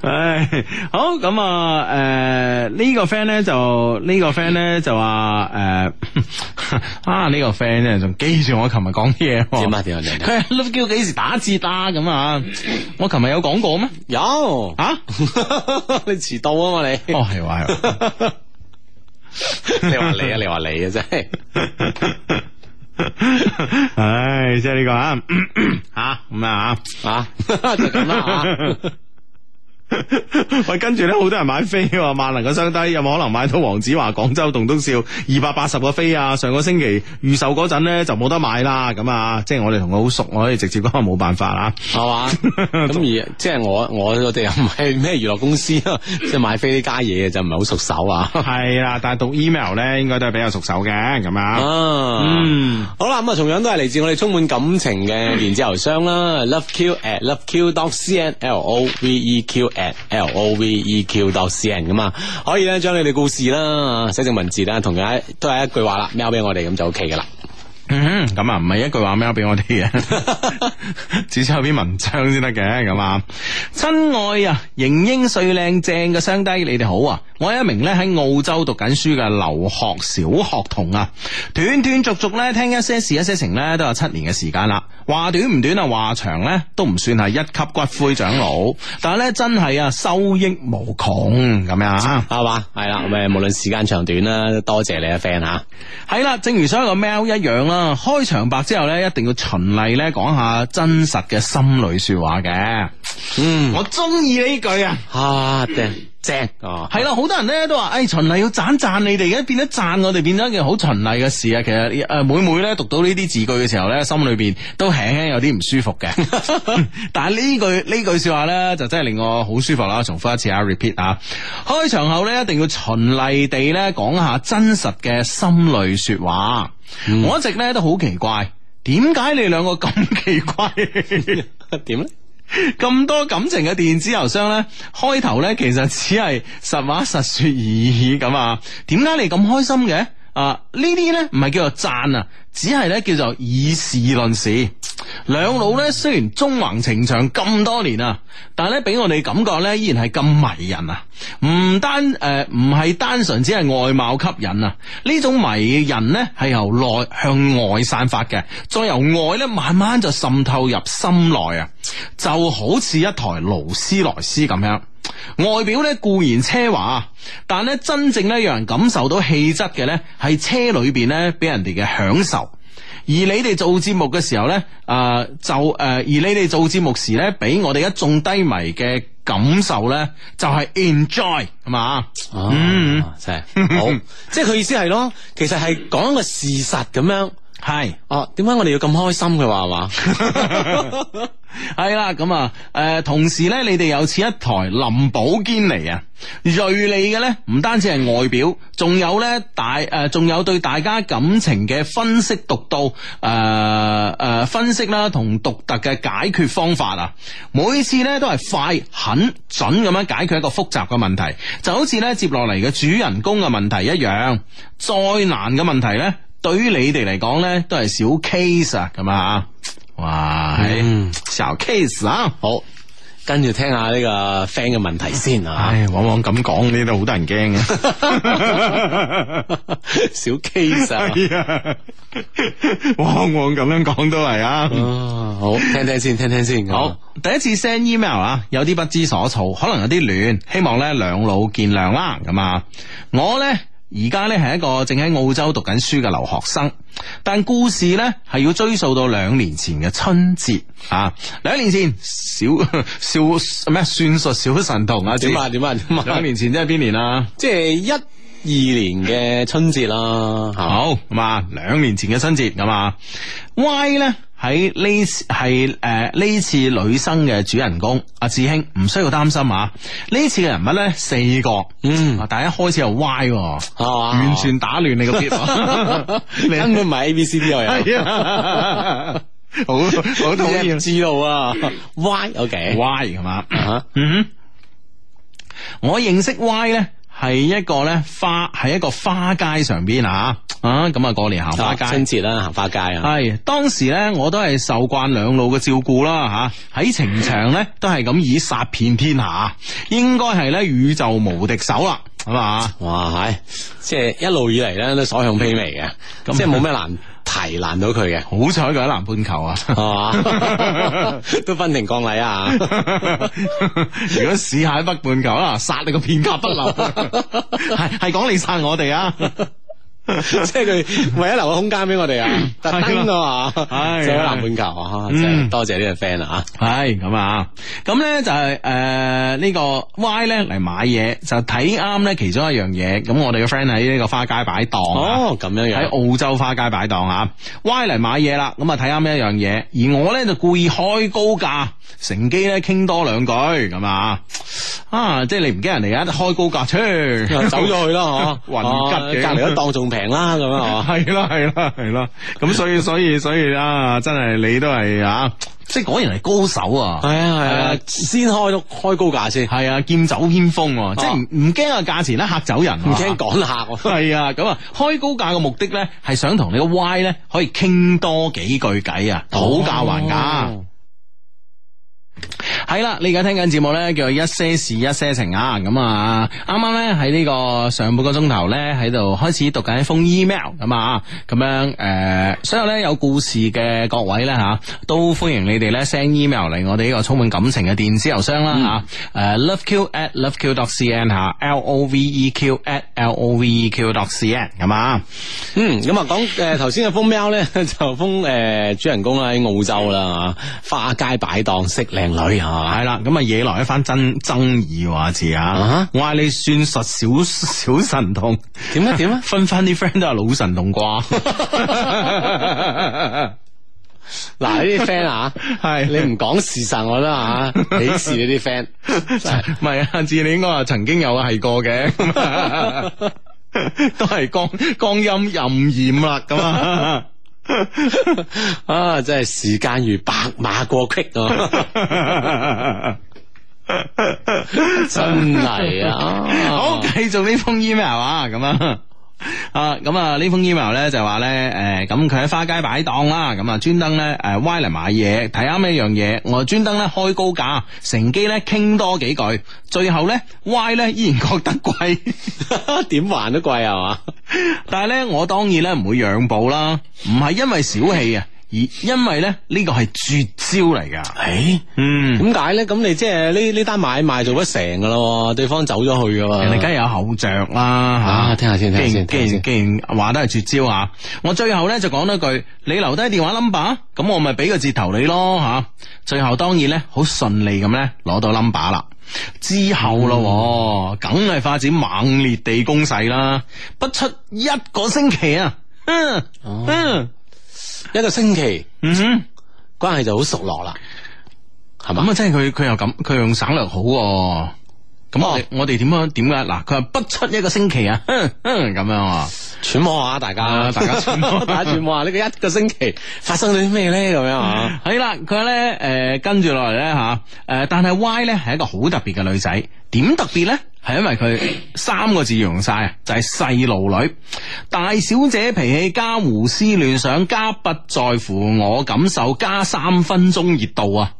Speaker 2: 唉，好咁啊！诶、呢、個个 friend 咧就呢、個个 friend 咧就話诶、 啊呢、個个 friend 咧仲記住我琴日講啲嘢喎，
Speaker 3: 點啊點啊點啊
Speaker 2: 佢話 love 叫幾時打折啊咁啊？我琴日有講過咩？
Speaker 3: 有
Speaker 2: 啊？
Speaker 3: 你遲到啊嘛你，
Speaker 2: 哦係喎係喎，
Speaker 3: 你話你啊你話你啊真係，
Speaker 2: 唉，即係呢個啊 吓咁啊吓。
Speaker 3: 啊 就 咁啦啊
Speaker 2: 喂，跟住咧，好多人買飛喎，萬能嘅雙低有冇可能買到黃子華廣州棟篤笑二百八十個飛啊？上個星期預售嗰陣咧就冇得買啦，咁啊，即係我哋同佢好熟，我可以直接講冇辦法啊啦。
Speaker 3: 吓，係 嘛？咁而即係我我我哋又唔係咩娛樂公司啊， 即係買飛呢家嘢就唔係好熟手啊。
Speaker 2: 係啦，但係讀 email 咧，應該都係比較熟手嘅，咁啊，
Speaker 3: 啊，
Speaker 2: 嗯，
Speaker 3: 好啦，咁啊，同樣都係嚟自我哋充滿感情嘅電子郵箱啦，loveq at loveq dot cn l o v e q at l o v e q dot cn 咁啊，可以咧將你哋故事啦，寫成文字啦，同樣都係一句話啦，喵俾我哋咁就 OK 噶啦。
Speaker 2: 嗯咁啊，唔係一句話 mail 俾我哋嘅，至少有篇文章先得嘅，咁啊，親愛啊，型英帥靚正嘅雙低，你哋好啊！我係一名咧喺澳洲讀緊書嘅留學小學童啊，斷斷續續咧聽一些事一些情咧都有七年嘅時間啦，話短唔短啊，話長咧都唔算係一級骨灰長老，但係咧真係啊收益無窮咁樣啊！
Speaker 3: 系嘛，系啦，咁诶，無論時間長短啦，多謝你啊，friend 吓，
Speaker 2: 係啦，正如所有嘅 mail 一樣啦，開場白之後咧，一定要循例咧講下真實嘅心裏说話嘅。
Speaker 3: 嗯，
Speaker 2: 我中意呢句啊！
Speaker 3: 啊，正正哦，
Speaker 2: 係啦，好多人咧都話，诶、循例要讚讚你哋，而家變咗讚我哋，變咗一件好循例嘅事啊！其實诶、呃每每咧讀到呢啲字句嘅時候咧，心裏边都輕輕有啲唔舒服嘅。但係呢句呢句说話咧，就真係令我好舒服啦！重複一次啊，repeat 啊！開場後咧，一定要循例地咧講下真實嘅心裏说話。我一直咧都好奇怪，點解你兩個咁奇怪？
Speaker 3: 點咧？
Speaker 2: 咁多感情嘅電子郵箱呢，開頭呢其實只係實話實說而已咁啊。點解你咁開心嘅？啊，呢啲呢唔係叫做讚啊，只係呢叫做以事論事。兩老呢雖然中橫情長咁多年啊，但係呢俾我哋感覺呢依然係咁迷人啊！唔單誒唔係單純只係外貌吸引啊，呢種迷人呢係由內向外散發嘅，再由外呢慢慢就滲透入心內啊，就好似一台勞斯萊斯咁樣。外表咧固然奢華，啊但咧真正咧讓人感受到氣質嘅咧，係車裏邊咧俾人哋嘅享受。而你哋做節目嘅時候咧，诶、就诶、呃而你哋做節目時咧，俾我哋一眾低迷嘅感受咧，就係 enjoy 係嘛？
Speaker 3: 啊，真係好，即係佢意思係咯，其實係講一個事實咁樣，
Speaker 2: 系。
Speaker 3: 哦，點解我哋要咁開心？佢話係 嘛？
Speaker 2: 系啦，咁啊，诶、同時咧，你哋有似一台林寶堅尼啊，锐利嘅咧，唔單止係外表，仲有咧大诶，仲、有對大家感情嘅分析獨到，诶、诶、分析啦，同獨特嘅解決方法啊，每次咧都係快、狠、準咁樣解決一個複雜嘅問題，就好似咧接落嚟嘅主人公嘅問題一樣，再難嘅問題咧，對於你哋嚟講咧，都係小 case 啊，咁啊。哇，
Speaker 3: 嗯
Speaker 2: 小 case 啊！
Speaker 3: 好，跟住聽下呢個 friend 嘅問題先啊。，
Speaker 2: 往往咁讲呢都好得人惊啊！
Speaker 3: 小 case 啊。
Speaker 2: 係啊， 往往咁样讲都系啊。
Speaker 3: 啊，好，聽聽先，聽聽先。
Speaker 2: 好，第一次 send email 啊，有啲不知所措，可能有啲亂，希望咧兩老見諒啦。咁啊，我呢而家呢係一個正喺澳洲讀緊書嘅留學生，但故事呢係要追溯到兩年前嘅春節啊。兩年前小小咩算術小神童啊？
Speaker 3: 點啊？點啊？點啊
Speaker 2: 兩？年前即係邊年啊？
Speaker 3: 即係一二年嘅春節啦， 係嘛？
Speaker 2: 好咁啊，兩年前嘅春節咁啊，Y 咧喺呢係诶呢次女生嘅主人公阿志興，唔需要擔心啊。呢次嘅人物咧四個，
Speaker 3: 嗯啊
Speaker 2: 啊，但係一開始又 Y，喎
Speaker 3: 係嘛
Speaker 2: 完全打亂你個 beat 啊你
Speaker 3: 根本唔 係 A B C D 我有。
Speaker 2: 係啊， 好好討
Speaker 3: 唔
Speaker 2: 厭
Speaker 3: 知道 啊，Y OK，
Speaker 2: Y 係嘛？
Speaker 3: 啊
Speaker 2: 嗯哼，我認識 Y 咧。係一個咧花，係一個花街上邊啊啊咁啊過年行花街，
Speaker 3: 春節啦，行花街啊，
Speaker 2: 系當時咧，我都係受慣兩老嘅照顧啦吓，喺情場咧都係咁以殺遍天下，應該係咧宇宙無敵手啦，係嘛？
Speaker 3: 哇，係即係一路以嚟咧都所向披靡嘅，
Speaker 2: 咁
Speaker 3: 即係冇咩難題難到佢嘅，
Speaker 2: 好彩佢喺南半球啊！
Speaker 3: 係嘛？都分庭抗禮啊，
Speaker 2: 如果試下喺北半球啊，殺你個片甲不留，係係講你殺我哋啊！
Speaker 3: 即係佢為咗留個空間俾我哋啊，特登啊嘛，
Speaker 2: 係
Speaker 3: 上咗南半球啊，真
Speaker 2: 嗯
Speaker 3: 係多謝呢個 friend 啊，
Speaker 2: 系咁啊，咁咧就係诶呢個 Y 咧嚟買嘢，就睇啱咧其中一樣嘢。咁我哋嘅 friend 喺呢個花街擺檔啊
Speaker 3: 哦咁樣
Speaker 2: 喺
Speaker 3: 樣，
Speaker 2: 澳洲花街擺檔啊，Y 嚟買嘢啦，咁啊睇啱一樣嘢，而我咧就故意開高價，乘機咧傾多兩句咁啊，啊即係你唔驚人哋而家開高價，切
Speaker 3: 走咗去啦， 嗬，
Speaker 2: 雲
Speaker 3: 啊
Speaker 2: 吉嘅
Speaker 3: 隔離一檔仲平啦，咁啊，嗬
Speaker 2: 係啦係啦係啦，咁所以所以所以啊，真係你都係啊，即係果然係高手啊，
Speaker 3: 係啊係
Speaker 2: 係
Speaker 3: 啊
Speaker 2: 啊，
Speaker 3: 先開到開高價先，
Speaker 2: 係啊劍走偏鋒喎，即係唔唔驚個價錢咧嚇走人，
Speaker 3: 啊唔驚趕客喎。
Speaker 2: 系啊，咁啊，開高價嘅目的咧，係想同你個 Y 咧可以傾多幾句偈啊，討價還價。
Speaker 3: 哦
Speaker 2: 係啦，你而家聽緊節目咧，叫做一些事一些情啊。咁啊，啱啱咧喺呢個上半個鐘頭咧喺度開始讀緊一封 email 咁啊，咁樣誒、呃所有咧有故事嘅各位咧嚇、都歡迎你哋咧 send email 嚟我哋呢個充滿感情嘅電子郵箱啦嚇，誒、loveq at loveq dot cn 嚇、l o v e q at l o v e q dot cn 咁啊。
Speaker 3: 嗯，咁啊，講誒頭先嘅封喵咧， 就封誒主人公啦喺澳洲啦，啊花街擺檔識靚女啊，
Speaker 2: 系啦，咁啊惹來一番爭爭議話字啊
Speaker 3: 啊！
Speaker 2: 我嗌你算術小小神童，
Speaker 3: 點
Speaker 2: 啊
Speaker 3: 咧點咧？
Speaker 2: 分翻啲 friend 都係老神童啩？
Speaker 3: 嗱呢啲 friend 啊，
Speaker 2: 係
Speaker 3: 你唔講事實，我覺得啊，鄙視呢啲 friend，真係
Speaker 2: 唔係啊，志你應該話曾經有係過嘅， 都係光光陰任染啦咁啊！
Speaker 3: 啊，真係時間如白馬過隙啊，真係啊，
Speaker 2: 好，繼續呢封 email 啊，咁啊。啊，咁啊呢封 email 咧就話咧，誒、咁佢喺花街擺檔啦，咁啊專登咧誒歪嚟買嘢，睇啱一樣嘢，我專登咧開高價，乘機咧傾多幾句，最後咧歪咧依然覺得貴。
Speaker 3: 點還都貴啊係嘛？
Speaker 2: 但系咧，我當然咧唔會讓步啦，唔係因為小氣啊，而因為咧呢個係絕招嚟噶。
Speaker 3: 誒，
Speaker 2: 嗯，
Speaker 3: 點解咧？咁你即係呢呢單買賣做不成噶咯，對方走咗去噶嘛？
Speaker 2: 人哋梗係有後着啦吓。
Speaker 3: 啊，聽下先，
Speaker 2: 既
Speaker 3: 聽下
Speaker 2: 然
Speaker 3: 先，
Speaker 2: 既
Speaker 3: 聽下先
Speaker 2: 然。既然話都係絕招啊，我最後咧就講多句，你留低電話 number，咁我咪俾個折頭你咯吓、最後當然咧好順利咁咧攞到 number 啦。之後
Speaker 3: 嗯
Speaker 2: 咯喎，梗係發展猛烈
Speaker 3: 哦
Speaker 2: 地攻勢啦，不出一個星期啊，哼哼
Speaker 3: 一個星期
Speaker 2: 嗯哼，
Speaker 3: 關係就好熟絡啦，係嘛
Speaker 2: 咁？啊，即係佢佢又咁，佢用省略好喎。咁我哋我哋點樣點解？嗱，佢話不出一個星期啊，哼哼咁樣啊，
Speaker 3: 揣摩下大家，
Speaker 2: 啊大家揣 摩
Speaker 3: 大家揣摩下呢個一個星期發生咗啲咩咧？咁樣啊，
Speaker 2: 係啦，佢咧诶跟住落嚟咧吓，诶但係 Y 咧係一個好特別嘅女仔，點特別咧？係因為佢三個字用晒啊，就係細路女，大小姐脾氣加胡思亂想加不在乎我感受加三分鐘熱度啊！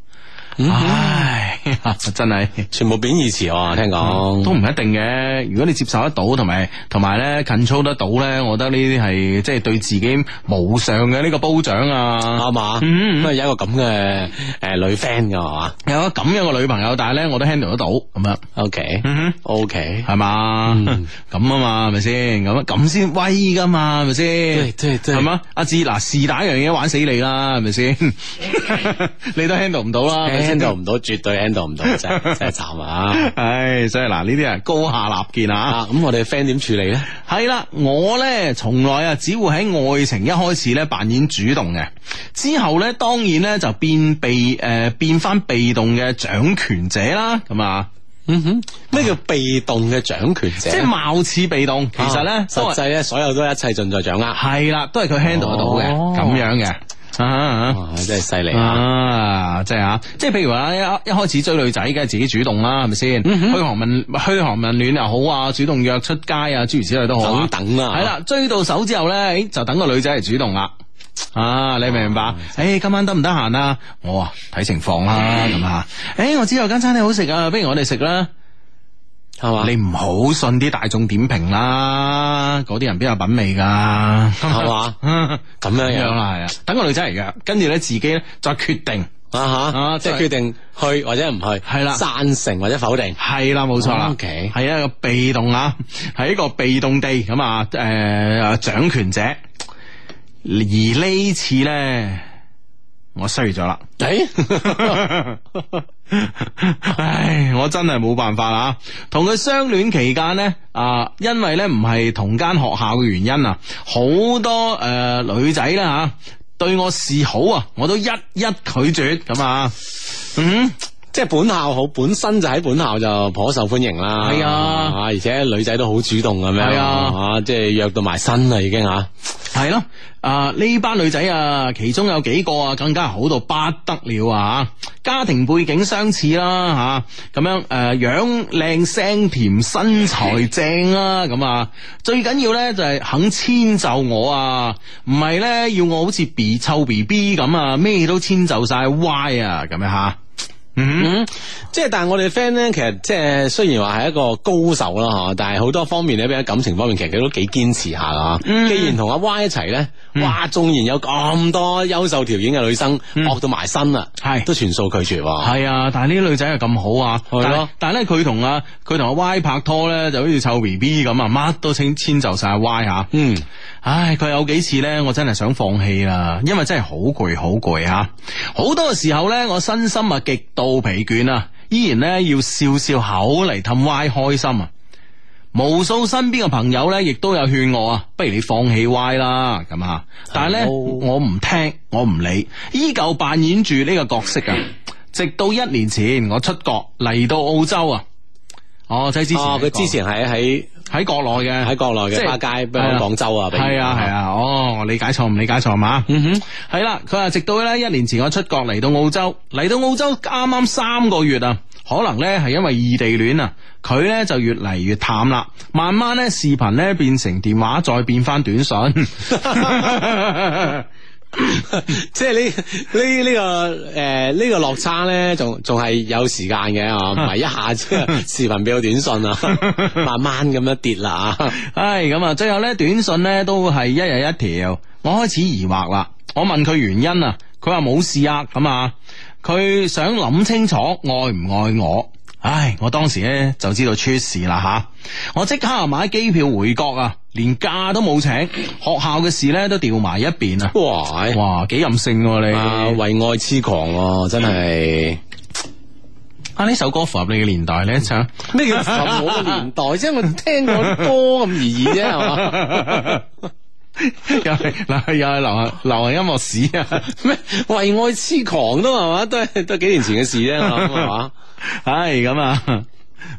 Speaker 2: 唉， 真係〜
Speaker 3: 全部貶義詞喎，聽講
Speaker 2: 都唔一定嘅。如果你接受得到，同埋同埋咧 control 得到咧，我覺得呢啲係即係對自己無上嘅呢個褒獎啊！
Speaker 3: 啱嘛？
Speaker 2: 嗯嗯
Speaker 3: 咁啊有一個咁嘅誒女 friend 㗎係嘛
Speaker 2: 有個咁樣嘅女朋友，但係咧我都 handle 得到咁樣，
Speaker 3: ？OK
Speaker 2: 嗯
Speaker 3: OK，
Speaker 2: 係嘛？咁啊嘛，係咪先？咁咁先威噶嘛，係咪
Speaker 3: 對
Speaker 2: 先？
Speaker 3: 對對
Speaker 2: 係嘛？阿志嗱，是打一樣嘢玩死你啦，係 咪先？你都 handle 唔到啦係咪先
Speaker 3: handle 唔到，絕對 handle 唔到，真 係真係慘啊！
Speaker 2: 唉，所以嗱，呢啲人高下立見啊！
Speaker 3: 啊，咁我哋 friend 點處理咧？
Speaker 2: 系啦，我呢從來啊，只會喺愛情一開始呢扮演主動嘅，之後呢，當然呢就變被誒、呃、變翻被動嘅掌權者啦，咁啊，
Speaker 3: 嗯哼，咩叫被動嘅掌權者？
Speaker 2: 即係貌似被動，其實
Speaker 3: 啊
Speaker 2: 呢，都係
Speaker 3: 實際咧，所有都一切盡在掌握。啊
Speaker 2: 係啦，都係佢 handle 得到嘅，
Speaker 3: 哦
Speaker 2: 咁、樣嘅。啊
Speaker 3: 真係犀利啊！
Speaker 2: 啊，即係啊，即係譬如話一一開始追女仔，梗係自己主動啦，係咪先？
Speaker 3: 嗯
Speaker 2: 噓寒問噓寒問暖又好啊，主動約出街啊，諸如此類都好啊
Speaker 3: 等等啦，
Speaker 2: 系啦，追到手之後咧，誒就等個女仔嚟主動啦。啊，你明唔明白？
Speaker 3: 嗯
Speaker 2: 诶、今晚得唔得閒啊？我啊睇情況啦，咁啊。诶、我知有間餐廳好食啊，不如我哋食啦。
Speaker 3: 係嘛？
Speaker 2: 你唔好信啲大眾點評啦，嗰啲人邊有品味㗎？
Speaker 3: 係嘛？
Speaker 2: 咁
Speaker 3: 咁樣
Speaker 2: 樣
Speaker 3: 樣
Speaker 2: 啦，係啊。等個女仔嚟約，跟住咧自己咧再決定。
Speaker 3: 啊
Speaker 2: 啊
Speaker 3: 吓，即
Speaker 2: 即
Speaker 3: 係
Speaker 2: 係
Speaker 3: 決定去或者唔去，
Speaker 2: 係啦
Speaker 3: 贊成或者否定。
Speaker 2: 係啦，冇錯啦，
Speaker 3: OK
Speaker 2: 係一個被動啊，係一個被動地咁啊，诶、掌權者。而呢次咧，我衰咗啦。
Speaker 3: 誒，
Speaker 2: 唉，我真係冇辦法啦。同佢相戀期間呢，啊，因為呢唔係同間學校嘅原因啊，好多诶、呃女仔啦吓、對我示好啊，我都一一拒絕咁啊。嗯，
Speaker 3: 即係本校好，本身就喺本校就頗受歡迎啦。
Speaker 2: 係啊
Speaker 3: 而且女仔都好主動咁樣。
Speaker 2: 係啊
Speaker 3: 啊，即係約到埋身啦，已經吓。
Speaker 2: 係咯，啊呢班女仔啊，其中有幾個啊，更加好到不得了啊！家庭背景相似啦，吓、咁樣诶、樣靚聲甜，身材正啦，咁啊，最緊要咧就係肯遷就我啊，唔係咧要我好似 B 臭 B B 咁啊，咩都遷就晒歪啊，咁樣吓，嗯
Speaker 3: 嗯，即係但係我哋 friend 咧，其實即係雖然話係一個高手啦，吓，但係好多方面咧，比喺感情方面，其實佢都幾堅持下啦。
Speaker 2: 嗯
Speaker 3: 既然同阿 Y 一齊咧，哇，縱然有咁多優秀條件嘅女生惡到埋身啦，
Speaker 2: 嗯係
Speaker 3: 都全數拒絕喎。
Speaker 2: 係啊，但係呢啲女仔又咁好啊，
Speaker 3: 係咯
Speaker 2: 但係但係咧佢同啊佢同阿 Y 拍拖咧，就好似臭 B B 咁啊，乜都遷遷就晒 Y 吓。
Speaker 3: 嗯，
Speaker 2: 唉，佢有幾次呢，我真係想放棄啦，因為真係好攰，好攰吓。好多時候呢，我身心啊極度疲倦啊，依然呢要笑笑口嚟氹歪開心啊。無數身邊嘅朋友呢，亦都有勸我啊，不如你放棄歪啦咁啊。但係呢，
Speaker 3: 哦
Speaker 2: 我唔聽，我唔理，依舊扮演住呢個角色啊。直到一年前，我出國嚟到澳洲啊。哦，即係之前
Speaker 3: 哦，佢之前係喺
Speaker 2: 喺國內嘅，
Speaker 3: 喺國內
Speaker 2: 即
Speaker 3: 嘅
Speaker 2: 係
Speaker 3: 花街，比如講廣州啊，比如
Speaker 2: 係啊係，啊，哦，我理解錯唔理解錯嘛？嗯哼，係啦，佢話直到咧一年前我出國嚟到澳洲，嚟到澳洲啱啱三個月啊，可能咧係因為異地戀啊，佢咧就越嚟越淡啦，慢慢咧視頻咧變成電話，再變翻短 信。
Speaker 3: 即係呢呢呢個诶呢個落差咧，仲仲係有時間嘅啊，唔係一下 即係視頻變到短信 啊，慢慢咁樣跌啦啊。
Speaker 2: 唉，咁啊，最後咧短信咧都係一日一條，我開始疑惑啦。我問佢原因啊，佢話冇事啊，咁啊，佢想諗清楚愛唔愛我。唉，我當時咧就知道出事啦吓，我即刻啊買機票回國啊，連假都冇請，學校嘅事咧都掉埋一邊啊！
Speaker 3: 哇！哎
Speaker 2: 哇，幾任性喎、你
Speaker 3: 啊，為愛痴狂喎，真係
Speaker 2: 啊！呢首歌符合你嘅年代，你一唱。
Speaker 3: 咩叫 父母嘅年代啫？我聽過啲歌咁而已啫，係嘛？
Speaker 2: 又係又係又係流行流行音樂史啊！
Speaker 3: 咩為愛痴狂都係嘛，都係都係幾年前嘅事啫，我諗係嘛，
Speaker 2: 唉，咁啊，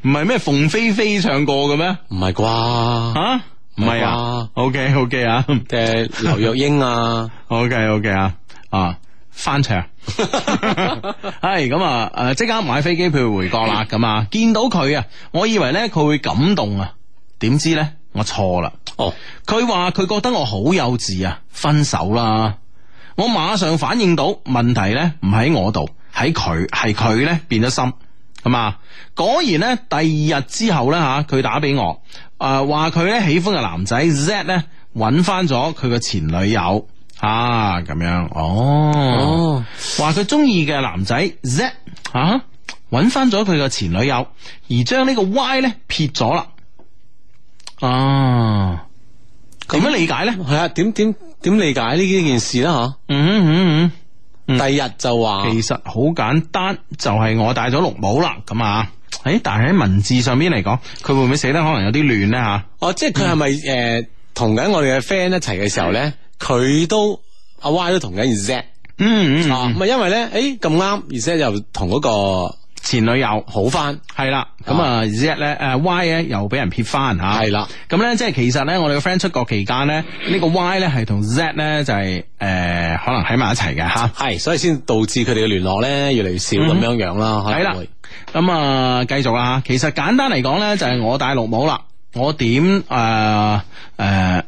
Speaker 2: 唔係咩鳳飛飛唱過嘅咩？
Speaker 3: 唔係啩？
Speaker 2: 吓，唔係啊？OK OK 啊
Speaker 3: 嘅劉若英啊，
Speaker 2: ，OK OK 啊，啊，翻牆。係咁啊！誒，即刻買飛機票回國啦！咁啊，見到佢啊，我以為咧佢會感動啊，點知咧我錯啦。
Speaker 3: 哦，
Speaker 2: 佢話佢覺得我好幼稚啊，分手啦！我馬上反應到問題呢，唔喺我度，喺佢係佢呢變咗心，咁啊！果然呢，第二日之後呢，吓，佢打俾我，誒話佢呢喜歡嘅男仔 Z 呢，揾翻咗佢嘅前女友啊，咁樣哦，
Speaker 3: 哦，
Speaker 2: 話佢中意嘅男仔 Z 啊，揾翻咗佢嘅前女友，而將呢個 Y 呢撇咗啦，啊！點樣理解咧？
Speaker 3: 係啊，點點點理解呢呢件事啦
Speaker 2: 嗯嗯
Speaker 3: 吓？第日就話
Speaker 2: 嗯，其實好簡單，就係、我戴咗綠帽啦，咁啊。誒，但係喺文字上邊嚟講，佢會唔會寫得可能有啲亂咧吓？
Speaker 3: 哦，即係佢係咪誒同緊我哋嘅 friend 一齊嘅時候咧，佢都阿 Y 都同緊而 Z
Speaker 2: 嗯
Speaker 3: 啊，咁啊因為咧，誒咁啱而 Z 又同嗰個
Speaker 2: 前女友
Speaker 3: 好翻，
Speaker 2: 係啦，咁啊，Z 咧誒 Y 咧又俾人撇翻吓，
Speaker 3: 係啦，
Speaker 2: 咁咧即係其實咧，我哋嘅 friend 出國期間咧，呢、個 Y 咧係同 Z 咧就係、誒可能喺埋一齊嘅吓。
Speaker 3: 係，所以先導致佢哋嘅聯絡咧越嚟越少咁樣樣嗯啦，
Speaker 2: 係啦
Speaker 3: 可能會，
Speaker 2: 咁啊，繼續啦吓。其實簡單嚟講咧，就係我戴綠帽啦。我點誒誒，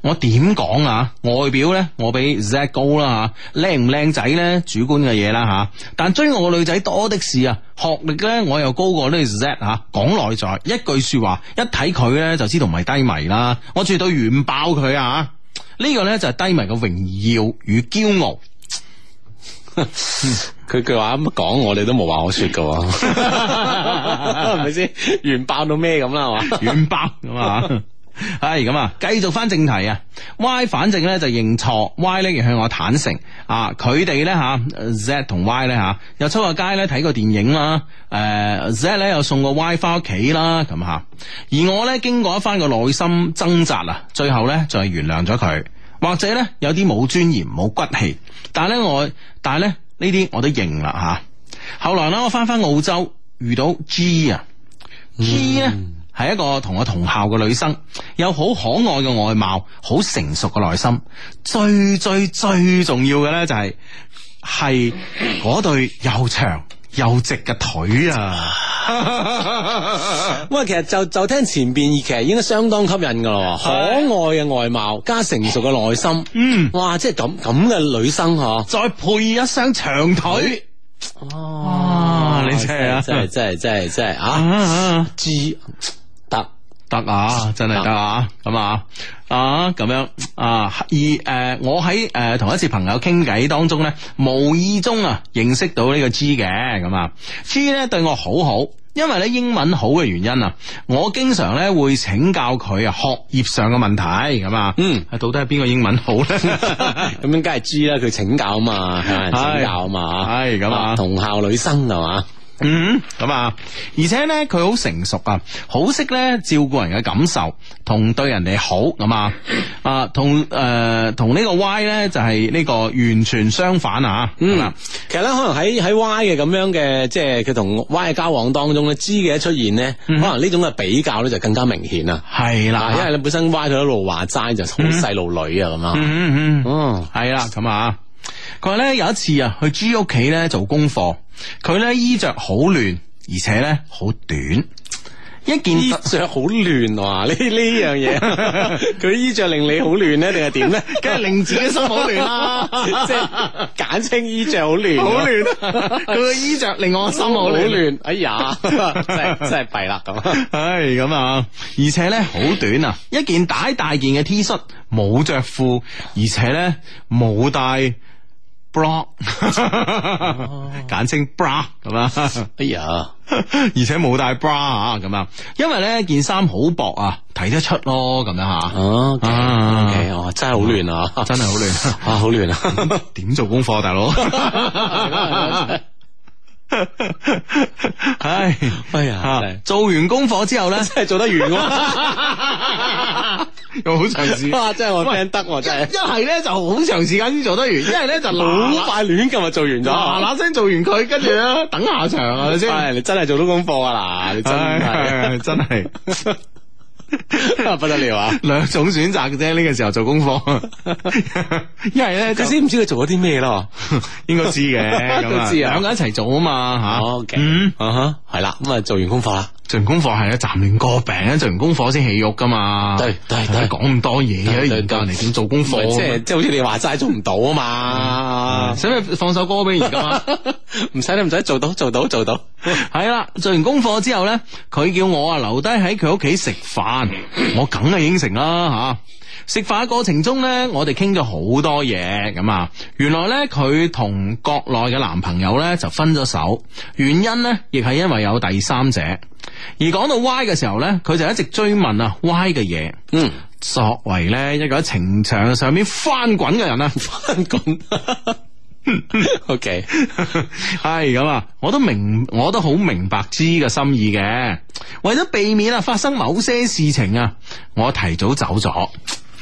Speaker 2: 我點講啊？外表咧，我比 Z 高啦吓，靚唔靚仔咧，主觀嘅嘢啦吓。但追我嘅女仔多的是啊，學歷咧我又高過呢個 Z 吓。講內在一句說話，一睇佢咧就知道唔係低迷啦。我絕對完爆佢啊！呢個咧就係低迷嘅榮耀與驕傲。
Speaker 3: 佢佢話咁講，我哋都冇話可說噶， 係咪先？完爆到咩咁啦，係嘛？
Speaker 2: 軟包咁啊！係咁啊，繼續翻正題啊！Y 反正咧就認錯，Y 咧亦向我坦誠啊！佢哋咧吓，Z 同 Y 咧吓，又出過街咧睇過電影啦，誒、Z 咧又送個 Y 翻屋企啦，咁吓。而我咧經過一番個內心掙扎啊，最後咧就係原諒咗佢，或者咧有啲冇尊嚴、冇骨氣，但係咧我，但係咧呢啲我都認啦吓。後來咧我翻翻澳洲遇到 G 啊。G 咧
Speaker 3: 嗯
Speaker 2: 係一個同我同校嘅女生，有好可愛嘅外貌，好成熟嘅內心。最最最重要嘅咧就係係嗰對又長又直嘅腿 啊！
Speaker 3: 喂，其實就就聽前邊，其實已經相當吸引噶啦，可愛嘅外貌加成熟嘅內心，嗯，哇，即係咁咁嘅女生嗬，
Speaker 2: 再配一雙長腿，哇！你真係啊，
Speaker 3: 哦真係真係真係真係
Speaker 2: 啊
Speaker 3: 啊，
Speaker 2: 啊！啊
Speaker 3: 知得
Speaker 2: 得啊，真係得啊，咁啊啊咁樣啊，而誒、呃我喺誒、呃同一次朋友傾偈當中咧，無意中啊認識到呢個 G 嘅咁啊，G 咧對我好好。因為咧英文好嘅原因啊，我經常咧會請教佢啊學業上嘅問題咁啊，
Speaker 3: 嗯，
Speaker 2: 到底係邊個英文好咧？
Speaker 3: 咁樣，梗係知啦，佢請教啊嘛，係
Speaker 2: 係
Speaker 3: 咪請教啊嘛，
Speaker 2: 係咁啊
Speaker 3: 同校女生係嘛，
Speaker 2: 嗯，咁啊，而且咧佢好成熟啊，好識咧照顧人嘅感受，同對人哋好咁啊，啊，同誒同呢個 Y 咧就係呢個完全相反啊，咁啊
Speaker 3: 嗯，其實咧，可能喺喺 Y 嘅咁樣嘅，即係佢同 Y 嘅交往當中咧，G 嘅一出現咧，
Speaker 2: 嗯
Speaker 3: 可能呢種嘅比較咧就更加明顯啦。啊
Speaker 2: 係啦，
Speaker 3: 嗱，因為你本身 Y 佢一路話齋就好細路女啊咁啊，
Speaker 2: 嗯嗯嗯。
Speaker 3: 哦，
Speaker 2: 係啦，咁啊，佢話咧有一次啊，去 G 屋企咧做功課，佢咧衣着好亂，而且咧好短，一件
Speaker 3: 衣着好亂啊！呢呢樣 嘢，佢衣着令你好亂咧，定係點咧？
Speaker 2: 梗係令自己心好亂啦
Speaker 3: 即係簡稱衣着好亂啊，
Speaker 2: 好亂，佢嘅衣着令我心好
Speaker 3: 好
Speaker 2: 亂。
Speaker 3: 亂，哎呀，真係真係弊啦咁。
Speaker 2: 唉，咁啊，而且咧好短啊，一件大大件嘅 T 恤，冇着褲，而且咧冇帶 bra，簡 稱 bra 咁啊，
Speaker 3: 哎呀，
Speaker 2: 而且冇帶 bra 啊，咁啊，因為咧件衫好薄啊，睇得出咯，咁樣吓，
Speaker 3: 哦，OK，
Speaker 2: 啊
Speaker 3: OK，哦，真係好亂啊，
Speaker 2: 真係好亂啊，
Speaker 3: 啊，好亂啊！
Speaker 2: 點做功課，大佬？唉，
Speaker 3: 哎呀
Speaker 2: 啊，做完功課之後咧。
Speaker 3: 真係做得完喎，
Speaker 2: 用好長時間。
Speaker 3: 哇！真係我 friend 得喎，真係
Speaker 2: 一係咧就好長時間先 做得完，一係咧就嗱
Speaker 3: 好快亂咁啊，做
Speaker 2: 嗱
Speaker 3: 完咗。
Speaker 2: 嗱聲做完佢，跟住咧等下場係咪先？
Speaker 3: 唉，你真係做到功課啊嗱，你真係
Speaker 2: 唉真係
Speaker 3: 不得了啊！
Speaker 2: 兩種選擇嘅啫，呢個時候做功課， 一係 咧就
Speaker 3: 佢知唔知佢做咗啲咩咯？
Speaker 2: 應該知 嘅，咁啊
Speaker 3: 都知啊
Speaker 2: 兩個一齊做啊嘛吓。
Speaker 3: OK
Speaker 2: 嗯
Speaker 3: 啊哈，係啦，咁啊做完功課啦，
Speaker 2: 做完功課係啊，暫亂個病啊，做完功課先起肉噶嘛。
Speaker 3: 對對對
Speaker 2: 係講咁多嘢啊，
Speaker 3: 對對
Speaker 2: 研究人哋點做功課啊
Speaker 3: 唔
Speaker 2: 咁
Speaker 3: 係即係
Speaker 2: 樣。
Speaker 3: 即係好似你話齋做唔到啊嘛，
Speaker 2: 使唔使放首歌俾而家啊？
Speaker 3: 唔使你唔使做到做到做到，
Speaker 2: 係啦，做完功課之後咧，佢叫我啊留低喺佢屋企食飯，我梗係應承啦吓。食飯嘅過程中咧，我哋傾咗好多嘢咁啊。原來咧，佢同國內嘅男朋友咧就分咗手，原因咧亦係因為有第三者。而講到 Y 嘅時候咧，佢就一直追問啊 Y 嘅嘢。
Speaker 3: 嗯，
Speaker 2: 作為咧一個喺情場上面翻滾嘅人啊，
Speaker 3: 翻滾。OK，
Speaker 2: 係咁啊，我都明，我都好明白知嘅心意嘅。為咗避免啊發生某些事情啊，我提早走咗。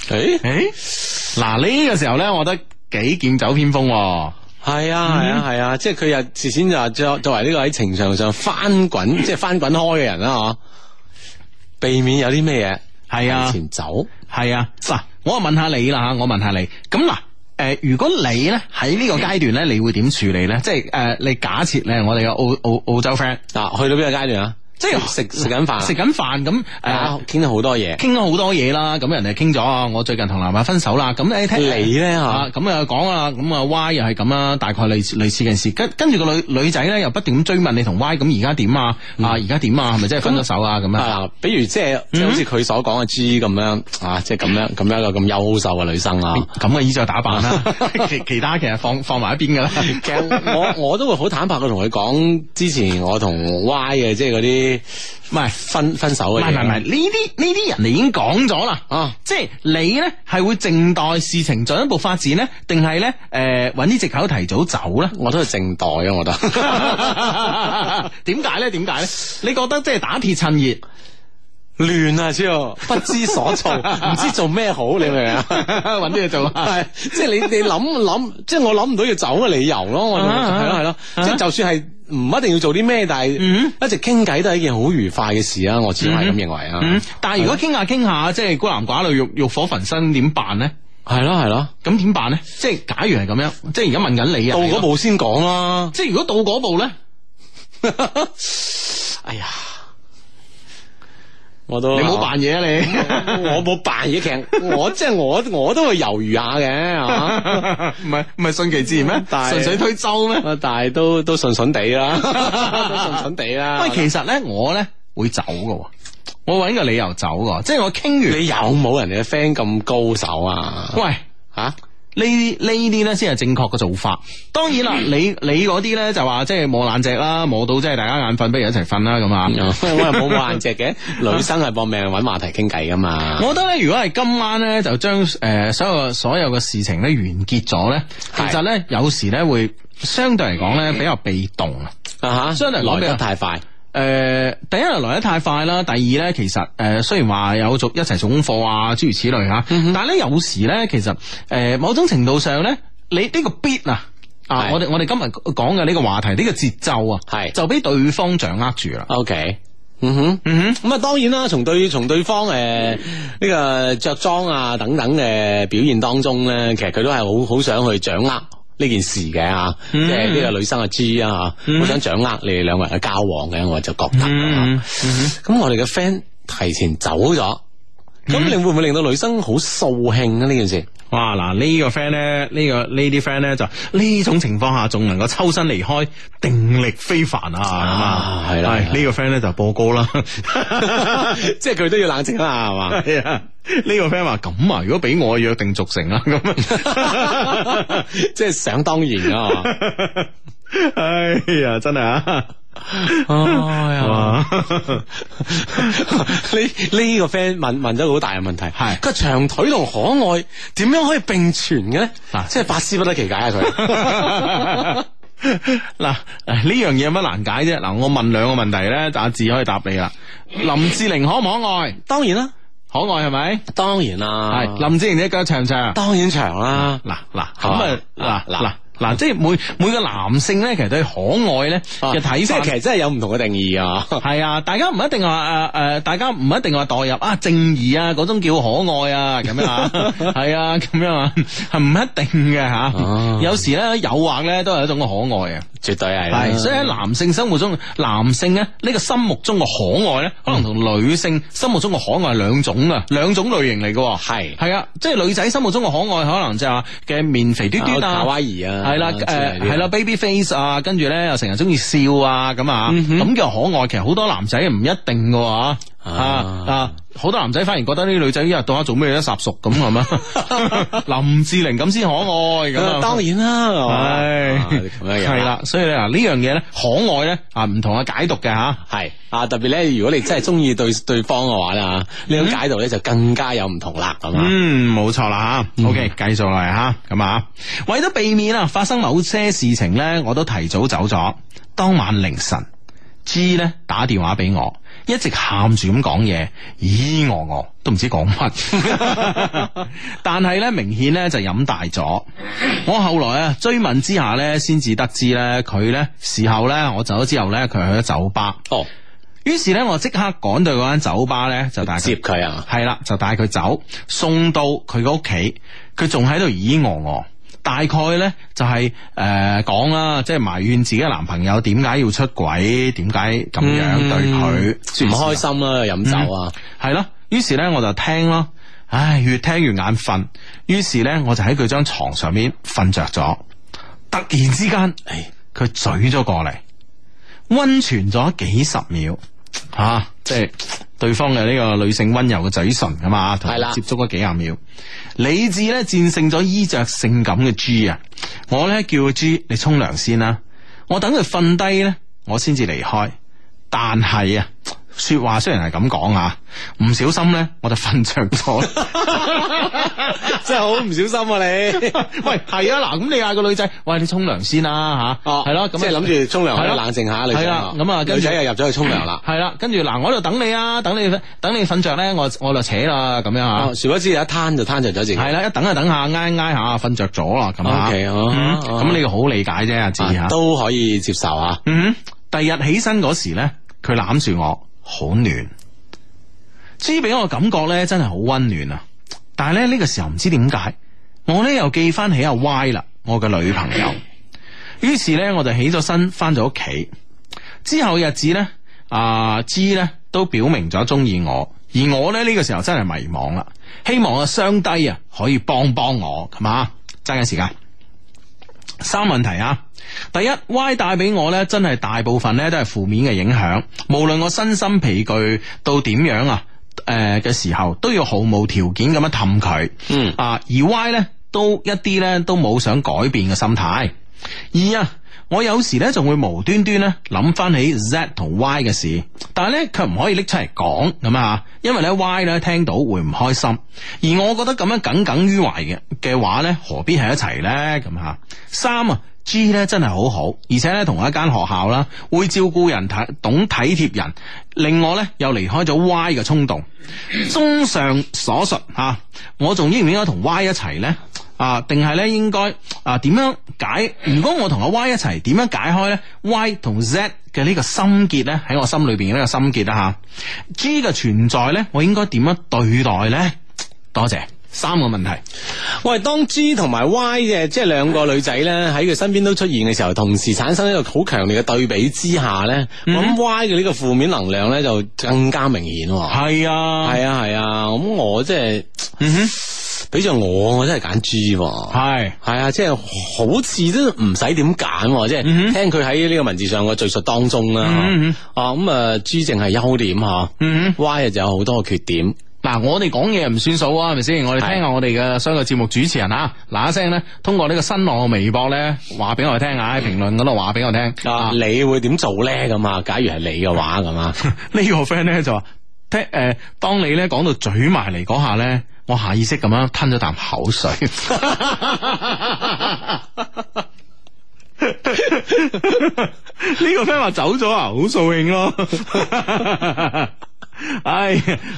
Speaker 3: 誒，
Speaker 2: 誒，嗱呢個時候咧，我覺得幾劍走偏鋒喎。
Speaker 3: 係啊，係啊，係啊，即係佢又事先就話作作為呢個喺情場上翻滾， 即係翻滾開嘅人啦，嗬，避免有啲咩嘢
Speaker 2: 係啊
Speaker 3: 提前走，
Speaker 2: 係啊，嗱，我啊問下你啦吓，我問下你，咁嗱。誒、如果你咧喺呢個階段咧，你會點處理咧？即係誒、你假設咧，我哋嘅澳澳澳洲 friend，
Speaker 3: 嗱，去到邊個階段啊？
Speaker 2: 即係
Speaker 3: 食食緊飯，
Speaker 2: 食緊飯咁誒，
Speaker 3: 啊，傾咗好多嘢。
Speaker 2: 傾咗好多嘢啦，咁人哋傾咗啊，我最近同男朋友分手啦，咁你聽
Speaker 3: 你咧
Speaker 2: 啊
Speaker 3: 吓，
Speaker 2: 咁啊講啊，咁啊 Y 又係咁啦，大概類似類似件事，跟跟住個女女仔咧又不斷咁追問你同 Y 咁而家點啊？啊而家點啊？係咪真係分咗手啊？咁啊？
Speaker 3: 啊，比如即係即係好似佢所講嘅 G 咁樣啊，即係咁 樣咁樣一個咁優秀嘅女生啊。
Speaker 2: 咁嘅衣着打扮 啦，其其他其實放放埋一邊噶啦。
Speaker 3: 其實 我我都會好坦白嘅同佢講，之前我同 Y 嘅即係嗰啲
Speaker 2: 唔係
Speaker 3: 分分手
Speaker 2: 唔
Speaker 3: 嘅
Speaker 2: 係
Speaker 3: 嘢。
Speaker 2: 唔係唔係，呢啲呢啲人哋已經講咗啦。
Speaker 3: 啊，
Speaker 2: 即係你咧係會靜待事情進一步發展咧，定係咧誒揾啲藉口提早走 咧？
Speaker 3: 我都係正代啊，我覺得
Speaker 2: 點解咧？點解咧？你覺得即係打鐵趁熱？
Speaker 3: 亂啊，超不知所措，唔知做咩好，你明唔明啊？
Speaker 2: 揾啲嘢做啊！
Speaker 3: 係，即係你你諗諗，即係我諗唔到要走嘅理由咯。我就
Speaker 2: 啊
Speaker 3: 係咯係咯，即係就算係唔一定要做啲咩，但係一直傾偈都係一件好愉快嘅事啊！我始終係咁認為啊。
Speaker 2: 嗯，但係如果傾下傾下，即係孤男寡女、欲欲火焚身，點辦咧？
Speaker 3: 係咯係咯，
Speaker 2: 咁點辦咧？即係假如係咁樣，即係而家問緊你啊！
Speaker 3: 到嗰
Speaker 2: 係咯，
Speaker 3: 步先講啦。
Speaker 2: 即係如果到嗰步咧，
Speaker 3: 哎呀，我都
Speaker 2: 你冇扮嘢啊 你！
Speaker 3: 我冇扮嘢，其實我即係我我都會猶豫下嘅，啊
Speaker 2: 唔係唔係順其自然咩？
Speaker 3: 但係
Speaker 2: 順水推舟咩？
Speaker 3: 啊但係都都順順地 啦，都順順地啦。
Speaker 2: 喂，其實咧我咧會走噶喎，我揾個理由走噶，即係我傾完，
Speaker 3: 你有冇人哋嘅 friend 咁高手啊？
Speaker 2: 喂。
Speaker 3: 吓，
Speaker 2: 呢啲呢啲咧先係正確嘅做法。當然 啦，你你嗰啲咧就話即係磨爛隻啦，磨到即係大家眼瞓，不如一齊瞓啦咁啊。
Speaker 3: 我又冇冇眼隻 嘅，女生係搏命揾話題傾偈噶嘛。
Speaker 2: 我覺得咧，如果係今晚咧，就將誒、呃所有所有嘅事情咧完結咗咧，其
Speaker 3: 係
Speaker 2: 實咧有時咧會相對嚟講咧比較被動啊。
Speaker 3: 啊吓，
Speaker 2: 相對嚟講
Speaker 3: 來
Speaker 2: 比較
Speaker 3: 得太快，
Speaker 2: 誒、第一係來得太快啦，第二咧其實誒、呃、雖然話有做一齊做功課啊，諸如此類嚇，
Speaker 3: 嗯
Speaker 2: 但係咧有時咧其實誒、呃某種程度上咧，你呢個 beat 啊。啊！
Speaker 3: 係
Speaker 2: 我哋我哋今日講嘅呢個話題，呢、個節奏啊，
Speaker 3: 係
Speaker 2: 就俾對方掌握住啦。
Speaker 3: O K，嗯哼，嗯哼，咁啊，當然啦，從對從對方誒呢個着裝啊等等嘅表現當中咧，其實佢都係好好想去掌握。呢件事嘅啊，即係呢個女生嘅 G 啊，好想掌握你哋兩個人嘅交往嘅，我就覺得啊。咁我哋嘅 friend 提前走咗，咁你會唔會令到女生好掃興啊？呢件 事
Speaker 2: 哇！嗱，呢個 friend 咧，呢個呢啲 friend 咧就呢種情況下仲能夠抽身離開，定力非凡啊！咁
Speaker 3: 啊係啦係啦
Speaker 2: 呢個 friend 咧就報高啦。
Speaker 3: 即係佢都要冷靜啦，係 嘛？
Speaker 2: 係啊，呢個 friend 話咁啊，如果俾我約定俗成啊啦，咁，
Speaker 3: 即係想當然啊嘛。
Speaker 2: 哎呀，真係啊，
Speaker 3: 哎
Speaker 2: 哇，
Speaker 3: 呢呢個 friend 問問咗個好大嘅問題，
Speaker 2: 係
Speaker 3: 個長腿同可愛點樣可以並存嘅咧
Speaker 2: 嗱？
Speaker 3: 即係百思不得其解啊！ 佢
Speaker 2: 嗱，誒呢樣嘢有乜難解啫？嗱，我問兩個問題咧，阿志可以答你啦。林志玲可唔可愛？
Speaker 3: 當然啦，
Speaker 2: 可愛係咪？
Speaker 3: 當然啦，
Speaker 2: 係林志玲隻腳長唔長？
Speaker 3: 當然長啦，
Speaker 2: 嗱嗱
Speaker 3: 係
Speaker 2: 咁啊
Speaker 3: 嘛
Speaker 2: 嗱
Speaker 3: 嗱
Speaker 2: 嗱嗱，即係每每個男性咧，其實對可愛咧嘅睇
Speaker 3: 即
Speaker 2: 法
Speaker 3: 係其實真係有唔同嘅定義啊。
Speaker 2: 系啊，大家唔一定话诶诶，大家唔一定話代入啊正義啊嗰種叫可愛啊咁樣啊，係啊咁樣啊，係唔一定嘅吓。
Speaker 3: 哦
Speaker 2: 有時咧誘惑咧都係一種嘅可愛啊，
Speaker 3: 絕對係啦，
Speaker 2: 係所以喺男性生活中，男性咧呢個心目中嘅可愛咧，可能同女性心目中嘅可愛係兩種啊，兩種類型嚟嘅喎。
Speaker 3: 係
Speaker 2: 係啊，即係女仔心目中嘅可愛，可能就係話嘅面肥嘟嘟
Speaker 3: 啊卡
Speaker 2: 啊。
Speaker 3: 哇伊啊，
Speaker 2: 系啦，
Speaker 3: 之
Speaker 2: 诶
Speaker 3: 類啲
Speaker 2: 系啦，baby face 啊，跟住咧又成日中意笑啊，咁啊，
Speaker 3: 嗯
Speaker 2: 咁叫可愛。其實好多男仔唔一定嘅喎，啊啊，好多男仔反而覺得呢啲女仔一日到黑做咩都烚熟咁，係 嘛？林志玲咁先可愛咁啊，
Speaker 3: 啊當然啦，係嘛啊
Speaker 2: 係
Speaker 3: 咁樣樣
Speaker 2: 係啦，所以咧嗱呢樣嘢咧可愛咧啊唔同嘅解讀嘅吓。
Speaker 3: 系啊，特別咧，如果你真係中意對對方嘅話啦，呢種解讀咧就更加有唔同啦，咁啊，
Speaker 2: 嗯，冇錯啦吓。OK，繼續落嚟吓，咁啊，為咗避免啊發生某些事情咧，我都提早走咗。當晚凌晨，G 咧打電話俾我，一直喊住咁講嘢，咦我我都唔知講 乜。但係咧，明顯咧就飲大咗。我後來啊追問之下咧，先至得知咧佢咧事後咧我走咗之後咧，佢去咗酒吧。
Speaker 3: 哦，
Speaker 2: 於是咧，我即刻趕到嗰間酒吧咧，就大
Speaker 3: 接佢啊，
Speaker 2: 系啦，就帶佢走，送到佢個屋企，佢仲喺度咦咦我我。大概咧就係誒講啦，即係埋怨自己嘅男朋友點解要出軌，點解咁樣對佢，
Speaker 3: 唔開心啦，飲酒啊，
Speaker 2: 係咯，於是咧我就聽咯，唉，越聽越眼瞓。於是咧我就喺佢張床上面瞓着咗。突然之間，唉，佢嘴咗過嚟，温存咗幾十秒，啊吓、即係對方嘅呢個女性温柔嘅嘴唇噶嘛，同
Speaker 3: 係啦
Speaker 2: 佢接觸咗幾廿秒。理智咧戰勝咗衣着性感嘅 G 啊！我咧叫 G 你沖涼先啦，我等佢瞓低咧，我先至離開。但係啊，说話雖然係咁講啊，唔小心咧我就瞓着咗。
Speaker 3: 真係好唔小心啊你，
Speaker 2: 喂，係啊，嗱，咁你嗌個女仔，喂，你沖涼先啦吓，係咯，咁
Speaker 3: 哦
Speaker 2: 啊
Speaker 3: 即係諗住沖涼
Speaker 2: 係
Speaker 3: 可以
Speaker 2: 咯
Speaker 3: 冷靜下女仔哦
Speaker 2: 係啦咁啊跟住
Speaker 3: 女仔又入咗去沖涼啦，
Speaker 2: 係啦，跟住嗱，我喺度等你啊，等你等你瞓着咧，我我就扯啦，咁樣啊
Speaker 3: 哦，，殊不知一攤就攤着咗自己，
Speaker 2: 係啦，一等啊等下，挨挨下瞓着咗啦，咁啊，
Speaker 3: OK，哦
Speaker 2: 嗯
Speaker 3: 哦
Speaker 2: 咁呢個好理解啫，阿志
Speaker 3: 啊
Speaker 2: 吓。
Speaker 3: 都可以接受啊，
Speaker 2: 嗯，第日起身嗰時咧，佢攬住我，好暖。知俾我感覺咧，真係好温暖啊！但係咧呢、呢個時候唔知點解，我咧又記翻起阿 Y 啦，我嘅女朋友。於是咧我就起咗身翻咗屋企。之後日子咧，阿、知咧都表明咗中意我，而我咧呢、呢個時候真係迷茫啦，希望阿雙低啊可以幫幫我，係嘛？揸緊時間。三問題啊！第一，Y 帶俾我咧，真係大部分咧都係負面嘅影響。無論我身心疲倦到點樣啊，诶、嘅時候，都要毫無條件咁樣氹佢。
Speaker 3: 嗯
Speaker 2: 啊，而 Y 咧都一啲咧都冇想改變嘅心態。二啊，我有時咧仲會無端端咧諗翻起 Z 同 Y 嘅事，但係咧卻唔可以拎出嚟講咁啊，因為咧 Y 咧聽到會唔開心，而我覺得咁樣耿耿於懷嘅嘅話咧，何必喺一齊咧咁吓？三啊。G 咧真係好好，而且咧同一間學校啦，會照顧人體，懂體貼人，令我咧又離開咗 Y 嘅衝動。綜上所述吓、啊我仲應唔應該同 Y 一齊呢？啊，定係咧應該啊點樣解？如果我同阿 Y 一齊，點樣解開咧 Y 同 Z 嘅呢個心結咧？喺我心裏邊嘅呢個心結啦吓、G 嘅存在咧，我應該點樣對待咧？多謝三個問題。
Speaker 3: 喂，當 G 同埋 Y 嘅即係兩個女仔咧喺佢身邊都出現嘅時候，同時產生一個好強烈嘅對比之下咧，我諗 Y 嘅呢個負面能量咧就更加明顯喎。
Speaker 2: 係啊，嗯
Speaker 3: 係啊係啊，咁我即係，俾咗我，我真係揀 G 喎。
Speaker 2: 係
Speaker 3: 係啊，即係好似都唔使點揀喎，即係聽佢喺呢個文字上嘅敘述當中啦。
Speaker 2: 嗯
Speaker 3: 啊，咁啊，G 淨係優點吓
Speaker 2: 嗯。
Speaker 3: ，Y 就有好多嘅缺點。
Speaker 2: 嗱，我哋講嘢唔算數啊，係咪先？我哋聽下我哋嘅所有嘅節目主持人啊，嗱一聲咧，通過呢個新浪嘅微博咧，話俾我哋聽啊，喺評論嗰度話俾我聽
Speaker 3: 啊，你會點做咧？咁啊，假如係你嘅話咁 啊。
Speaker 2: 呢個 friend 咧就話，聽誒、呃，當你咧講到嘴埋嚟嗰下咧，我下意識咁樣吞咗啖口水。呢個 friend 話走咗啊，好掃興咯。 唉，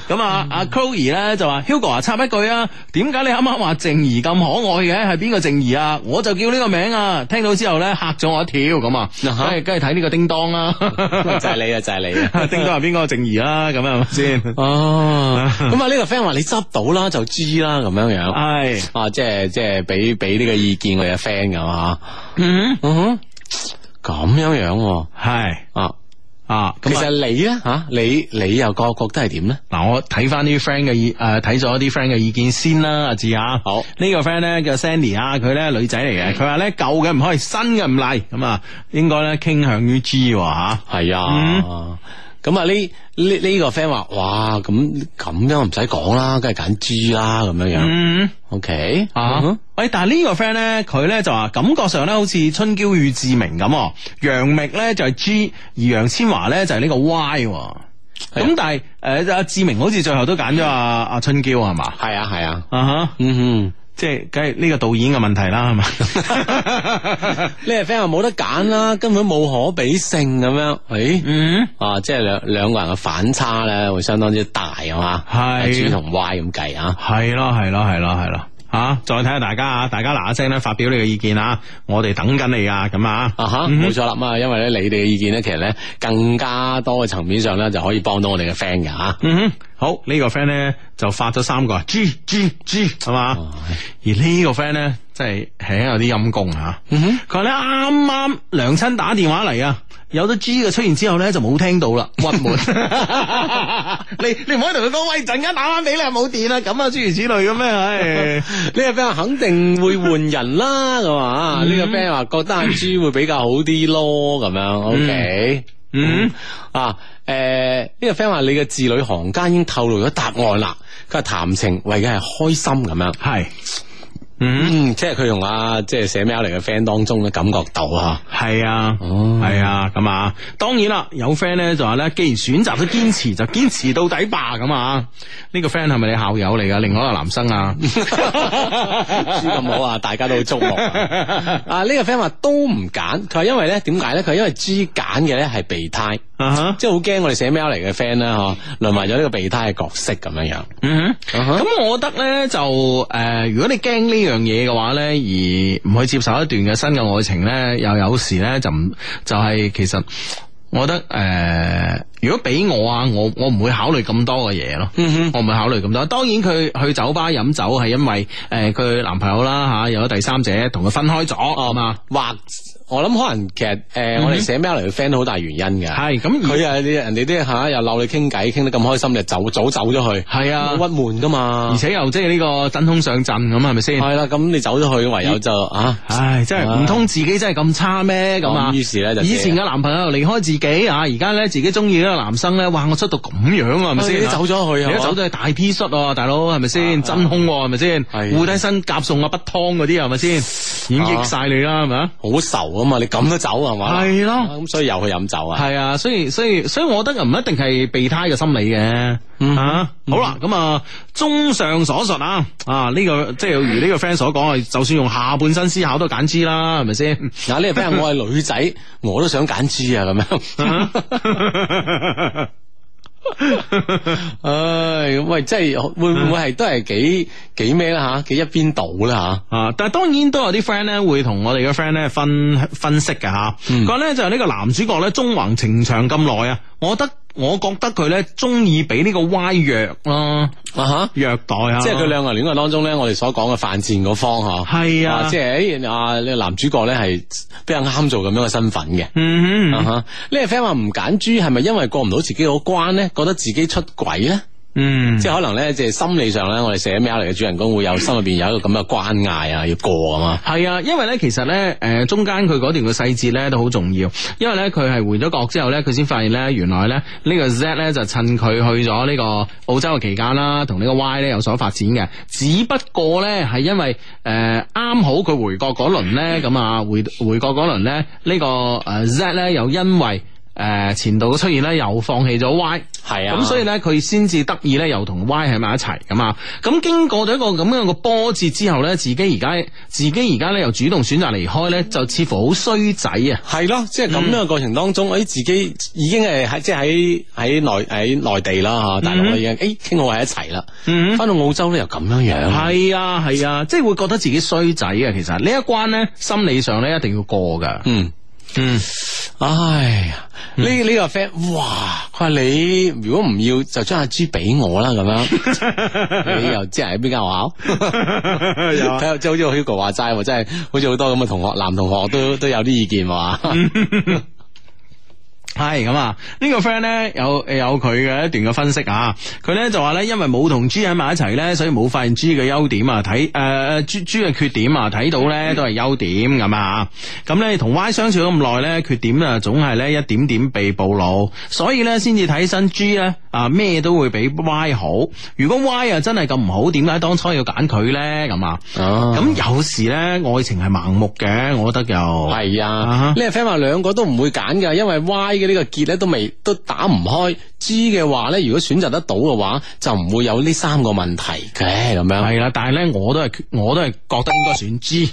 Speaker 2: 咁啊，阿 Chloe 咧就話 Hugo 啊，插一句啊，點解你啱啱話靜怡咁可愛嘅？係邊個靜怡啊？我就叫呢個名啊！聽到之後咧嚇咗我一跳咁啊，梗係梗係睇呢個叮當啦，
Speaker 3: 就係你啊，就係你 啊。
Speaker 2: 叮當係邊個靜怡啦？咁啊係咪先？
Speaker 3: 哦，咁啊呢個 friend 話你執到啦就知啦咁樣樣，
Speaker 2: 係，
Speaker 3: 啊即係即係俾俾呢個意見我哋嘅 friend 噶嘛，
Speaker 2: 嗯，
Speaker 3: 嗯哼，咁樣樣喎
Speaker 2: 係
Speaker 3: 啊，
Speaker 2: 啊，
Speaker 3: 其
Speaker 2: 咁啊
Speaker 3: 實你咧吓，你你又覺覺得係點咧？
Speaker 2: 嗱，我睇翻啲 friend 嘅意，誒睇咗啲 friend 嘅意見先啦，阿志啊，
Speaker 3: 好
Speaker 2: 呢個 friend 咧叫 Sandy 啊，佢咧女仔嚟嘅，佢話咧舊嘅唔可以，新嘅唔嚟，咁啊應該咧傾向於 G 喎嚇。
Speaker 3: 係
Speaker 2: 嗯
Speaker 3: 啊。咁啊，呢呢呢個 friend 話，哇，咁咁樣唔使講啦，梗係揀 G 啦，咁樣樣。
Speaker 2: 嗯
Speaker 3: OK，
Speaker 2: 啊
Speaker 3: 嗯，
Speaker 2: 喂！但係呢個 friend 咧，佢咧就話感覺上咧好似春嬌與志明咁喎，楊冪咧就係 G，而楊千嬅咧就係呢啊個 Y 喎。咁但係誒阿志明好似最後都揀咗阿阿春嬌係嘛？
Speaker 3: 係啊，係啊，
Speaker 2: 啊哈！
Speaker 3: 嗯
Speaker 2: 即係梗係呢個導演嘅問題啦，係嘛？
Speaker 3: 哼，呢個 friend 話冇得揀啦，根本冇可比性咁樣，誒、
Speaker 2: 嗯，
Speaker 3: 啊，即係兩兩個人嘅反差咧，會相當之大啊嘛，
Speaker 2: 係
Speaker 3: G 同 Y 咁計啊，
Speaker 2: 係咯，係咯，係咯，係咯。吓、再睇下大家啊，大家嗱一聲咧發表你嘅意見啊，我哋等緊你啊，咁啊，
Speaker 3: 啊哈，
Speaker 2: 嗯哼
Speaker 3: 冇錯啦，咁啊，因為咧你哋嘅意見咧，其實咧更加多嘅層面上咧，就可以幫到我哋嘅 friend 啊嘅 吓。
Speaker 2: 嗯哼，好、呢個 friend 咧就發咗三個 G G G 係嘛，
Speaker 3: 啊
Speaker 2: 而呢個 friend 咧真係係有啲陰功啊。佢話咧啱啱娘親打電話嚟啊，有咗 G 嘅出現之後咧就冇聽到 啦，鬱悶。你你唔可以同佢講，喂陣間打翻俾你啊冇電啦，咁啊諸如此類咁咩，唉。
Speaker 3: 呢個 friend 肯定會換人啦，咁啊，
Speaker 2: 嗯
Speaker 3: 呢個 friend 話覺得阿朱會比較好啲咯，咁樣，OK，
Speaker 2: 嗯
Speaker 3: 啊，誒，呢個 friend 話你嘅字裏行間已經透露咗答案啦，佢話談情為嘅係開心咁樣，
Speaker 2: 係，嗯，
Speaker 3: 嗯，即係佢同阿即係寫 mail 嚟嘅 friend 當中咧感覺 到啊，
Speaker 2: 係啊，
Speaker 3: 哦
Speaker 2: 係啊，咁啊，當然啦，有 friend 咧就話咧，既然選擇咗堅持，就堅持到底吧，咁啊，呢個 friend 係咪你校友嚟噶？另外一個男生 啊，
Speaker 3: 朱咁好啊，大家都好矚目啊，啊呢個 friend 話都唔揀，佢話因為咧點解咧？佢話因為朱揀嘅咧係備胎。
Speaker 2: 啊哈，
Speaker 3: 即係好驚我哋寫 mail 嚟嘅 friend 啦，嗬，淪為咗呢個備胎嘅角色咁樣樣。
Speaker 2: 嗯哼。
Speaker 3: 咁
Speaker 2: 咁我覺得咧就誒、呃如果你驚呢樣嘢嘅話咧，而唔去接受一段嘅新嘅愛情咧，又有時咧就唔就係、其實，我覺得誒、呃如果俾我啊，我我唔會考慮咁多嘅嘢咯，我唔會考慮咁多。當然佢去酒吧飲酒係因為誒佢、男朋友啦嚇、有咗第三者同佢分開咗
Speaker 3: 哦
Speaker 2: 啊嘛，
Speaker 3: 或我諗可能其實誒、呃我哋寫 mail 嚟嘅 friend 都好大原因嘅。
Speaker 2: 嗯係咁而
Speaker 3: 佢啊，你人哋啲吓又鬧你傾偈，傾得咁開心，你就走早走咗去，
Speaker 2: 係啊
Speaker 3: 好鬱悶噶嘛。
Speaker 2: 而且又即係呢個真空上陣咁係咪先？
Speaker 3: 係啦，咁你走咗去，唯有就啊，
Speaker 2: 唉，真係唔通自己真係咁差咩咁啊？
Speaker 3: 哦咁於是咧就
Speaker 2: 以前嘅男朋友離開自己啊，而家咧自己中意呢個男生咧，哇！我出到咁樣啊，係咪
Speaker 3: 啊
Speaker 2: 先？
Speaker 3: 你都走咗去啊
Speaker 2: 你都走咗去大 T 恤喎，大佬係咪先？真空喎，係咪先？
Speaker 3: 係
Speaker 2: 護低身夾送啊，筆湯嗰啲係咪先？已經益晒你啦，係咪啊？
Speaker 3: 好愁啊嘛，你咁都走係嘛？
Speaker 2: 係咯
Speaker 3: 啊咁所以又去飲酒啊。
Speaker 2: 係啊，所以所以所以，我覺得唔一定係備胎嘅心理嘅
Speaker 3: 嗯
Speaker 2: 啊。好啦，咁啊，綜上所述啊，啊呢個即係如呢個 friend 所講啊，就算用下半身思考都揀 G 啦，係咪先？
Speaker 3: 嗱呢個 friend 我係女仔，我都想揀 G 啊咁 樣。唉，喂，即係會唔會係都係幾幾咩啦吓？幾一邊倒啦
Speaker 2: 啊！但係當然都有啲 friend 咧會同我哋嘅 friend 咧分分析嘅吓，
Speaker 3: 嗯
Speaker 2: 佢咧、就係呢個男主角咧中橫情場咁耐啊，我覺得我覺得佢咧中意俾呢個 Y 虐咯，
Speaker 3: 吓啊
Speaker 2: 虐待啊，
Speaker 3: 吓！即係佢兩個人戀愛當中咧，我哋所講嘅犯賤嗰方嗬，
Speaker 2: 係啊，
Speaker 3: 即係誒啊，呢個男主角咧係比較啱做咁樣嘅身份嘅。
Speaker 2: 嗯
Speaker 3: 啊
Speaker 2: 哼
Speaker 3: 哈！呢個 friend 話唔揀豬係咪因為過唔到自己嗰關咧？覺得自己出軌咧？
Speaker 2: 嗯，
Speaker 3: 即係可能咧，即係心理上咧，我哋寫 mail 嚟嘅主人公會有心入邊有一個咁嘅關隘啊，要過啊嘛。
Speaker 2: 係啊，因為咧，其實咧，誒、中間佢嗰段嘅細節咧都好重要，因為咧佢係回咗國之後咧，佢先發現咧，原來咧呢個 Z 咧就趁佢去咗呢個澳洲嘅期間啦，同呢個 Y 咧有所發展嘅，只不過咧係因為呃誒啱、好佢回國嗰輪咧，咁啊回回國嗰輪咧，呢、個誒 Z 呃咧又因為。誒、诶前度嘅出現咧，又放棄咗 Y。
Speaker 3: 係啊
Speaker 2: 咁所以咧，佢先至得意咧，又同 Y 喺埋一齊咁啊。咁經過咗一個咁樣嘅波折之後咧，自己而家自己而家咧又主動選擇離開咧，就似乎好衰仔啊！
Speaker 3: 系咯，即係咁樣嘅過程當中，诶、自己已經係喺即係喺喺內喺內地啦吓，大陸啦已經，诶傾好喺一齊啦，
Speaker 2: 嗯
Speaker 3: 翻到澳洲咧又咁樣樣，
Speaker 2: 係啊，係啊，即係會覺得自己衰仔啊！其實呢一關咧，心理上咧一定要過噶。
Speaker 3: 嗯。
Speaker 2: 嗯，
Speaker 3: 唉呀，呢呢個 friend，哇！佢話你如果唔要就將阿豬俾我啦，咁樣你又知係喺邊間學校？睇下即係好似 Hugo 話齋喎，真係好似好多咁嘅同學，男同學都都有啲意見話，
Speaker 2: 系咁啊！呢、個 friend 咧有有佢嘅一段嘅分析啊，佢咧就話咧，因為冇同 G 喺埋一齊咧，所以冇發現 G 嘅優點啊，睇诶 G G 嘅缺點啊，睇到咧
Speaker 3: 嗯
Speaker 2: 都係優點咁啊。咁咧同 Y 相處咗咁耐咧，缺點啊總係咧一點點被暴露，所以咧先至睇起身 G 咧啊咩都會比 Y 好。如果 Y 啊真係咁唔好，點解當初要揀佢咧？咁啊，
Speaker 3: 咁
Speaker 2: 咁有時咧愛情係盲目嘅，我覺得又
Speaker 3: 系啊
Speaker 2: 啊，
Speaker 3: 呢個 friend 話兩個都唔會揀㗎，因為 Y 嘅呢個結咧都未都打唔開，G 嘅話咧，如果選擇得到嘅話，就唔會有呢三個問題嘅咁樣。
Speaker 2: 系啦，但系咧，我都系我都系觉得应该选 G。